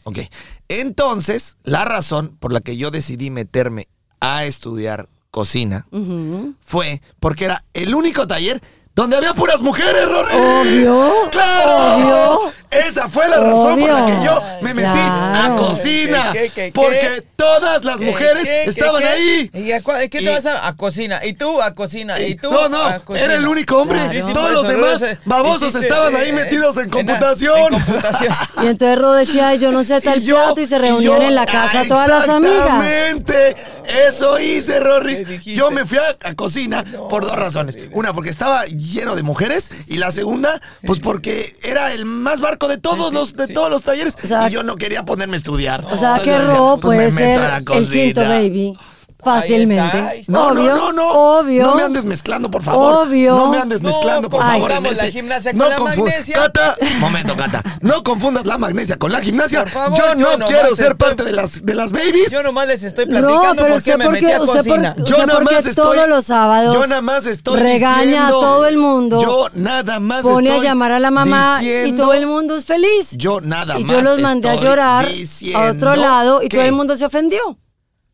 [SPEAKER 2] Ok. Entonces, la razón por la que yo decidí meterme a estudiar cocina
[SPEAKER 4] Ujú.
[SPEAKER 2] fue porque era el único taller donde había puras mujeres, Rorris.
[SPEAKER 4] Obvio.
[SPEAKER 2] ¡Claro!
[SPEAKER 4] Obvio.
[SPEAKER 2] Esa fue la razón por la
[SPEAKER 4] Obvio.
[SPEAKER 2] que yo me metí a
[SPEAKER 4] Claro.
[SPEAKER 2] cocina.
[SPEAKER 1] ¿Qué, qué, qué, qué?
[SPEAKER 2] Porque todas las
[SPEAKER 1] ¿Qué,
[SPEAKER 2] mujeres
[SPEAKER 1] qué, qué,
[SPEAKER 2] estaban
[SPEAKER 1] qué?
[SPEAKER 2] ahí.
[SPEAKER 1] ¿Y a cua- qué
[SPEAKER 2] Y-
[SPEAKER 1] te vas a, a cocina? ¿Y tú a cocina? ¿Y tú?
[SPEAKER 2] No, no,
[SPEAKER 1] a cocina. pues,
[SPEAKER 2] era el único hombre.
[SPEAKER 4] Claro. Sí, sí,
[SPEAKER 2] Todos
[SPEAKER 1] por
[SPEAKER 2] los
[SPEAKER 1] eso,
[SPEAKER 2] demás
[SPEAKER 1] luego se-
[SPEAKER 2] babosos
[SPEAKER 1] hiciste,
[SPEAKER 2] estaban
[SPEAKER 1] eh,
[SPEAKER 2] ahí
[SPEAKER 1] eh,
[SPEAKER 2] metidos en
[SPEAKER 1] en-
[SPEAKER 2] computación.
[SPEAKER 1] en computación.
[SPEAKER 4] Y entonces Ro decía, "Ay, yo no sé tal plato, y se reunían
[SPEAKER 2] yo-
[SPEAKER 4] en la casa
[SPEAKER 2] Ah,
[SPEAKER 4] todas las amigas.
[SPEAKER 2] Exactamente. Eso hice, Rorris.
[SPEAKER 1] ¿Qué dijiste?
[SPEAKER 2] Yo me fui a, a cocina por dos razones. Una, porque estaba lleno de mujeres. Y la segunda, pues porque era el más barco de todos los, de todos los talleres.
[SPEAKER 4] O sea,
[SPEAKER 2] y yo no quería ponerme a estudiar.
[SPEAKER 4] O sea,
[SPEAKER 2] Entonces
[SPEAKER 4] que
[SPEAKER 2] yo decía,
[SPEAKER 4] Ro
[SPEAKER 2] pues me
[SPEAKER 4] puede
[SPEAKER 2] meto a la
[SPEAKER 4] ser el
[SPEAKER 2] cocina.
[SPEAKER 4] quinto baby. Fácilmente.
[SPEAKER 1] Ahí está, ahí está.
[SPEAKER 2] No,
[SPEAKER 4] obvio,
[SPEAKER 2] no, no, no.
[SPEAKER 4] Obvio.
[SPEAKER 2] No me andes mezclando, por favor.
[SPEAKER 4] Obvio.
[SPEAKER 2] No me andes
[SPEAKER 1] No,
[SPEAKER 2] mezclando, por
[SPEAKER 1] confundamos
[SPEAKER 2] favor. en
[SPEAKER 1] la
[SPEAKER 2] ese-
[SPEAKER 1] gimnasia
[SPEAKER 2] no
[SPEAKER 1] con la
[SPEAKER 2] confu-
[SPEAKER 1] magnesia.
[SPEAKER 2] Cata, momento, Cata. No confundas la magnesia con la gimnasia.
[SPEAKER 1] Por favor,
[SPEAKER 2] yo
[SPEAKER 1] yo
[SPEAKER 2] no
[SPEAKER 1] nomás
[SPEAKER 2] quiero ser
[SPEAKER 1] estoy-
[SPEAKER 2] parte de las, de las babies.
[SPEAKER 1] Yo nomás les estoy
[SPEAKER 4] No,
[SPEAKER 1] platicando
[SPEAKER 4] pero
[SPEAKER 1] por qué
[SPEAKER 4] usted
[SPEAKER 1] me metí
[SPEAKER 4] porque,
[SPEAKER 1] a
[SPEAKER 4] usted
[SPEAKER 1] cocina.
[SPEAKER 4] por-
[SPEAKER 2] Yo
[SPEAKER 4] usted
[SPEAKER 2] nada
[SPEAKER 4] porque
[SPEAKER 2] más estoy-
[SPEAKER 4] todos los sábados
[SPEAKER 2] Yo nada más estoy
[SPEAKER 4] regaña
[SPEAKER 2] diciendo-
[SPEAKER 4] a todo el mundo,
[SPEAKER 2] Yo nada más
[SPEAKER 4] pone a
[SPEAKER 2] estoy
[SPEAKER 4] llamar a la mamá y
[SPEAKER 2] diciendo-
[SPEAKER 4] todo el mundo es feliz.
[SPEAKER 2] Yo nada
[SPEAKER 4] y
[SPEAKER 2] más
[SPEAKER 4] yo los mandé a
[SPEAKER 2] estoy
[SPEAKER 4] llorar a
[SPEAKER 2] diciendo
[SPEAKER 4] otro lado y
[SPEAKER 2] que-
[SPEAKER 4] todo el mundo se ofendió.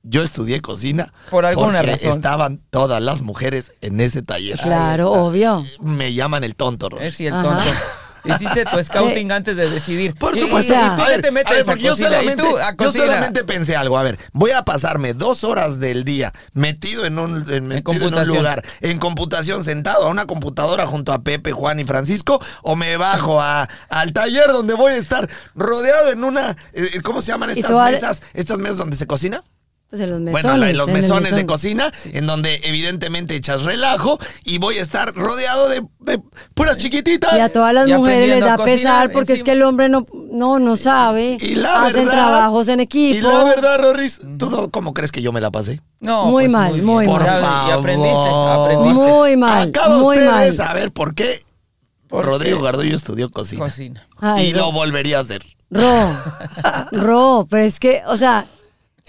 [SPEAKER 2] Yo estudié cocina.
[SPEAKER 1] Por alguna
[SPEAKER 2] porque
[SPEAKER 1] razón.
[SPEAKER 2] Estaban todas las mujeres en ese taller.
[SPEAKER 4] Claro,
[SPEAKER 2] Ahí está.
[SPEAKER 4] obvio.
[SPEAKER 2] Me llaman el tonto, Rory.
[SPEAKER 1] Es cierto.
[SPEAKER 4] Ajá.
[SPEAKER 1] Hiciste tu scouting antes de decidir.
[SPEAKER 2] Por
[SPEAKER 1] Y-
[SPEAKER 2] supuesto.
[SPEAKER 4] o sea-
[SPEAKER 2] ¿y
[SPEAKER 1] ¿Tú
[SPEAKER 2] a
[SPEAKER 1] qué
[SPEAKER 2] ver,
[SPEAKER 1] te metes
[SPEAKER 2] a ver,
[SPEAKER 1] a
[SPEAKER 2] porque yo
[SPEAKER 1] cocina? ¿Y
[SPEAKER 2] solamente,
[SPEAKER 1] tú a
[SPEAKER 2] yo
[SPEAKER 1] cocina?
[SPEAKER 2] solamente pensé algo. A ver, voy a pasarme dos horas del día metido en un, en- metido en un
[SPEAKER 1] computación.
[SPEAKER 2] lugar, en computación, sentado a una computadora junto a Pepe, Juan y Francisco, o me bajo a, al taller donde voy a estar rodeado en una. eh, ¿Cómo se llaman
[SPEAKER 4] Y
[SPEAKER 2] estas
[SPEAKER 4] tú a-
[SPEAKER 2] mesas? ¿Estas mesas donde se cocina?
[SPEAKER 4] Pues en los mesones.
[SPEAKER 2] Bueno, la- en los
[SPEAKER 4] en el
[SPEAKER 2] mesones de
[SPEAKER 4] mesón.
[SPEAKER 2] cocina, en donde evidentemente echas relajo y voy a estar rodeado de, de puras chiquititas.
[SPEAKER 4] Y a todas las
[SPEAKER 1] Y
[SPEAKER 4] mujeres les
[SPEAKER 1] aprendiendo
[SPEAKER 4] da
[SPEAKER 1] a cocinar
[SPEAKER 4] pesar porque es
[SPEAKER 1] encima.
[SPEAKER 4] que el hombre no, no, no sabe.
[SPEAKER 2] Y la
[SPEAKER 4] Hacen
[SPEAKER 2] verdad-
[SPEAKER 4] trabajos en equipo.
[SPEAKER 2] Y la verdad, Rorris, ¿tú no- cómo crees que yo me la pasé?
[SPEAKER 1] No,
[SPEAKER 4] Muy
[SPEAKER 1] pues,
[SPEAKER 4] mal,
[SPEAKER 1] bien.
[SPEAKER 4] muy
[SPEAKER 2] Por
[SPEAKER 4] mal.
[SPEAKER 1] Ya-
[SPEAKER 2] favor.
[SPEAKER 1] Ya aprendiste, aprendiste.
[SPEAKER 4] Muy mal,
[SPEAKER 2] este, Acaba
[SPEAKER 4] muy
[SPEAKER 2] usted de
[SPEAKER 4] mal.
[SPEAKER 2] saber por qué
[SPEAKER 1] ¿Por
[SPEAKER 2] Rodrigo
[SPEAKER 1] qué?
[SPEAKER 2] Gardullo estudió cocina.
[SPEAKER 1] Cocina.
[SPEAKER 4] Ay,
[SPEAKER 2] y lo volvería a hacer.
[SPEAKER 4] Ro, Ro, pero es que, o sea,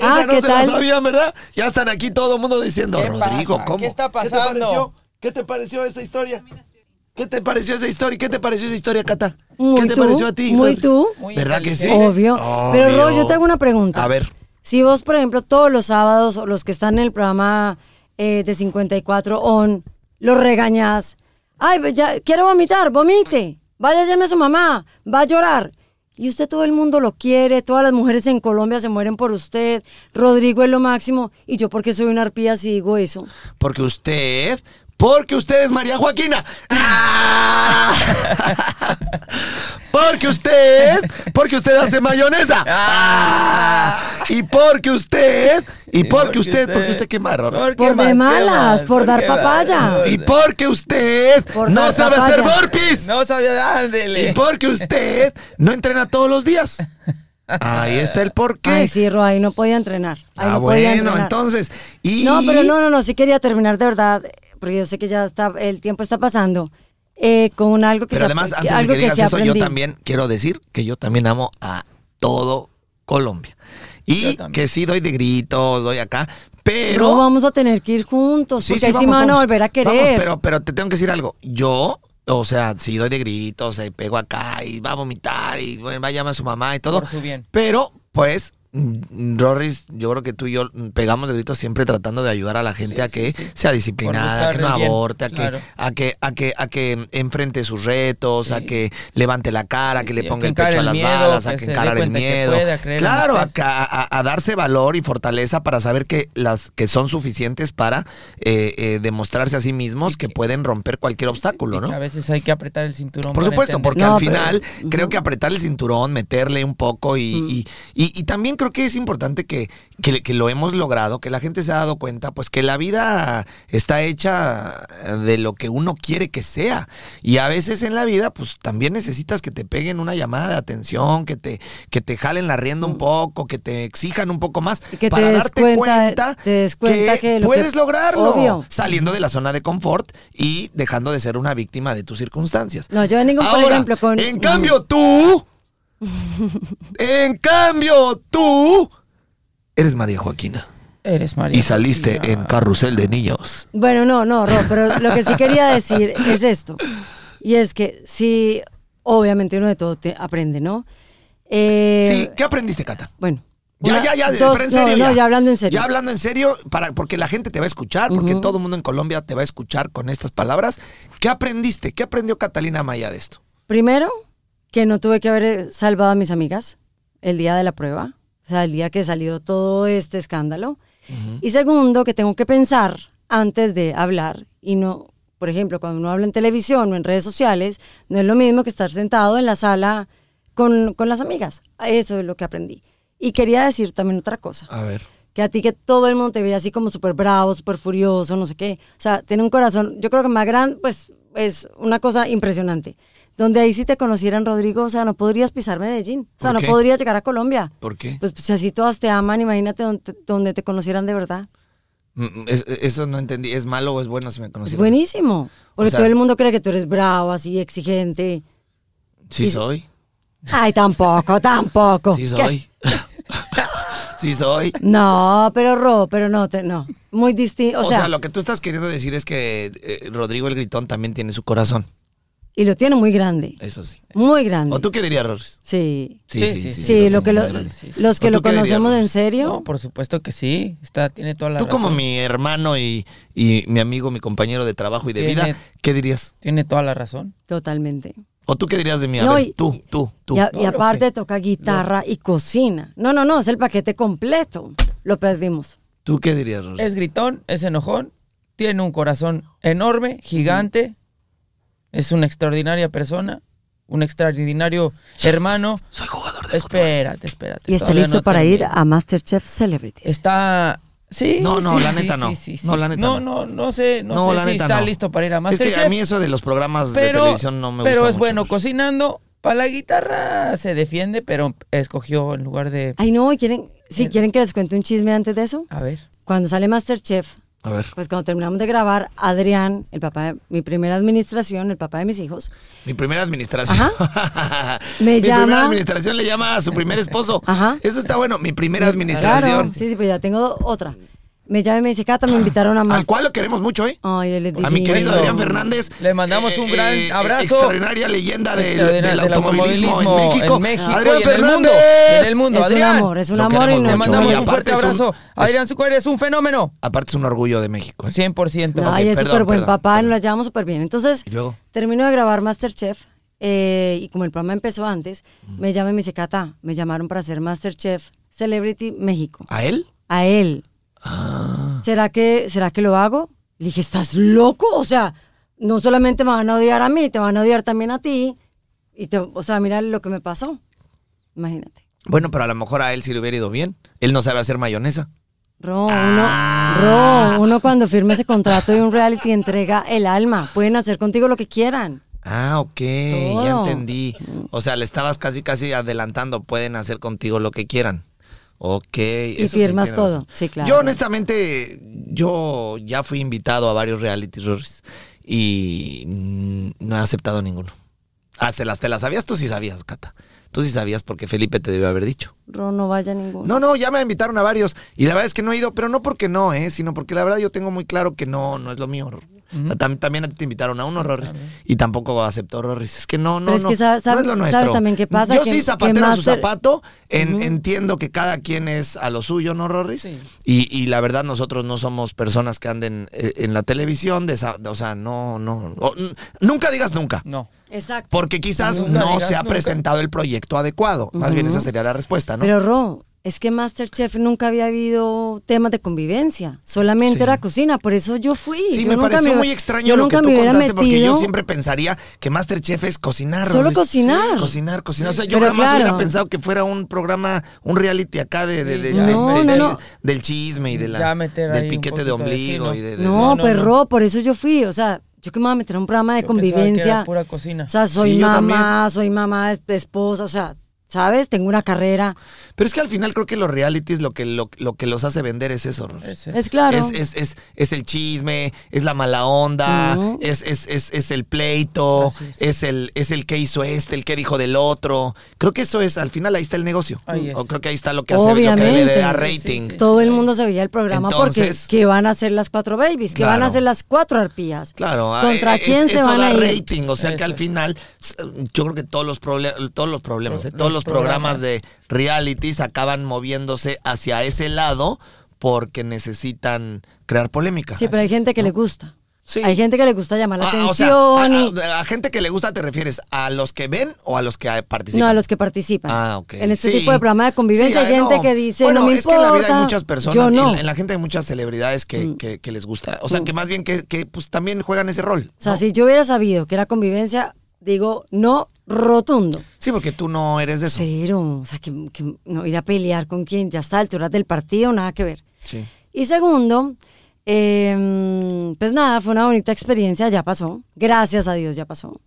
[SPEAKER 4] ah,
[SPEAKER 2] Esa no
[SPEAKER 4] ¿qué
[SPEAKER 2] se
[SPEAKER 4] tal?
[SPEAKER 2] la sabían, ¿verdad? Ya están aquí todo el mundo diciendo,
[SPEAKER 1] ¿Qué
[SPEAKER 2] Rodrigo,
[SPEAKER 1] pasa?
[SPEAKER 2] ¿cómo?
[SPEAKER 1] ¿Qué está
[SPEAKER 2] ¿Qué te pareció,
[SPEAKER 1] pasando?
[SPEAKER 2] ¿Qué te pareció esa historia? ¿Qué te pareció esa historia? ¿Qué te pareció esa historia, Cata?
[SPEAKER 4] Muy
[SPEAKER 2] ¿Qué te
[SPEAKER 4] tú,
[SPEAKER 2] pareció a ti?
[SPEAKER 4] muy
[SPEAKER 2] Rodríguez?
[SPEAKER 4] tú.
[SPEAKER 1] Muy
[SPEAKER 2] ¿Verdad que sí?
[SPEAKER 4] Obvio. Pero Ro, yo te hago una pregunta.
[SPEAKER 2] A ver.
[SPEAKER 4] Si vos, por ejemplo, todos los sábados, o los que están en el programa eh, de 54 on, los regañás, ay, ve, ya quiero vomitar, vomite, vaya, llame a su mamá, va a llorar. Y usted todo el mundo lo quiere, todas las mujeres en Colombia se mueren por usted, Rodrigo es lo máximo, y yo porque soy una arpía si digo eso.
[SPEAKER 2] Porque usted, porque usted es María Joaquina. ¡Ah! Porque usted, porque usted hace mayonesa. ¡Ah! Y porque usted, y porque usted, porque usted qué marro. ¿no?
[SPEAKER 4] Por de malas, por dar papaya.
[SPEAKER 1] papaya.
[SPEAKER 2] Y porque usted
[SPEAKER 4] Por
[SPEAKER 2] no
[SPEAKER 4] dar
[SPEAKER 2] sabe hacer
[SPEAKER 4] papaya.
[SPEAKER 2] burpees.
[SPEAKER 1] No sabía,
[SPEAKER 2] Y
[SPEAKER 1] ándele.
[SPEAKER 2] porque usted no entrena todos los días. Ahí está el porqué.
[SPEAKER 4] Ay, sí, Ro, ahí no podía entrenar. Ahí
[SPEAKER 2] ah,
[SPEAKER 4] no podía
[SPEAKER 2] bueno,
[SPEAKER 4] entrenar.
[SPEAKER 2] entonces. Y...
[SPEAKER 4] No, pero no, no, no, sí quería terminar de verdad, porque yo sé que ya está, el tiempo está pasando, eh, con algo que
[SPEAKER 2] Pero
[SPEAKER 4] se
[SPEAKER 2] además,
[SPEAKER 4] que-
[SPEAKER 2] antes de
[SPEAKER 4] algo
[SPEAKER 2] que digas
[SPEAKER 4] se
[SPEAKER 2] eso,
[SPEAKER 4] aprendí.
[SPEAKER 2] yo también quiero decir que yo también amo a todo Colombia.
[SPEAKER 1] Yo
[SPEAKER 2] Y
[SPEAKER 1] también.
[SPEAKER 2] que sí doy de gritos, doy acá, pero...
[SPEAKER 4] No vamos a tener que ir juntos,
[SPEAKER 2] Sí, sí,
[SPEAKER 4] porque ahí sí me
[SPEAKER 2] vamos,
[SPEAKER 4] van a
[SPEAKER 2] vamos.
[SPEAKER 4] volver a querer.
[SPEAKER 2] Vamos, pero, pero te tengo que decir algo. Yo, o sea, sí doy de gritos, eh, pego acá y va a vomitar y bueno, va a llamar a su mamá y todo.
[SPEAKER 1] Por su bien.
[SPEAKER 2] Pero, pues, mm, Rorris, yo creo que tú y yo mm, pegamos de gritos siempre tratando de ayudar a la gente
[SPEAKER 1] Sí,
[SPEAKER 2] a que
[SPEAKER 1] sí, sí.
[SPEAKER 2] sea disciplinada, a que
[SPEAKER 1] buscarle
[SPEAKER 2] no
[SPEAKER 1] el bien,
[SPEAKER 2] aborte, a que,
[SPEAKER 1] claro.
[SPEAKER 2] a que, a que, a que enfrente sus retos, a que levante la cara, a que
[SPEAKER 1] Sí,
[SPEAKER 2] le
[SPEAKER 1] sí,
[SPEAKER 2] ponga
[SPEAKER 1] que
[SPEAKER 2] el pecho
[SPEAKER 1] encare
[SPEAKER 2] a
[SPEAKER 1] el
[SPEAKER 2] las
[SPEAKER 1] miedo,
[SPEAKER 2] balas, a
[SPEAKER 1] que
[SPEAKER 2] que
[SPEAKER 1] se dé
[SPEAKER 2] encarar el
[SPEAKER 1] cuenta que
[SPEAKER 2] miedo.
[SPEAKER 1] puede, a creer en
[SPEAKER 2] claro, a,
[SPEAKER 1] usted.
[SPEAKER 2] ca- a- a darse valor y fortaleza para saber que las que son suficientes para eh, eh, demostrarse a sí mismos que pueden romper cualquier obstáculo,
[SPEAKER 1] Y
[SPEAKER 2] ¿no?
[SPEAKER 1] que A veces hay que apretar el cinturón.
[SPEAKER 2] Por
[SPEAKER 1] para
[SPEAKER 2] supuesto,
[SPEAKER 1] entender.
[SPEAKER 2] porque
[SPEAKER 4] este No,
[SPEAKER 2] al final
[SPEAKER 4] pero- Ujú.
[SPEAKER 2] creo que apretar el cinturón, meterle un poco y,
[SPEAKER 4] Mm.
[SPEAKER 2] y, y- y también creo que es importante que, que, que lo hemos logrado, que la gente se ha dado cuenta, pues que la vida está hecha de lo que uno quiere que sea. Y a veces en la vida, pues también necesitas que te peguen una llamada de atención, que te, que te jalen la rienda un poco, que te exijan un poco más.
[SPEAKER 4] Y Mm. que te
[SPEAKER 2] para
[SPEAKER 4] des
[SPEAKER 2] darte
[SPEAKER 4] cuenta- te des cuenta que lo que-
[SPEAKER 2] puedes lograrlo.
[SPEAKER 4] Obvio.
[SPEAKER 2] Saliendo de la zona de confort y dejando de ser una víctima de tus circunstancias.
[SPEAKER 4] No, yo en ningún, por
[SPEAKER 2] Ahora,
[SPEAKER 4] ejemplo, con... Mm.
[SPEAKER 2] En cambio, tú. en cambio, tú. Eres María Joaquina.
[SPEAKER 1] Eres María. ah.
[SPEAKER 2] Y saliste
[SPEAKER 1] Cristina.
[SPEAKER 2] en Carrusel de Niños.
[SPEAKER 4] Bueno, no, no, Ro, pero lo que sí quería decir es esto. Y es que sí, obviamente uno de todo te aprende, ¿no? Eh,
[SPEAKER 2] Sí, ¿qué aprendiste, Cata?
[SPEAKER 4] Bueno.
[SPEAKER 2] Ya,
[SPEAKER 4] una-
[SPEAKER 2] ya, ya,
[SPEAKER 4] dos-
[SPEAKER 2] pero en serio.
[SPEAKER 4] no, no, ya hablando en serio.
[SPEAKER 2] Ya hablando en serio, para, porque la gente te va a escuchar, porque
[SPEAKER 4] Ujú.
[SPEAKER 2] todo el mundo en Colombia te va a escuchar con estas palabras. ¿Qué aprendiste? ¿Qué aprendió Catalina Maya de esto?
[SPEAKER 4] Primero, que no tuve que haber eh, salvado a mis amigas el día de la prueba, o sea, el día que salió todo este escándalo. Y segundo, que tengo que pensar antes de hablar y no, por ejemplo, cuando uno habla en televisión o en redes sociales, no es lo mismo que estar sentado en la sala con, con las amigas. Eso es lo que aprendí. Y quería decir también otra cosa
[SPEAKER 2] A ver.
[SPEAKER 4] que a ti que todo el mundo te veía así como súper bravo, súper furioso, no sé qué. O sea, tiene un corazón, yo creo que más grande, pues es una cosa impresionante. Donde ahí si te conocieran, Rodrigo, o sea, no podrías pisar Medellín. O sea,
[SPEAKER 2] ¿Por
[SPEAKER 4] no
[SPEAKER 2] qué?
[SPEAKER 4] podrías llegar a Colombia.
[SPEAKER 2] ¿Por qué?
[SPEAKER 4] Pues, pues, si así todas te aman, imagínate donde, donde te conocieran de verdad.
[SPEAKER 2] Mm, es- eso no entendí. ¿Es malo o es bueno si me
[SPEAKER 4] Es
[SPEAKER 2] conocieran?
[SPEAKER 4] buenísimo. Porque
[SPEAKER 2] sea-
[SPEAKER 4] todo el mundo cree que tú eres bravo, así, exigente.
[SPEAKER 2] Sí soy.
[SPEAKER 4] Ay, tampoco, tampoco.
[SPEAKER 2] Sí
[SPEAKER 4] ¿Qué?
[SPEAKER 2] soy. sí soy.
[SPEAKER 4] No, pero Ro, pero no, te- no. Muy distinto.
[SPEAKER 2] O
[SPEAKER 4] O
[SPEAKER 2] sea,
[SPEAKER 4] sea,
[SPEAKER 2] lo que tú estás queriendo decir es que eh, Rodrigo el Gritón también tiene su corazón.
[SPEAKER 4] y lo tiene muy grande.
[SPEAKER 2] Eso sí.
[SPEAKER 4] Muy grande.
[SPEAKER 2] Eh, ¿O tú qué dirías, Rorris?
[SPEAKER 4] Sí.
[SPEAKER 1] Sí, sí, sí,
[SPEAKER 4] Sí,
[SPEAKER 2] yo
[SPEAKER 4] lo que
[SPEAKER 2] también
[SPEAKER 4] los,
[SPEAKER 2] soy grande.
[SPEAKER 1] sí, sí.
[SPEAKER 4] los
[SPEAKER 2] ¿O
[SPEAKER 4] que lo
[SPEAKER 2] tú qué dirías,
[SPEAKER 4] conocemos de en
[SPEAKER 2] Luis?
[SPEAKER 4] serio.
[SPEAKER 1] No, por supuesto que sí. Está, tiene toda la
[SPEAKER 2] Tú como
[SPEAKER 1] razón.
[SPEAKER 2] mi hermano y, y mi amigo, mi compañero de trabajo y de vida,
[SPEAKER 1] Tiene-
[SPEAKER 2] ¿qué dirías?
[SPEAKER 1] Tiene toda la razón.
[SPEAKER 4] Totalmente.
[SPEAKER 2] ¿O tú qué dirías de mí? A
[SPEAKER 4] No,
[SPEAKER 2] ver,
[SPEAKER 4] y-
[SPEAKER 2] tú, tú, tú.
[SPEAKER 4] y, a-
[SPEAKER 1] No,
[SPEAKER 4] y
[SPEAKER 1] lo
[SPEAKER 4] aparte
[SPEAKER 1] que-
[SPEAKER 4] toca guitarra y cocina. No, no, no, es el paquete completo. Lo perdimos.
[SPEAKER 2] ¿Tú qué dirías, Rorris?
[SPEAKER 1] Es gritón, es enojón, tiene un corazón enorme, gigante, es una extraordinaria persona, un extraordinario hermano.
[SPEAKER 2] Soy jugador de...
[SPEAKER 1] Espérate, espérate.
[SPEAKER 4] Y está
[SPEAKER 1] todavía
[SPEAKER 4] listo
[SPEAKER 1] no
[SPEAKER 4] para ir
[SPEAKER 1] termino.
[SPEAKER 4] a Masterchef Celebrities.
[SPEAKER 1] Está. Sí.
[SPEAKER 2] No, no,
[SPEAKER 1] sí,
[SPEAKER 2] la
[SPEAKER 1] sí,
[SPEAKER 2] neta
[SPEAKER 1] sí,
[SPEAKER 2] no.
[SPEAKER 1] sí, sí.
[SPEAKER 2] No, la neta
[SPEAKER 1] No,
[SPEAKER 2] no.
[SPEAKER 1] no, no sé, no, sé si está listo para ir a
[SPEAKER 2] más Es
[SPEAKER 1] Masterchef.
[SPEAKER 2] que a mí eso de los programas de
[SPEAKER 1] pero,
[SPEAKER 2] televisión no me gusta
[SPEAKER 1] pero es
[SPEAKER 2] mucho,
[SPEAKER 1] bueno
[SPEAKER 2] Rorris.
[SPEAKER 1] cocinando. Para la guitarra se defiende, pero escogió en lugar de.
[SPEAKER 4] Ay, no, ¿y quieren,
[SPEAKER 2] Eh.
[SPEAKER 4] si quieren que les cuente un chisme antes de eso.
[SPEAKER 1] A ver.
[SPEAKER 4] Cuando sale Masterchef,
[SPEAKER 2] A ver,
[SPEAKER 4] pues cuando terminamos de grabar, Adrián, el papá de mi primera administración, el papá de mis hijos,
[SPEAKER 2] mi primera administración.
[SPEAKER 4] Me
[SPEAKER 2] mi primera
[SPEAKER 4] llama-
[SPEAKER 2] administración le llama a su primer esposo.
[SPEAKER 4] Ajá.
[SPEAKER 2] Eso está bueno. Mi primera administración.
[SPEAKER 4] claro, sí, sí, pues ya tengo otra. Me llama y me dice, Cata, me invitaron a
[SPEAKER 2] Al
[SPEAKER 4] Masterchef.
[SPEAKER 2] cual lo queremos mucho, ¿eh?
[SPEAKER 4] Ay, él es
[SPEAKER 2] A mi
[SPEAKER 4] Oh, divino.
[SPEAKER 2] querido Adrián Fernández. Eh,
[SPEAKER 1] Le mandamos un gran abrazo.
[SPEAKER 2] Extraordinaria leyenda del,
[SPEAKER 1] Extraordinaria-
[SPEAKER 2] del
[SPEAKER 1] del
[SPEAKER 2] automovilismo,
[SPEAKER 1] automovilismo
[SPEAKER 2] en México.
[SPEAKER 1] en México
[SPEAKER 2] Adrián
[SPEAKER 1] y en el mundo,
[SPEAKER 2] Fernández.
[SPEAKER 1] en el mundo.
[SPEAKER 4] Es
[SPEAKER 1] Adrián.
[SPEAKER 4] un amor, es un
[SPEAKER 2] Lo
[SPEAKER 4] amor y
[SPEAKER 2] queremos
[SPEAKER 4] no
[SPEAKER 1] Le
[SPEAKER 2] mucho.
[SPEAKER 1] mandamos
[SPEAKER 2] Y
[SPEAKER 1] un
[SPEAKER 2] aparte
[SPEAKER 1] fuerte
[SPEAKER 2] es un-
[SPEAKER 1] abrazo. Adrián Zucuer es un fenómeno.
[SPEAKER 2] Aparte es un orgullo de México. ¿eh?
[SPEAKER 1] 100%.
[SPEAKER 4] No,
[SPEAKER 2] Ok,
[SPEAKER 4] y es
[SPEAKER 2] perdón,
[SPEAKER 4] súper buen
[SPEAKER 2] perdón,
[SPEAKER 4] papá,
[SPEAKER 2] perdón.
[SPEAKER 4] nos la llevamos súper bien. Entonces,
[SPEAKER 2] ¿Y luego?
[SPEAKER 4] termino de grabar Masterchef eh, y como el programa empezó antes, me llama y me dice, Cata, me llamaron para hacer Masterchef Celebrity México.
[SPEAKER 2] ¿A él?
[SPEAKER 4] A él.
[SPEAKER 2] Ah.
[SPEAKER 4] ¿Será, que, ¿Será que lo hago? Le dije, ¿estás loco? O sea, no solamente me van a odiar a mí, te van a odiar también a ti. Y te- o sea, mira lo que me pasó. Imagínate.
[SPEAKER 2] Bueno, pero a lo mejor a él sí le hubiera ido bien. Él no sabe hacer mayonesa.
[SPEAKER 4] Ro, uno,
[SPEAKER 2] Ah.
[SPEAKER 4] Ro, uno cuando firma ese contrato de un reality entrega el alma. Pueden hacer contigo lo que quieran.
[SPEAKER 2] Ah, ok, ya
[SPEAKER 4] Todo.
[SPEAKER 2] entendí. O sea, le estabas casi casi adelantando, pueden hacer contigo lo que quieran. Ok. Y
[SPEAKER 4] firmas todo. Sí, claro.
[SPEAKER 2] Yo honestamente, yo ya fui invitado a varios reality shows y mm, no he aceptado ninguno. Ah, ¿se las, te las sabías, tú sí sabías, Cata. Tú sí sabías porque Felipe te debió haber dicho.
[SPEAKER 4] Ro, Pues no vaya a ninguno.
[SPEAKER 2] No, no, ya me invitaron a varios y la verdad es que no he ido, pero no porque no, eh, sino porque la verdad yo tengo muy claro que no, no es lo mío. Tam- también a ti te invitaron a uno, Rorris, y tampoco aceptó Rorris. Es que no, no,
[SPEAKER 4] Pero es
[SPEAKER 2] no,
[SPEAKER 4] que sabe-
[SPEAKER 2] no
[SPEAKER 4] sabe-
[SPEAKER 2] es lo
[SPEAKER 4] sabes
[SPEAKER 2] nuestro.
[SPEAKER 4] también qué pasa,
[SPEAKER 2] Yo
[SPEAKER 4] que-
[SPEAKER 2] sí
[SPEAKER 4] que
[SPEAKER 2] zapatero a su
[SPEAKER 4] Master-
[SPEAKER 2] zapato, en- entiendo que cada quien es a lo suyo, ¿no, Rorris? Y, y la verdad nosotros no somos personas que anden eh, en la televisión, de esa- o sea, no, no, o- n- nunca digas nunca.
[SPEAKER 1] No.
[SPEAKER 4] Exacto.
[SPEAKER 2] Porque quizás
[SPEAKER 1] Nunca
[SPEAKER 2] no
[SPEAKER 1] digas
[SPEAKER 2] se ha
[SPEAKER 1] nunca.
[SPEAKER 2] presentado el proyecto adecuado. Más bien esa sería la respuesta, ¿no?
[SPEAKER 4] Pero Ro, es que Masterchef nunca había habido temas de convivencia. Solamente
[SPEAKER 2] Sí.
[SPEAKER 4] era cocina. Por eso yo fui.
[SPEAKER 2] Sí,
[SPEAKER 4] Yo
[SPEAKER 2] me
[SPEAKER 4] nunca
[SPEAKER 2] pareció
[SPEAKER 4] me-
[SPEAKER 2] muy extraño
[SPEAKER 4] yo
[SPEAKER 2] lo
[SPEAKER 4] nunca
[SPEAKER 2] que tú
[SPEAKER 4] me hubiera
[SPEAKER 2] contaste porque yo
[SPEAKER 4] metido-
[SPEAKER 2] siempre pensaría que Masterchef es cocinar.
[SPEAKER 4] Solo
[SPEAKER 2] Rorris.
[SPEAKER 4] cocinar.
[SPEAKER 2] Cocinar, cocinar. O sea, yo
[SPEAKER 4] Pero
[SPEAKER 2] jamás hubiera
[SPEAKER 4] claro.
[SPEAKER 2] pensado que fuera un programa, un reality acá de, de- de-
[SPEAKER 1] Ya
[SPEAKER 2] de-
[SPEAKER 4] No,
[SPEAKER 2] de-
[SPEAKER 4] no,
[SPEAKER 2] de-
[SPEAKER 4] no.
[SPEAKER 2] del chisme y de la-
[SPEAKER 1] Ya meter ahí
[SPEAKER 2] del
[SPEAKER 1] un
[SPEAKER 2] piquete de
[SPEAKER 1] poquito de
[SPEAKER 2] ombligo
[SPEAKER 1] sí,
[SPEAKER 2] y de... de-
[SPEAKER 4] No,
[SPEAKER 1] No, no,
[SPEAKER 4] pero
[SPEAKER 1] no.
[SPEAKER 4] Ro, por eso yo fui. O sea, yo que me voy a meter a un programa de
[SPEAKER 1] Yo pensaba que era
[SPEAKER 4] convivencia.
[SPEAKER 1] pura cocina.
[SPEAKER 4] O sea, soy
[SPEAKER 2] Sí, yo
[SPEAKER 4] mamá, soy mamá, es- esposa. O sea, ¿sabes? Tengo una carrera.
[SPEAKER 2] Pero es que al final creo que los realities lo que, lo, lo que los hace vender es eso, Rorris.
[SPEAKER 1] Ese.
[SPEAKER 4] Es claro.
[SPEAKER 2] Es, es, es, es el chisme, es la mala onda,
[SPEAKER 4] Ujú.
[SPEAKER 2] es, es, es, es el pleito,
[SPEAKER 1] Así es.
[SPEAKER 2] es. el, es el que hizo este, el que dijo del otro. Creo que eso es, al final ahí está el negocio.
[SPEAKER 1] Ahí es.
[SPEAKER 2] O creo que ahí está lo que hace, lo que
[SPEAKER 4] Obviamente.
[SPEAKER 2] le da
[SPEAKER 4] Sí,
[SPEAKER 1] sí,
[SPEAKER 2] rating.
[SPEAKER 1] sí.
[SPEAKER 4] Todo el mundo se veía el programa
[SPEAKER 2] Entonces-
[SPEAKER 4] porque ¿qué van a hacer las cuatro babies? ¿Qué van
[SPEAKER 2] Claro.
[SPEAKER 4] a hacer las cuatro arpías?
[SPEAKER 2] Claro, ah,
[SPEAKER 4] ¿Contra
[SPEAKER 2] es-
[SPEAKER 4] quién se
[SPEAKER 2] eso
[SPEAKER 4] van
[SPEAKER 2] da
[SPEAKER 4] a ir?
[SPEAKER 2] rating, o sea que
[SPEAKER 1] Eso
[SPEAKER 2] al
[SPEAKER 1] es.
[SPEAKER 2] final s- yo creo que todos los problemas, todos los problemas,
[SPEAKER 1] Pro-
[SPEAKER 2] eh, todos los
[SPEAKER 1] los
[SPEAKER 2] programas,
[SPEAKER 1] programas.
[SPEAKER 2] de realities acaban moviéndose hacia ese lado porque necesitan crear polémica.
[SPEAKER 4] Sí, pero hay gente que le gusta.
[SPEAKER 2] Sí.
[SPEAKER 4] Hay gente que le gusta llamar la
[SPEAKER 2] Ah, o sea,
[SPEAKER 4] atención. y-
[SPEAKER 2] a, a- a gente que le gusta te refieres a los que ven o a los que eh, participan.
[SPEAKER 4] No, a los que participan.
[SPEAKER 2] Ah, ok.
[SPEAKER 4] En este
[SPEAKER 2] Sí.
[SPEAKER 4] tipo de programa de convivencia
[SPEAKER 2] Sí,
[SPEAKER 4] hay
[SPEAKER 2] ay,
[SPEAKER 4] gente
[SPEAKER 2] no.
[SPEAKER 4] que dice,
[SPEAKER 2] Bueno,
[SPEAKER 4] no me
[SPEAKER 2] es
[SPEAKER 4] importa.
[SPEAKER 2] que en la vida hay muchas personas.
[SPEAKER 4] Yo
[SPEAKER 2] y
[SPEAKER 4] no. Mm.
[SPEAKER 2] En, en la gente hay muchas celebridades que, que- que les gusta. O sea, que más bien que, que, pues, también juegan ese rol.
[SPEAKER 4] O sea,
[SPEAKER 2] ¿no?
[SPEAKER 4] si yo hubiera sabido que era convivencia, digo, no rotundo.
[SPEAKER 2] Sí, porque tú no eres de eso.
[SPEAKER 4] Cero. O sea, que, que no ir a pelear con quien ya está a alturas del partido, nada que ver.
[SPEAKER 2] Sí.
[SPEAKER 4] Y segundo, eh, pues nada, fue una bonita experiencia, ya pasó. Gracias a Dios, ya pasó.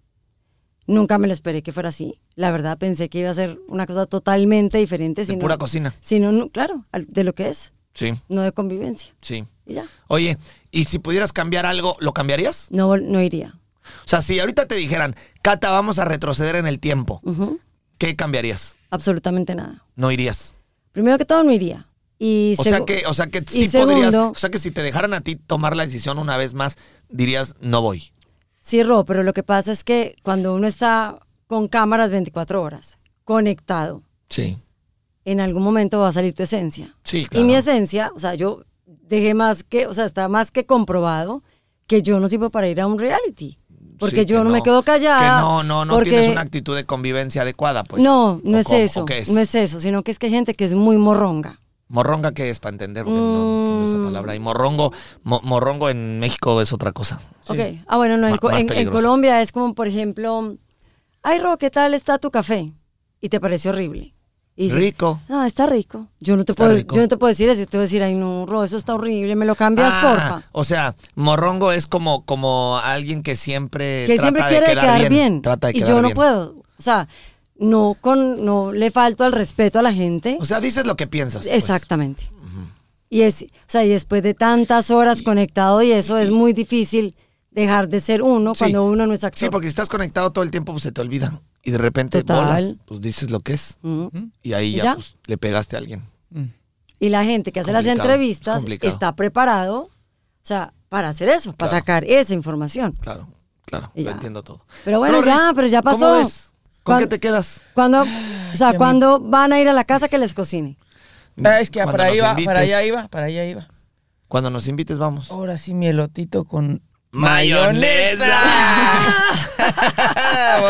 [SPEAKER 4] Nunca me lo esperé que fuera así. La verdad pensé que iba a ser una cosa totalmente diferente.
[SPEAKER 2] De
[SPEAKER 4] sino-
[SPEAKER 2] pura cocina.
[SPEAKER 4] Sino, no- claro, al- de lo que es.
[SPEAKER 2] Sí,
[SPEAKER 4] no de convivencia.
[SPEAKER 2] sí.
[SPEAKER 4] Y ya,
[SPEAKER 2] Oye, ¿y si pudieras cambiar algo, lo cambiarías?
[SPEAKER 4] no, vol- no iría.
[SPEAKER 2] O sea, si ahorita te dijeran, Cata, vamos a retroceder en el tiempo,
[SPEAKER 4] Ujú.
[SPEAKER 2] ¿qué cambiarías?
[SPEAKER 4] Absolutamente nada.
[SPEAKER 2] No irías.
[SPEAKER 4] Primero que todo, no iría. Y
[SPEAKER 2] O sea
[SPEAKER 4] segu-
[SPEAKER 2] que, o sea que sí
[SPEAKER 4] y
[SPEAKER 2] podrías.
[SPEAKER 4] segundo-
[SPEAKER 2] O sea que si te dejaran a ti tomar la decisión una vez más, dirías, no voy.
[SPEAKER 4] Sí, Ro, pero lo que pasa es que cuando uno está con cámaras 24 horas, conectado,
[SPEAKER 2] Sí.
[SPEAKER 4] en algún momento va a salir tu esencia.
[SPEAKER 2] Sí,
[SPEAKER 4] Y
[SPEAKER 2] claro.
[SPEAKER 4] mi esencia, o sea, yo dejé más que, o sea, está más que comprobado que yo no sirvo para ir a un reality. Porque
[SPEAKER 2] Sí,
[SPEAKER 4] yo
[SPEAKER 2] que
[SPEAKER 4] no, me quedo callada.
[SPEAKER 2] Que no, no, no
[SPEAKER 4] porque-
[SPEAKER 2] tienes una actitud de convivencia adecuada, pues.
[SPEAKER 4] no, no
[SPEAKER 2] ¿O
[SPEAKER 4] es
[SPEAKER 2] cómo?
[SPEAKER 4] eso.
[SPEAKER 2] ¿O qué es?
[SPEAKER 4] No es eso, sino que es que hay gente que es muy morronga.
[SPEAKER 2] Morronga, ¿qué es para entender? Porque no entiendo
[SPEAKER 4] Mm.
[SPEAKER 2] esa palabra. Y morrongo, mo- morrongo en México es otra cosa.
[SPEAKER 4] Ok. Ah, bueno, no, en,
[SPEAKER 2] Ma-
[SPEAKER 4] Co-
[SPEAKER 2] más
[SPEAKER 4] en- en
[SPEAKER 2] peligroso.
[SPEAKER 4] Colombia es como, por ejemplo, ay, Ro, ¿qué tal está tu café? Y te parece horrible. Y dices,
[SPEAKER 2] Rico.
[SPEAKER 4] No, está rico. Yo no te
[SPEAKER 2] Está
[SPEAKER 4] puedo,
[SPEAKER 2] rico.
[SPEAKER 4] yo no te puedo decir eso. Yo te voy a decir, ay no, Ro, eso está horrible, me lo cambias,
[SPEAKER 2] Ah,
[SPEAKER 4] porfa.
[SPEAKER 2] O sea, morrongo es como, como alguien que siempre
[SPEAKER 4] Que
[SPEAKER 2] trata
[SPEAKER 4] siempre
[SPEAKER 2] de
[SPEAKER 4] quiere
[SPEAKER 2] quedar, bien, Trata de
[SPEAKER 4] y
[SPEAKER 2] quedar
[SPEAKER 4] yo no
[SPEAKER 2] bien.
[SPEAKER 4] puedo. O sea, no con, no le falto al respeto a la gente.
[SPEAKER 2] O sea, dices lo que piensas. pues.
[SPEAKER 4] Exactamente. Y es, o sea, y después de tantas horas conectado y eso es muy difícil dejar de ser uno
[SPEAKER 2] Sí.
[SPEAKER 4] cuando uno no es actor.
[SPEAKER 2] Sí, porque si estás conectado todo el tiempo, pues se te olvida. Y de repente
[SPEAKER 4] Total.
[SPEAKER 2] bolas, pues dices lo que es.
[SPEAKER 4] Ujú.
[SPEAKER 2] Y ahí
[SPEAKER 4] ¿Y
[SPEAKER 2] ya,
[SPEAKER 4] ya?
[SPEAKER 2] pues, le pegaste a alguien.
[SPEAKER 4] Y la gente que hace las
[SPEAKER 2] Complicado, es
[SPEAKER 4] entrevistas
[SPEAKER 2] complicado.
[SPEAKER 4] está preparado, o sea, para hacer eso, para
[SPEAKER 2] Claro.
[SPEAKER 4] sacar esa información.
[SPEAKER 2] Claro, claro.
[SPEAKER 4] Y
[SPEAKER 2] Lo
[SPEAKER 4] ya.
[SPEAKER 2] entiendo todo.
[SPEAKER 4] Pero bueno,
[SPEAKER 2] Flores,
[SPEAKER 4] ya, pero ya pasó.
[SPEAKER 2] ¿Cómo ves? ¿Con
[SPEAKER 4] Cuan-
[SPEAKER 2] qué te quedas?
[SPEAKER 4] ¿Cuándo, o sea, ¿cuándo van a ir a la casa que les cocine?
[SPEAKER 1] Ah, es que
[SPEAKER 2] Cuando
[SPEAKER 1] para,
[SPEAKER 2] nos
[SPEAKER 1] ahí va,
[SPEAKER 2] invites.
[SPEAKER 1] para allá iba, Oh, para allá iba.
[SPEAKER 2] Cuando nos invites, vamos.
[SPEAKER 1] Ahora sí, mi elotito con Por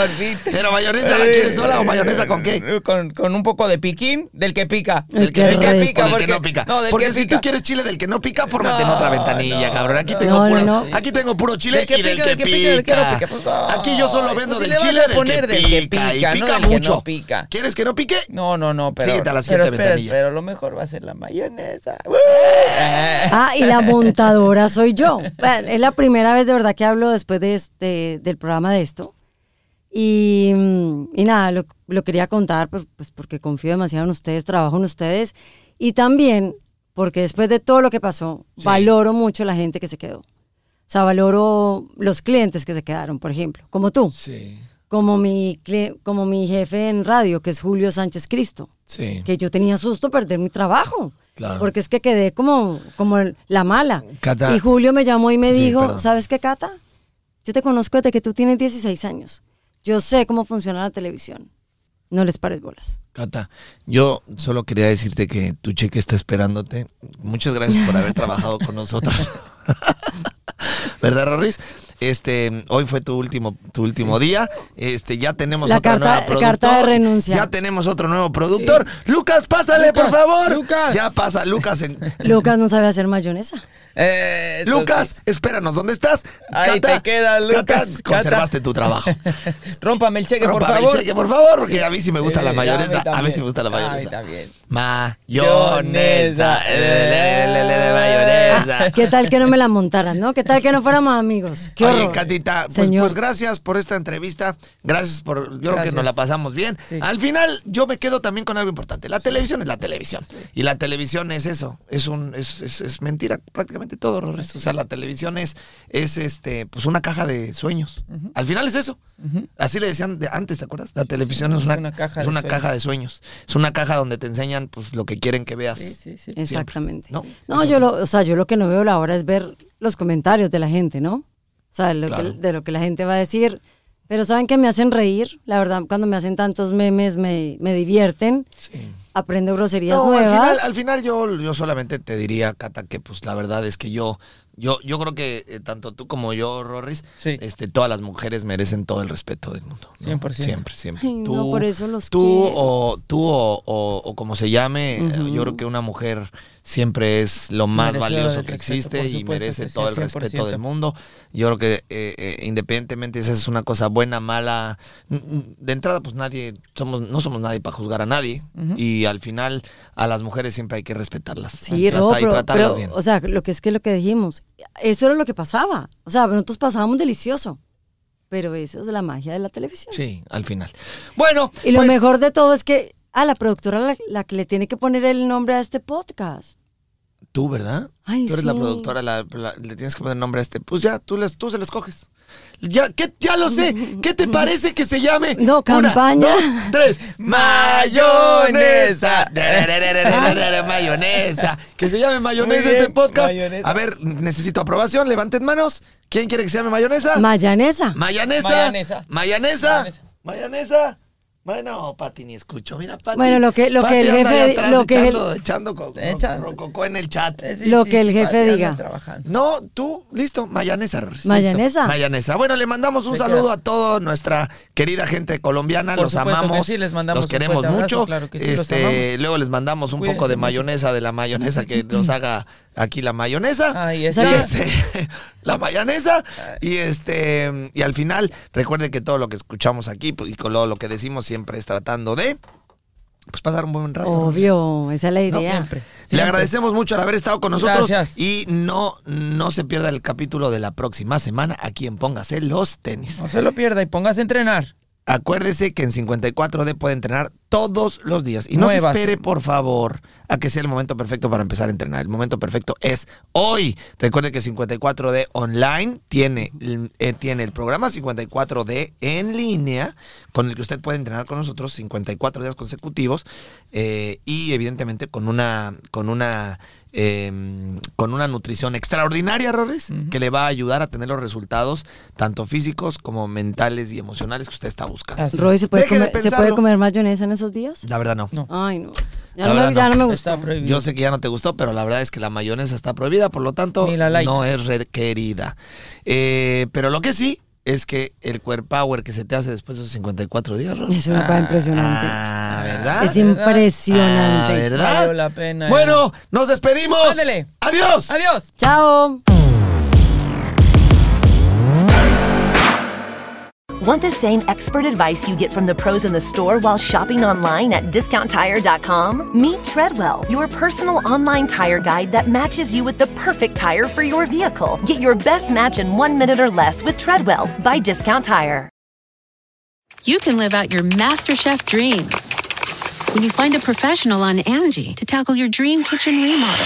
[SPEAKER 1] fin.
[SPEAKER 2] Pero mayonesa la quieres sola o mayonesa con qué?
[SPEAKER 1] Con, con un poco de piquín, del que pica.
[SPEAKER 4] Del que
[SPEAKER 1] del
[SPEAKER 4] pica.
[SPEAKER 2] O del que no pica.
[SPEAKER 1] No, del
[SPEAKER 2] Porque
[SPEAKER 1] que
[SPEAKER 2] si
[SPEAKER 1] pica.
[SPEAKER 2] tú quieres chile del que no pica, fórmate en otra ventanilla, cabrón. Aquí tengo
[SPEAKER 4] no,
[SPEAKER 2] puro,
[SPEAKER 4] no, no.
[SPEAKER 2] aquí tengo puro chile
[SPEAKER 1] Del que
[SPEAKER 2] y del
[SPEAKER 1] pica,
[SPEAKER 2] que
[SPEAKER 1] del que pica, del que no pica. Pues, no.
[SPEAKER 2] Aquí yo solo vendo
[SPEAKER 1] Pues,
[SPEAKER 2] del
[SPEAKER 1] si le vas
[SPEAKER 2] chile
[SPEAKER 1] a
[SPEAKER 2] del
[SPEAKER 1] poner
[SPEAKER 2] que
[SPEAKER 1] del que
[SPEAKER 2] pica, y
[SPEAKER 1] pica, no
[SPEAKER 2] pica
[SPEAKER 1] del que no
[SPEAKER 2] mucho.
[SPEAKER 1] pica.
[SPEAKER 2] ¿Quieres que no pique?
[SPEAKER 1] No, no, no, pero.
[SPEAKER 2] Síguete a la
[SPEAKER 1] pero
[SPEAKER 2] siguiente
[SPEAKER 1] espera,
[SPEAKER 2] ventanilla.
[SPEAKER 1] pero lo mejor va a ser la mayonesa.
[SPEAKER 4] Ah, y la montadora soy yo. Bueno, es la primera vez de verdad que hablo después de este, del programa de esto. Y, mm, y nada, lo, lo quería contar por- pues porque confío demasiado en ustedes, trabajo en ustedes y también porque después de todo lo que pasó, valoro mucho la gente que se quedó. O sea, valoro los clientes que se quedaron, por ejemplo, como tú,
[SPEAKER 2] Sí,
[SPEAKER 4] como mi, cli- como mi jefe en radio, que es Julio Sánchez Cristo.
[SPEAKER 2] sí.
[SPEAKER 4] que yo tenía susto perder mi trabajo.
[SPEAKER 2] Claro.
[SPEAKER 4] Porque es que quedé como, como el- la mala.
[SPEAKER 2] Cata.
[SPEAKER 4] Y Julio me llamó y me
[SPEAKER 2] Sí,
[SPEAKER 4] dijo,
[SPEAKER 2] perdón.
[SPEAKER 4] ¿sabes qué, Cata? Yo te conozco desde que tú tienes 16 años. Yo sé cómo funciona la televisión. No les pares bolas.
[SPEAKER 2] Cata, yo solo quería decirte que tu cheque está esperándote. Muchas gracias por haber trabajado con nosotros. ¿Verdad, Rorris? Este, hoy fue tu último, tu último día. Este, ya tenemos
[SPEAKER 4] La
[SPEAKER 2] otra
[SPEAKER 4] carta-
[SPEAKER 2] nueva productora.
[SPEAKER 4] carta de renuncia.
[SPEAKER 2] Ya tenemos otro nuevo productor. Lucas, pásale,
[SPEAKER 1] Lucas,
[SPEAKER 2] por favor.
[SPEAKER 1] Lucas.
[SPEAKER 2] Ya pasa, Lucas. en-
[SPEAKER 4] Lucas no sabe hacer mayonesa.
[SPEAKER 1] Eh, eso
[SPEAKER 2] Lucas, espéranos, ¿dónde estás?
[SPEAKER 1] Ahí
[SPEAKER 2] Cata,
[SPEAKER 1] te queda,
[SPEAKER 2] Cata,
[SPEAKER 1] Lucas. Cata.
[SPEAKER 2] conservaste tu trabajo.
[SPEAKER 1] sí. Rómpame el cheque,
[SPEAKER 2] Rompa
[SPEAKER 1] por
[SPEAKER 2] el
[SPEAKER 1] favor.
[SPEAKER 2] cheque, por favor, porque a mí sí me gusta
[SPEAKER 1] Eh,
[SPEAKER 2] la
[SPEAKER 1] a mí
[SPEAKER 2] mayonesa. A mí sí
[SPEAKER 1] también.
[SPEAKER 2] me gusta la
[SPEAKER 1] A mí
[SPEAKER 2] mayonesa.
[SPEAKER 1] también.
[SPEAKER 2] Mayonesa. Eh, le, le, le, le, mayonesa.
[SPEAKER 4] ¿Qué tal que no me la montaran, no? ¿Qué tal que no fuéramos amigos? ¿Qué
[SPEAKER 2] Oye,
[SPEAKER 4] horror.
[SPEAKER 2] Catita, pues,
[SPEAKER 4] Señor.
[SPEAKER 2] pues gracias por esta entrevista. Gracias por. Yo creo que
[SPEAKER 1] Gracias.
[SPEAKER 2] nos la pasamos bien.
[SPEAKER 1] Sí.
[SPEAKER 2] Al final, yo me quedo también con algo importante. La televisión es la televisión. Y la televisión es eso. Es un, es, es- es mentira, prácticamente todo, Rorris. O sea, la televisión es, es este, pues una caja de sueños. Al final es eso. Así le decían de antes, ¿te acuerdas? La televisión es una, es una, caja, de
[SPEAKER 1] sueños.
[SPEAKER 2] sueños. Es una caja donde te enseñan pues lo que quieren que veas.
[SPEAKER 1] Sí, sí, sí.
[SPEAKER 4] Exactamente.
[SPEAKER 2] No,
[SPEAKER 4] No,
[SPEAKER 2] es
[SPEAKER 4] yo
[SPEAKER 2] así.
[SPEAKER 4] lo, o sea, yo lo que no veo la hora es ver los comentarios de la gente, ¿no? O sea, lo que-
[SPEAKER 2] Claro.
[SPEAKER 4] de lo que la gente va a decir. Pero saben que me hacen reír, la verdad, cuando me hacen tantos memes me, me divierten,
[SPEAKER 2] Sí.
[SPEAKER 4] aprendo groserías
[SPEAKER 2] No,
[SPEAKER 4] nuevas.
[SPEAKER 2] Al final, al final yo, yo solamente te diría, Cata, que pues la verdad es que yo, yo, yo creo que eh, tanto tú como yo, Rorris,
[SPEAKER 1] Sí.
[SPEAKER 2] este, todas las mujeres merecen todo el respeto del mundo. ¿no?
[SPEAKER 1] 100%.
[SPEAKER 2] Siempre, siempre.
[SPEAKER 4] Ay, no, por eso los
[SPEAKER 2] tú
[SPEAKER 4] quiero.
[SPEAKER 2] o tú o, o- o como se llame, eh, yo creo que una mujer siempre es lo más
[SPEAKER 1] Merecedora
[SPEAKER 2] valioso
[SPEAKER 1] del
[SPEAKER 2] que
[SPEAKER 1] respeto,
[SPEAKER 2] existe
[SPEAKER 1] por
[SPEAKER 2] y
[SPEAKER 1] supuesto
[SPEAKER 2] merece
[SPEAKER 1] que sí,
[SPEAKER 2] todo el
[SPEAKER 1] 100%.
[SPEAKER 2] respeto del mundo. Yo creo que eh, eh, independientemente si esa es una cosa buena, mala, n- n- de entrada pues nadie somos no somos nadie para juzgar a nadie y al final a las mujeres siempre hay que respetarlas.
[SPEAKER 4] Sí,
[SPEAKER 2] Hasta
[SPEAKER 4] Ro,
[SPEAKER 2] ahí
[SPEAKER 4] pero,
[SPEAKER 2] tratarlas
[SPEAKER 4] pero,
[SPEAKER 2] bien.
[SPEAKER 4] o sea, lo que es que lo que dijimos, eso era lo que pasaba. O sea, nosotros pasábamos delicioso, pero esa es la magia de la televisión.
[SPEAKER 2] Sí, al final. Bueno,
[SPEAKER 4] Y lo
[SPEAKER 2] pues,
[SPEAKER 4] mejor de todo es que a la productora la, la que le tiene que poner el nombre a este podcast.
[SPEAKER 2] Tú, ¿verdad?
[SPEAKER 4] Ay,
[SPEAKER 2] tú eres la
[SPEAKER 4] sí.
[SPEAKER 2] productora, la- la- le tienes que poner nombre a este. Pues ya, tú, les, tú se los coges. Ya, ¿qué, ya lo sé. ¿Qué te parece que se llame?
[SPEAKER 4] No, campaña.
[SPEAKER 2] Una, dos, tres. Mayonesa. mayonesa. Que se llame mayonesa
[SPEAKER 1] Muy bien,
[SPEAKER 2] este podcast.
[SPEAKER 1] mayonesa.
[SPEAKER 2] A ver, necesito aprobación. Levanten manos. ¿Quién quiere que se llame mayonesa?
[SPEAKER 4] Mayanesa.
[SPEAKER 2] Mayanesa.
[SPEAKER 1] Mayanesa.
[SPEAKER 2] Mayanesa.
[SPEAKER 1] Mayanesa.
[SPEAKER 2] Mayanesa. Bueno, Pati, ni escucho. Mira, Pati.
[SPEAKER 4] Bueno, lo que- lo
[SPEAKER 2] Pati
[SPEAKER 4] que el
[SPEAKER 2] anda
[SPEAKER 4] jefe
[SPEAKER 2] ahí
[SPEAKER 4] di-
[SPEAKER 2] atrás
[SPEAKER 4] lo que el-
[SPEAKER 2] echando, echando co-
[SPEAKER 1] Echa-
[SPEAKER 2] ro- rococó en el chat.
[SPEAKER 1] Eh,
[SPEAKER 4] Lo que el jefe
[SPEAKER 1] Pati anda
[SPEAKER 4] diga.
[SPEAKER 1] trabajando.
[SPEAKER 2] No, tú, listo, mayanesa. Rorris,
[SPEAKER 4] Mayanesa.
[SPEAKER 2] listo. Mayanesa. Bueno, le mandamos un
[SPEAKER 1] Se
[SPEAKER 2] saludo
[SPEAKER 1] queda.
[SPEAKER 2] a toda nuestra querida gente colombiana.
[SPEAKER 1] Por
[SPEAKER 2] los
[SPEAKER 1] supuesto que
[SPEAKER 2] amamos.
[SPEAKER 1] sí, les mandamos
[SPEAKER 2] los
[SPEAKER 1] un
[SPEAKER 2] queremos
[SPEAKER 1] fuerte abrazo,
[SPEAKER 2] mucho.
[SPEAKER 1] claro que sí, los
[SPEAKER 2] este,
[SPEAKER 1] amamos.
[SPEAKER 2] luego les mandamos un
[SPEAKER 1] Cuídense
[SPEAKER 2] poco de
[SPEAKER 1] mucho.
[SPEAKER 2] mayonesa, de la mayonesa que nos haga aquí la mayonesa.
[SPEAKER 1] Ahí
[SPEAKER 2] Y
[SPEAKER 1] está.
[SPEAKER 2] este, la mayonesa. Y este, y al final, recuerden que todo lo que escuchamos aquí pues, y con lo, lo que decimos siempre es tratando de pues pasar un buen rato.
[SPEAKER 4] Obvio, esa es la
[SPEAKER 1] No,
[SPEAKER 4] idea.
[SPEAKER 1] siempre.
[SPEAKER 2] Le
[SPEAKER 1] siempre.
[SPEAKER 2] agradecemos mucho el haber estado con nosotros.
[SPEAKER 1] Gracias.
[SPEAKER 2] Y no, no se pierda el capítulo de la próxima semana aquí en Póngase los tenis.
[SPEAKER 1] No se lo pierda y póngase a entrenar.
[SPEAKER 2] Acuérdese que en 54D puede entrenar todos los días. Y no
[SPEAKER 1] Nuevas.
[SPEAKER 2] se espere, por favor, a que sea el momento perfecto para empezar a entrenar. El momento perfecto es hoy. Recuerde que 54D online tiene, el- eh, tiene el programa 54D en línea, con el que usted puede entrenar con nosotros 54 días consecutivos. eh, y evidentemente con una. Con una eh, con una nutrición extraordinaria, Rorris, que le va a ayudar a tener los resultados tanto físicos como mentales y emocionales que usted está buscando.
[SPEAKER 1] Así es.
[SPEAKER 4] Roy, ¿se puede,
[SPEAKER 2] Deje de
[SPEAKER 4] comer, ¿se
[SPEAKER 2] pensarlo.
[SPEAKER 4] puede comer mayonesa en esos días?
[SPEAKER 2] La verdad no.
[SPEAKER 1] No.
[SPEAKER 4] Ay, no.
[SPEAKER 2] La
[SPEAKER 4] Ya, no
[SPEAKER 2] verdad,
[SPEAKER 4] me, ya
[SPEAKER 2] no.
[SPEAKER 4] no me gusta.
[SPEAKER 1] Está prohibido.
[SPEAKER 2] Yo sé que ya no te gustó, pero la verdad es que la mayonesa está prohibida, por lo tanto,
[SPEAKER 1] Ni la light.
[SPEAKER 2] no es requerida. Eh, pero lo que sí es que el Core Power que se te hace después de los 54 días, Ron.
[SPEAKER 4] Es una cosa impresionante.
[SPEAKER 2] Ah, ¿verdad?
[SPEAKER 4] es
[SPEAKER 1] ¿verdad?
[SPEAKER 2] Ah,
[SPEAKER 4] impresionante.
[SPEAKER 2] ¿verdad?
[SPEAKER 1] Valió la pena. eh.
[SPEAKER 2] Bueno, nos despedimos.
[SPEAKER 1] Ándele.
[SPEAKER 2] Adiós.
[SPEAKER 1] Adiós.
[SPEAKER 4] Chao.
[SPEAKER 5] Want the same expert advice you get from the pros in the store while shopping online at discounttire.com? Meet Treadwell, your personal online tire guide that matches you with the perfect tire for your vehicle. Get your best match in one minute or less with Treadwell by Discount Tire.
[SPEAKER 6] you can live out your MasterChef dream when you find a professional on Angie to tackle your dream kitchen remodel.